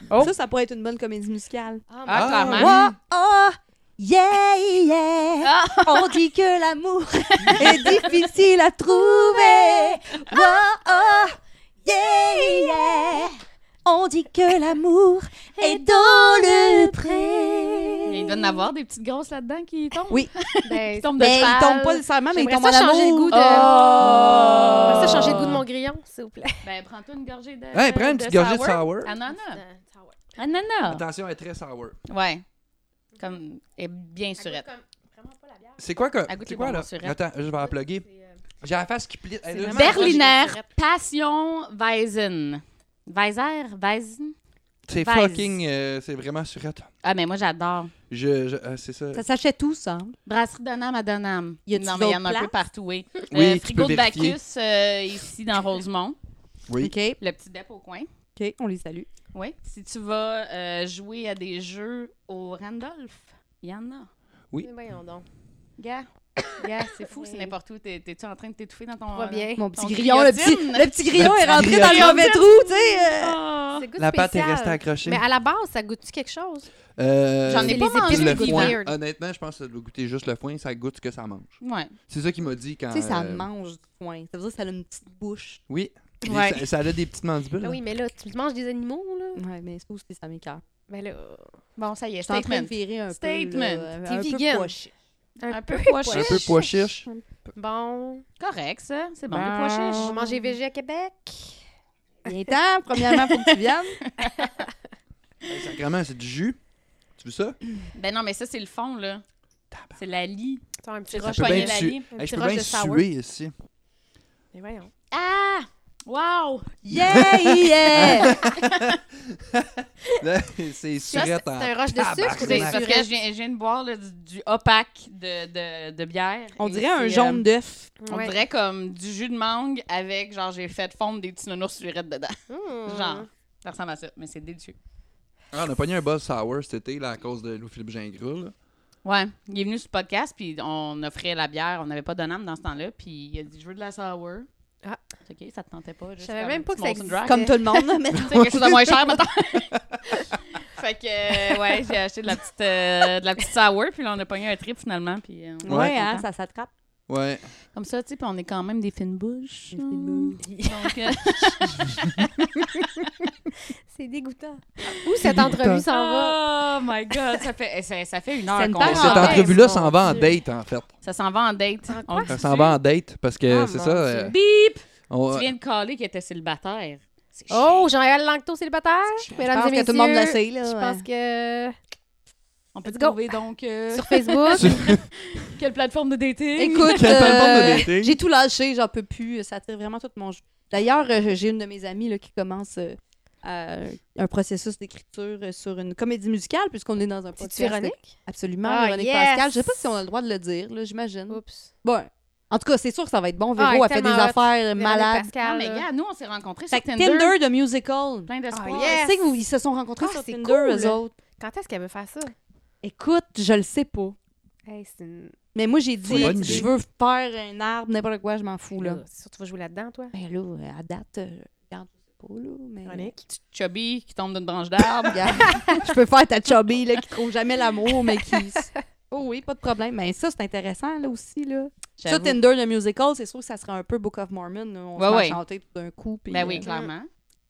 A: Oh.
D: Ça, ça pourrait être une bonne comédie musicale.
C: Ah,
A: Ah,
C: mon Dieu.
A: clairement.
D: Oh, oh, yeah, yeah.
C: Ah.
D: On dit que l'amour est difficile à trouver. Oh, oh, yeah, yeah. On dit que l'amour est dans le pré.
A: Il doit en avoir des petites grosses là-dedans qui tombent.
D: Oui.
C: Ben,
A: Qui tombent de
D: Mais il
A: cheval.
D: tombe pas nécessairement, mais il tombe
C: J'aimerais
D: en
C: ça
D: amour.
C: changer le goût de-
D: Oh.
C: Ça, changer de goût de mon grillon, s'il vous plaît.
A: Ben, prends-toi une gorgée de. Ah,
B: Hey, prends une petite gorgée de sour.
A: Ananas.
C: Euh, ça, ouais.
A: Ananas.
B: Attention, elle est très sour.
A: Ouais. Comme. Et bien
C: Ça goûte
A: surette.
C: comme vraiment pas la bière.
B: C'est quoi que.
A: Elle goûte
B: C'est
A: les
B: quoi,
A: bonbons
B: là?
A: surettes.
B: Attends, je vais la plugger.
C: C'est, euh,
B: J'ai la face qui plie. Hey, là,
C: vraiment-
B: c'est-
A: Berliner
C: Gorgée de surette.
A: Passion Weizen. Weiser? Weizen?
B: C'est
A: Weiss.
B: fucking. euh, c'est vraiment surette.
A: Ah, mais moi, j'adore.
B: Je, je- euh, c'est ça.
D: Ça s'achète hein. tout, ça.
A: Brasserie Donham à Donham.
D: Y a-tu
A: non, mais il y en a
D: d'autres
A: un peu
D: places?
A: partout, oui. Euh,
B: Oui, tu
A: frigo
B: peux
A: de
B: vérifier.
A: Bacchus, euh, ici, dans Rosemont.
B: Oui.
D: OK.
A: Le petit dep au coin.
D: OK, on les salue.
A: Oui. Si tu vas euh, jouer à des jeux au Randolph, il y en a.
B: Oui.
C: Mais voyons donc.
A: Gars, gars, c'est fou, c'est
C: Oui.
A: n'importe où. T'es- T'es-tu en train de t'étouffer dans ton.
C: Pas bien.
D: Mon petit
A: Ton
D: grillon, le petit,
A: grillotine.
D: le petit grillon
B: Le
D: est
B: petit
D: rentré dans le
A: grillotine.
D: mauvais trou, tu sais. euh.
A: Ah!
C: C'est goût
B: La pâte est
C: spécial.
B: restée accrochée.
C: Mais à la base, ça goûte-tu quelque chose?
B: Euh,
A: J'en ai
B: c'est
A: pas
B: les
A: mangé
B: épices,
A: le
B: le
A: goût
B: foin.
C: weird.
B: Honnêtement, je pense que ça doit goûter juste le foin. Ça goûte ce que ça mange.
A: Ouais.
B: C'est ça qu'il m'a dit quand.
D: Tu sais, ça
B: euh,
D: mange du foin. Ça veut dire que ça a une petite bouche.
B: Oui. Et
A: Ouais.
B: Ça, ça a des petites mandibules.
C: Ben
B: là.
C: oui, mais là, tu manges des animaux, là.
D: Ouais, mais ça aussi, ça m'écoeure.
C: Ben là,
A: Bon, ça y est,
D: Je suis en train
A: statement.
D: de virer un
A: Statement.
D: peu. là,
C: T'es
D: un peu
C: vegan.
D: poche.
C: un,
A: Un
C: peu
A: peu poché.
B: Un peu pois chiche.
C: Bon.
A: Correct, ça. C'est bon,
D: Ben,
A: les pois chiches.
C: J'ai mangé végé à Québec.
D: Bien temps, premièrement, faut que tu viennes.
B: Hey, sacrément, c'est du jus. Tu veux ça?
A: Ben non, mais ça, c'est le fond, là.
B: Tabarnak.
A: C'est la lie.
C: Attends, un petit
A: C'est
B: Ça
C: rush.
B: peut
A: Roche
B: bien
A: Panier
B: su-
A: Lally.
C: Un
B: Hey, je
C: petit
B: peux
C: rush
B: bien
C: de sour.
B: suer ici.
C: Mais voyons.
A: Ah! Wow!
D: Yeah, yeah!
B: Là, c'est
C: Ça, c'est
B: surette en
C: un rush de
B: tabarnak.
C: sucre ou
A: C'est
C: des
A: parce que
C: surettes?
A: je viens, je viens de boire là, du, du opaque de, de, de bière.
D: On
A: Et
D: dirait un
A: c'est,
D: jaune
A: euh,
D: d'œuf.
A: on
C: Ouais.
A: dirait comme du jus de mangue avec, genre, j'ai fait fondre des petits nounours surettes dedans.
C: Mmh.
A: Genre, ça ressemble à ça, mais c'est délicieux.
B: Ah, on a pogné un buzz sour cet été là, à cause de Louis-Philippe Gingras. là.
A: Ouais, il est venu sur le podcast, puis on offrait la bière. On n'avait pas de d'oname dans ce temps-là, puis il a dit Je veux de la sour.
C: Ah.
A: C'est OK, ça te tentait pas.
C: Je savais même pas que ça existait.
D: Comme tout le monde, là, mais
A: C'est quelque chose de moins cher maintenant. fait que, euh, ouais, j'ai acheté de la petite, euh, de la petite sour, puis là, on a pogné un trip finalement. Puis, euh, on est
D: Ouais, hein,
A: content.
D: ça s'attrape.
B: Ouais.
A: Comme ça, tu sais, puis on est quand même des fines bouches. Donc, euh,
C: C'est dégoûtant. Où cette entrevue s'en va?
A: Oh my God, ça fait, eh, ça, ça fait une heure
D: C'est une
A: qu'on
D: part
B: Mais
D: Ah,
B: cette
C: ouais,
B: entrevue-là
C: mon
B: s'en va en
C: Dieu.
B: date, en fait.
A: Ça s'en va en date.
C: En
A: On le
B: Ça
A: dit.
B: s'en va en date parce que
C: Ah,
B: c'est
C: mon
B: ça.
C: Dieu.
B: euh,
A: Beep!
B: on-
A: Tu viens de caler qu'il était célibataire. C'est
C: Oh, Jean-Yves Langto célibataire,
D: Je
C: mesdames
D: pense
C: et messieurs.
D: que tout le monde le sait, là.
C: Je pense que
A: On peut
C: Let's
A: te
C: go.
A: trouver donc euh,
C: sur
A: sur
C: Facebook,
A: quelle plateforme de dating?
D: Écoute,
B: Quel album de
D: euh,
B: dating?
D: j'ai tout lâché, j'en peux plus. Ça tire vraiment tout mon jeu. D'ailleurs, euh, j'ai une de mes amies là, qui commence euh, à- un processus d'écriture euh, sur une comédie musicale, puisqu'on est dans un
C: c'est
D: podcast.
C: Véronique.
D: Absolument,
C: Ah,
D: Véronique
C: yes!
D: Pascal. Je sais pas si on a le droit de le dire, là, j'imagine.
C: Oups.
D: Bon, en tout cas, c'est sûr que ça va être bon.
C: Ah,
D: Véro
C: elle
D: a fait des
C: est tellement hot.
D: affaires
C: Véronique
D: malades.
A: Non,
C: Pascal,
A: mais
C: là.
A: gars, nous, on s'est rencontrés sur
D: Fait que
A: Tinder.
D: Tinder de musical.
A: Plein d'espoir.
C: Ah, yes.
D: Je sais que vous- ils se sont rencontrés
C: Ah,
D: sur
C: c'est
D: Tinder,
C: cool.
D: eux autres.
C: Quand est-ce qu'elle veut faire ça?
D: Écoute, je le sais pas.
C: Hey, c'est une...
D: Mais moi, j'ai dit,
B: bonne idée.
D: je veux faire un arbre, n'importe quoi, je m'en fous, là.
C: Là, C'est sûr que tu vas jouer là-dedans, toi.
D: Ben là, euh, à date, euh, regarde, je sais pas, là, mais...
C: Véronique.
A: Chubby qui tombe d'une branche d'arbre.
D: Regarde, je peux faire ta chubby, là, qui trouve jamais l'amour, mais qui... Oh oui, pas de problème. Mais ça, c'est intéressant, là, aussi, là. Ça,
A: J'avoue.
D: Tinder, le musical, c'est sûr que ça serait un peu Book of Mormon. là. On
A: Ouais,
D: se met à
A: ouais.
D: chanter tout d'un coup, puis
A: Ben oui,
D: euh,
A: clairement.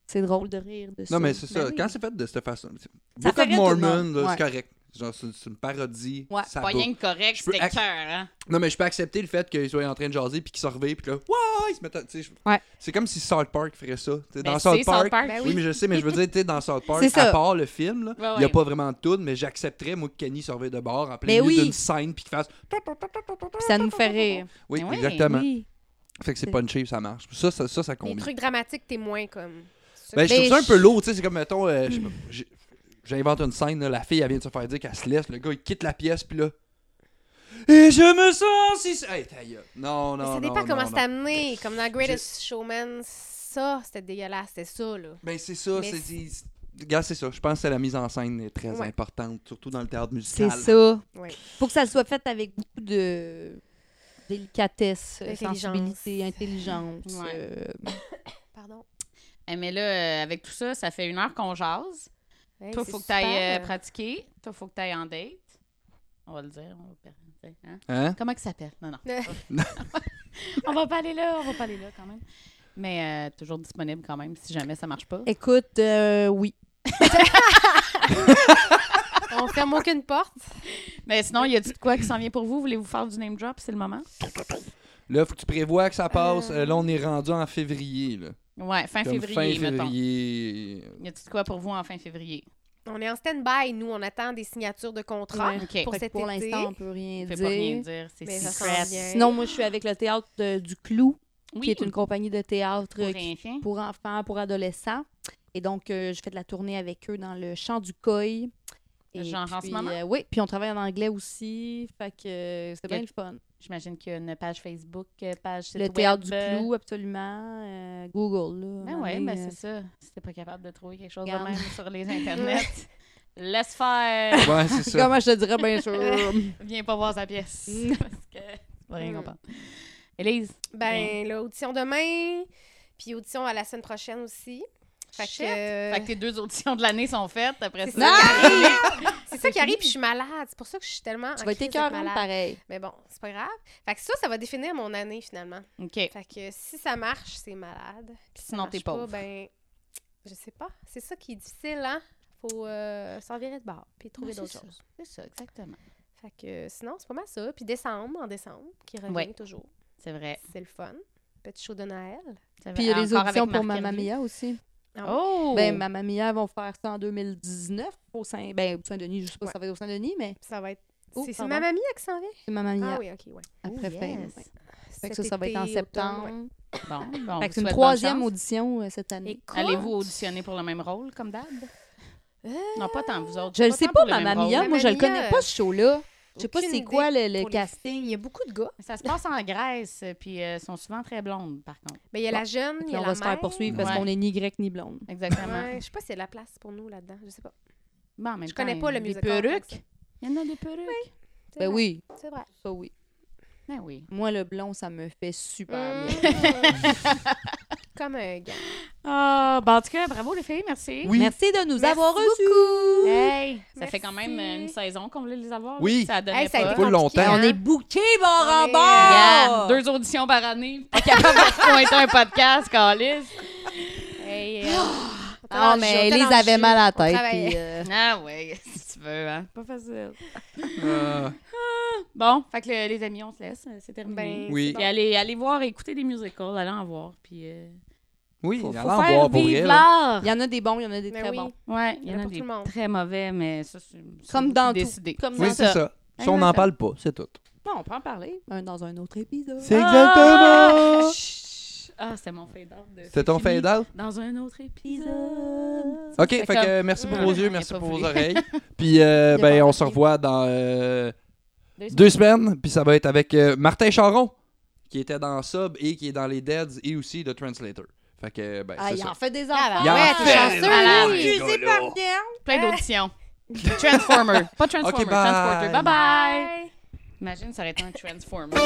D: c'est drôle de rire de ça.
B: Non, mais c'est ça.
D: Ben oui.
B: Quand c'est fait de cette façon. c'est-
D: Ça
B: Book of
D: fait rire tout le
B: Mormon,
D: monde.
B: là,
D: Ouais.
B: c'est correct. Genre, c'est c'est une parodie.
D: Ouais,
B: ça
A: Pas
B: va.
A: rien que correct,
B: Je peux
A: c'était
B: ac-
A: cœur, hein?
B: Non, mais je peux accepter le fait qu'ils soient en train de jaser puis qu'ils se réveillent puis que là, Wouah! ils se mettent. à- tu sais, je-
D: Ouais.
B: C'est comme si South Park ferait ça. Tu sais,
A: Ben,
B: dans
A: c'est
B: South Park.
C: Ben
B: oui. mais je sais, mais je veux dire, tu sais, dans South Park,
D: C'est ça.
B: à part le film, là, il
A: Ouais,
B: n'y a
A: ouais.
B: pas vraiment de tout, mais j'accepterais, moi, que Kenny se réveille de bord en plein
D: Mais
B: milieu
D: Ben oui.
B: d'une scène puis qu'il fasse.
D: Puis ça nous fait rire.
B: Oui,
A: Mais oui.
B: exactement.
D: Ben Oui.
B: Fait que c'est punchy, ça marche. Ça, ça, ça, ça
C: Les
B: combine.
C: trucs dramatiques, t'es moins comme.
B: Ben, je
D: Ben,
B: trouve ça un peu
D: je-
B: lourd, tu sais, c'est comme, mettons, euh, je sais pas, j'ai- j'invente une scène, là, la fille, elle vient de se faire dire qu'elle se laisse, le gars, il quitte la pièce, puis là... Et je me sens si... Hey, ta gueule. Non,
C: Mais
B: non,
C: ça
B: non,
C: dépend
B: non,
C: comment
B: non.
C: c'est amené. Comme dans Greatest Showman, ça, c'était dégueulasse. C'était ça, là.
B: Ben, c'est ça,
C: Mais
B: c'est...
C: c'est-
B: c'est- Regarde, c'est ça, je pense que la mise en scène est très
C: Ouais.
B: importante, surtout dans le théâtre
D: C'est
B: musical.
D: ça.
C: Ouais.
D: Faut que ça soit fait avec beaucoup de délicatesse, euh,
C: D'intelligence.
D: sensibilité, intelligence.
A: Ouais.
D: euh,
C: Pardon.
A: Eh, mais là, euh, avec tout ça, ça fait une heure qu'on jase.
C: Hey,
A: Toi,
C: c'est
A: faut que euh, tu
C: super,
A: ailles
C: là.
A: pratiquer. Toi, faut que tu ailles en date. On va le dire. On va per- tu sais, hein?
B: Hein?
A: Comment que ça s'appelle? Non, non.
B: Non.
A: on va pas aller là, on va pas aller là quand même. Mais euh, toujours disponible quand même si jamais ça marche pas.
D: Écoute, euh, oui.
C: On ferme aucune porte.
A: Mais sinon, y a-tu de quoi qui s'en vient pour vous? Voulez-vous faire du name drop? C'est le moment.
B: Là, faut que tu prévois que ça passe. Euh, Là, on est rendu en février, là.
A: Ouais, fin
B: Comme
A: février,
B: fin
A: mettons.
B: février...
A: Y a-tu de quoi pour vous en fin février?
C: On est en stand-by, nous. On attend des signatures de contrat.
A: Ouais. Ok.
C: Pour
D: Fait que
C: cet
D: pour
C: été,
D: l'instant, on peut rien
A: Je peux
D: dire. ben,
A: pas rien dire, c'est
C: Mais ça
A: secret.
C: s'en vient.
D: Sinon, moi, je suis avec le théâtre euh, du Clou,
A: Oui,
D: qui est une compagnie de théâtre
A: pour
D: euh, qui
A: un chien.
D: pour enfants, pour adolescents. Et donc, euh, je fais de la tournée avec eux dans le champ du Coy. Et
A: Genre en ce
D: puis,
A: moment?
D: euh, oui, puis on travaille en anglais aussi. Fait que euh, c'est
A: Le-
D: bien le fun.
A: J'imagine qu'il y a une page Facebook, euh, page site
D: Le théâtre
A: web. euh.
D: du clou, absolument. euh, Google, là.
A: Ben oui, ben c'est ça. Si t'es pas capable de trouver quelque chose de
D: Regarde.
A: même sur les internets, laisse faire.
B: Ouais, c'est
D: c'est
B: ça.
D: euh, Comment je te dirais, bien sûr.
A: Viens pas voir sa pièce.
D: Mm.
A: parce que Hmm. tu vas rien
C: Mm.
A: comprendre. Élise,
C: Ben, là, audition demain. Puis audition à la semaine prochaine aussi. Fait
A: Shit.
C: que. euh,
A: fait que tes Ah! deux auditions de l'année sont faites après
C: C'est
A: ça.
C: ça qui arrive. C'est ça
A: C'est
C: qui arrive,
A: fini.
C: puis je suis malade. C'est pour ça que je suis tellement.
D: tu
C: en
D: vas
C: crise
D: être ben.
C: d'être
D: écœurante
C: malade.
D: pareil.
C: Mais bon, c'est pas grave. Fait que ça, ça va définir mon année finalement.
A: OK.
C: Fait que si ça marche, c'est malade. Puis si ça
A: Sinon, t'es
C: marche pas,
A: pauvre.
C: ben, je sais pas. C'est ça qui est difficile, hein? Faut euh, s'en virer de bord, puis trouver
A: Ouais,
C: d'autres
A: c'est ça.
C: choses.
A: C'est ça, exactement.
C: Fait que euh, sinon, c'est pas mal ça. Puis décembre, en décembre, qui revient
A: Ouais.
C: toujours.
A: C'est vrai.
C: C'est le fun. Petit show de Noël. Ah
A: C'est
D: Puis il y
A: vrai.
D: a les
A: Ben, Encore
D: auditions
A: avec
D: pour
A: Marc
D: Mamma
A: Hervieux.
D: Mia aussi.
A: Oh!
D: Ben, Mamma Mia vont faire ça en 2019 au Saint, ben, au Saint-Denis. Je sais pas
C: Ouais.
D: si ça va être au Saint-Denis, mais
C: Ça va être.
D: Oh,
C: c'est c'est
D: pardon.
C: ma mamie qui s'en vient.
D: c'est Mamma Mia
C: Ah oui, ok, ouais.
D: après
A: Oh,
D: fin.
A: yes.
D: ouais. Fait
C: Cet
D: que ça, ça va être en
C: été, automne,
D: septembre.
C: ouais.
D: Fait
A: Bon, bon, vous
D: que c'est une
A: souhaite bonne
D: troisième
A: chance.
D: audition euh, cette année.
C: Écoute,
A: Allez-vous auditionner pour le même rôle, comme d'hab? Non, pas tant vous autres.
D: Euh, Je le sais
A: tant
D: pas,
A: pour le
D: Mamma
A: même
D: Mia.
A: rôle.
D: Moi, je le
C: Mamma Mia,
D: connais pas, ce show-là. Je sais pas
C: aucune
D: c'est
C: idée
D: quoi le, le
C: pour les-
D: casting.
C: Il y a beaucoup de gars.
A: Ça se passe en Grèce, euh, puis euh, elles sont souvent très blondes, par contre.
C: Mais il y a la jeune, il
D: Puis
C: y a
D: on
C: la
D: va se faire
C: mère.
D: poursuivre parce
A: Ouais.
D: qu'on est ni grec ni blonde.
A: Exactement.
C: Ouais, je sais pas si c'est la place pour nous là-dedans. Je sais pas.
A: Bon, en même
D: Ben,
C: Je connais
A: temps,
C: pas le
A: des
C: musical comme ça.
A: perruques. Il y en a des perruques.
C: C'est
D: Ben
C: vrai,
D: oui,
C: C'est vrai.
D: ça oui.
A: Ben oui.
D: Moi, le blond, ça me fait super bien.
C: Mm. Comme un gars.
A: Ah, ben en tout cas, bravo les filles, merci.
B: Oui.
D: Merci de nous
C: Merci
D: avoir reçus.
A: Hey, ça
C: Merci.
A: fait quand même euh, une saison qu'on voulait les avoir.
B: Oui.
A: Ça donnait
C: Hey, ça a
A: pas.
C: été
B: Full
C: compliqué,
B: longtemps.
C: hein?
D: Ben, On est euh, bouqués bord en
C: On est-
D: bord.
A: Regarde, deux auditions par année, pas capable de se pointer un podcast, Calis.
C: Hey, euh, on était dans
D: Ah,
C: le jeu,
D: mais
C: on était
D: Elise
C: dans le
D: avait
C: jeu.
D: mal à la tête.
C: travaillait.
D: puis, euh,
A: Ah ouais, si tu veux, hein. Pas facile.
B: Euh,
A: Bon, fait que le- les amis, on se laisse, euh, c'est terminé.
C: Ben,
B: Oui.
C: c'est
A: Puis allez, allez voir, écouter des musicals, allez en voir, puis euh,
B: oui,
A: faut, faut
B: allez en
A: faire
B: voir pour
A: vivre
B: vrai. là.
A: l'art.
D: Il y en a des bons, il y en a des
C: Ben
D: très
C: oui.
D: bons.
A: Ouais, il y
C: Il y
A: en
C: en a
A: a
C: pour
A: des
C: tout le monde.
A: très mauvais, mais ça, c'est c'est
D: Comme
A: vous
D: dans
A: qui
D: tout.
A: décidez.
D: Comme
B: Oui,
D: dans
B: c'est ça. Si on n'en parle pas, c'est tout.
D: Bon, on peut en parler. Un dans un autre épisode.
B: C'est
A: Ah!
B: exactement.
A: Chut. Ah, c'était mon fade-out. de-
B: C'est ton
A: fini.
B: fade out.
A: Dans un autre épisode.
B: Ok,
A: Fait
B: fait,
A: comme-
B: que euh, merci pour
A: Mm.
B: vos
A: Il
B: yeux,
A: a
B: merci
A: pas
B: pour
A: voulu.
B: vos oreilles. Puis euh,
D: Il a
B: ben
D: pas
B: on se
D: compris.
B: revoit dans euh,
A: Deux
B: deux semaines, puis ça va être avec euh, Martin Charon qui était dans Sub et qui est dans les Deads et aussi The Translator. Fait que ben
D: Ah,
B: c'est
D: il
B: ça.
D: en fait des
C: Ah,
D: enfants.
B: Il en
C: ouais, t'es
B: fait, Ah,
C: chanceux,
A: malade.
C: oui.
B: Excusez,
D: Excusez,
B: gars-là.
D: pardon.
A: Plein d'auditions. Transformer. Pas Transformer.
B: Ok, bye.
A: Transporter. Bye bye.
C: Bye.
A: Imagine, ça aurait été un Transformer.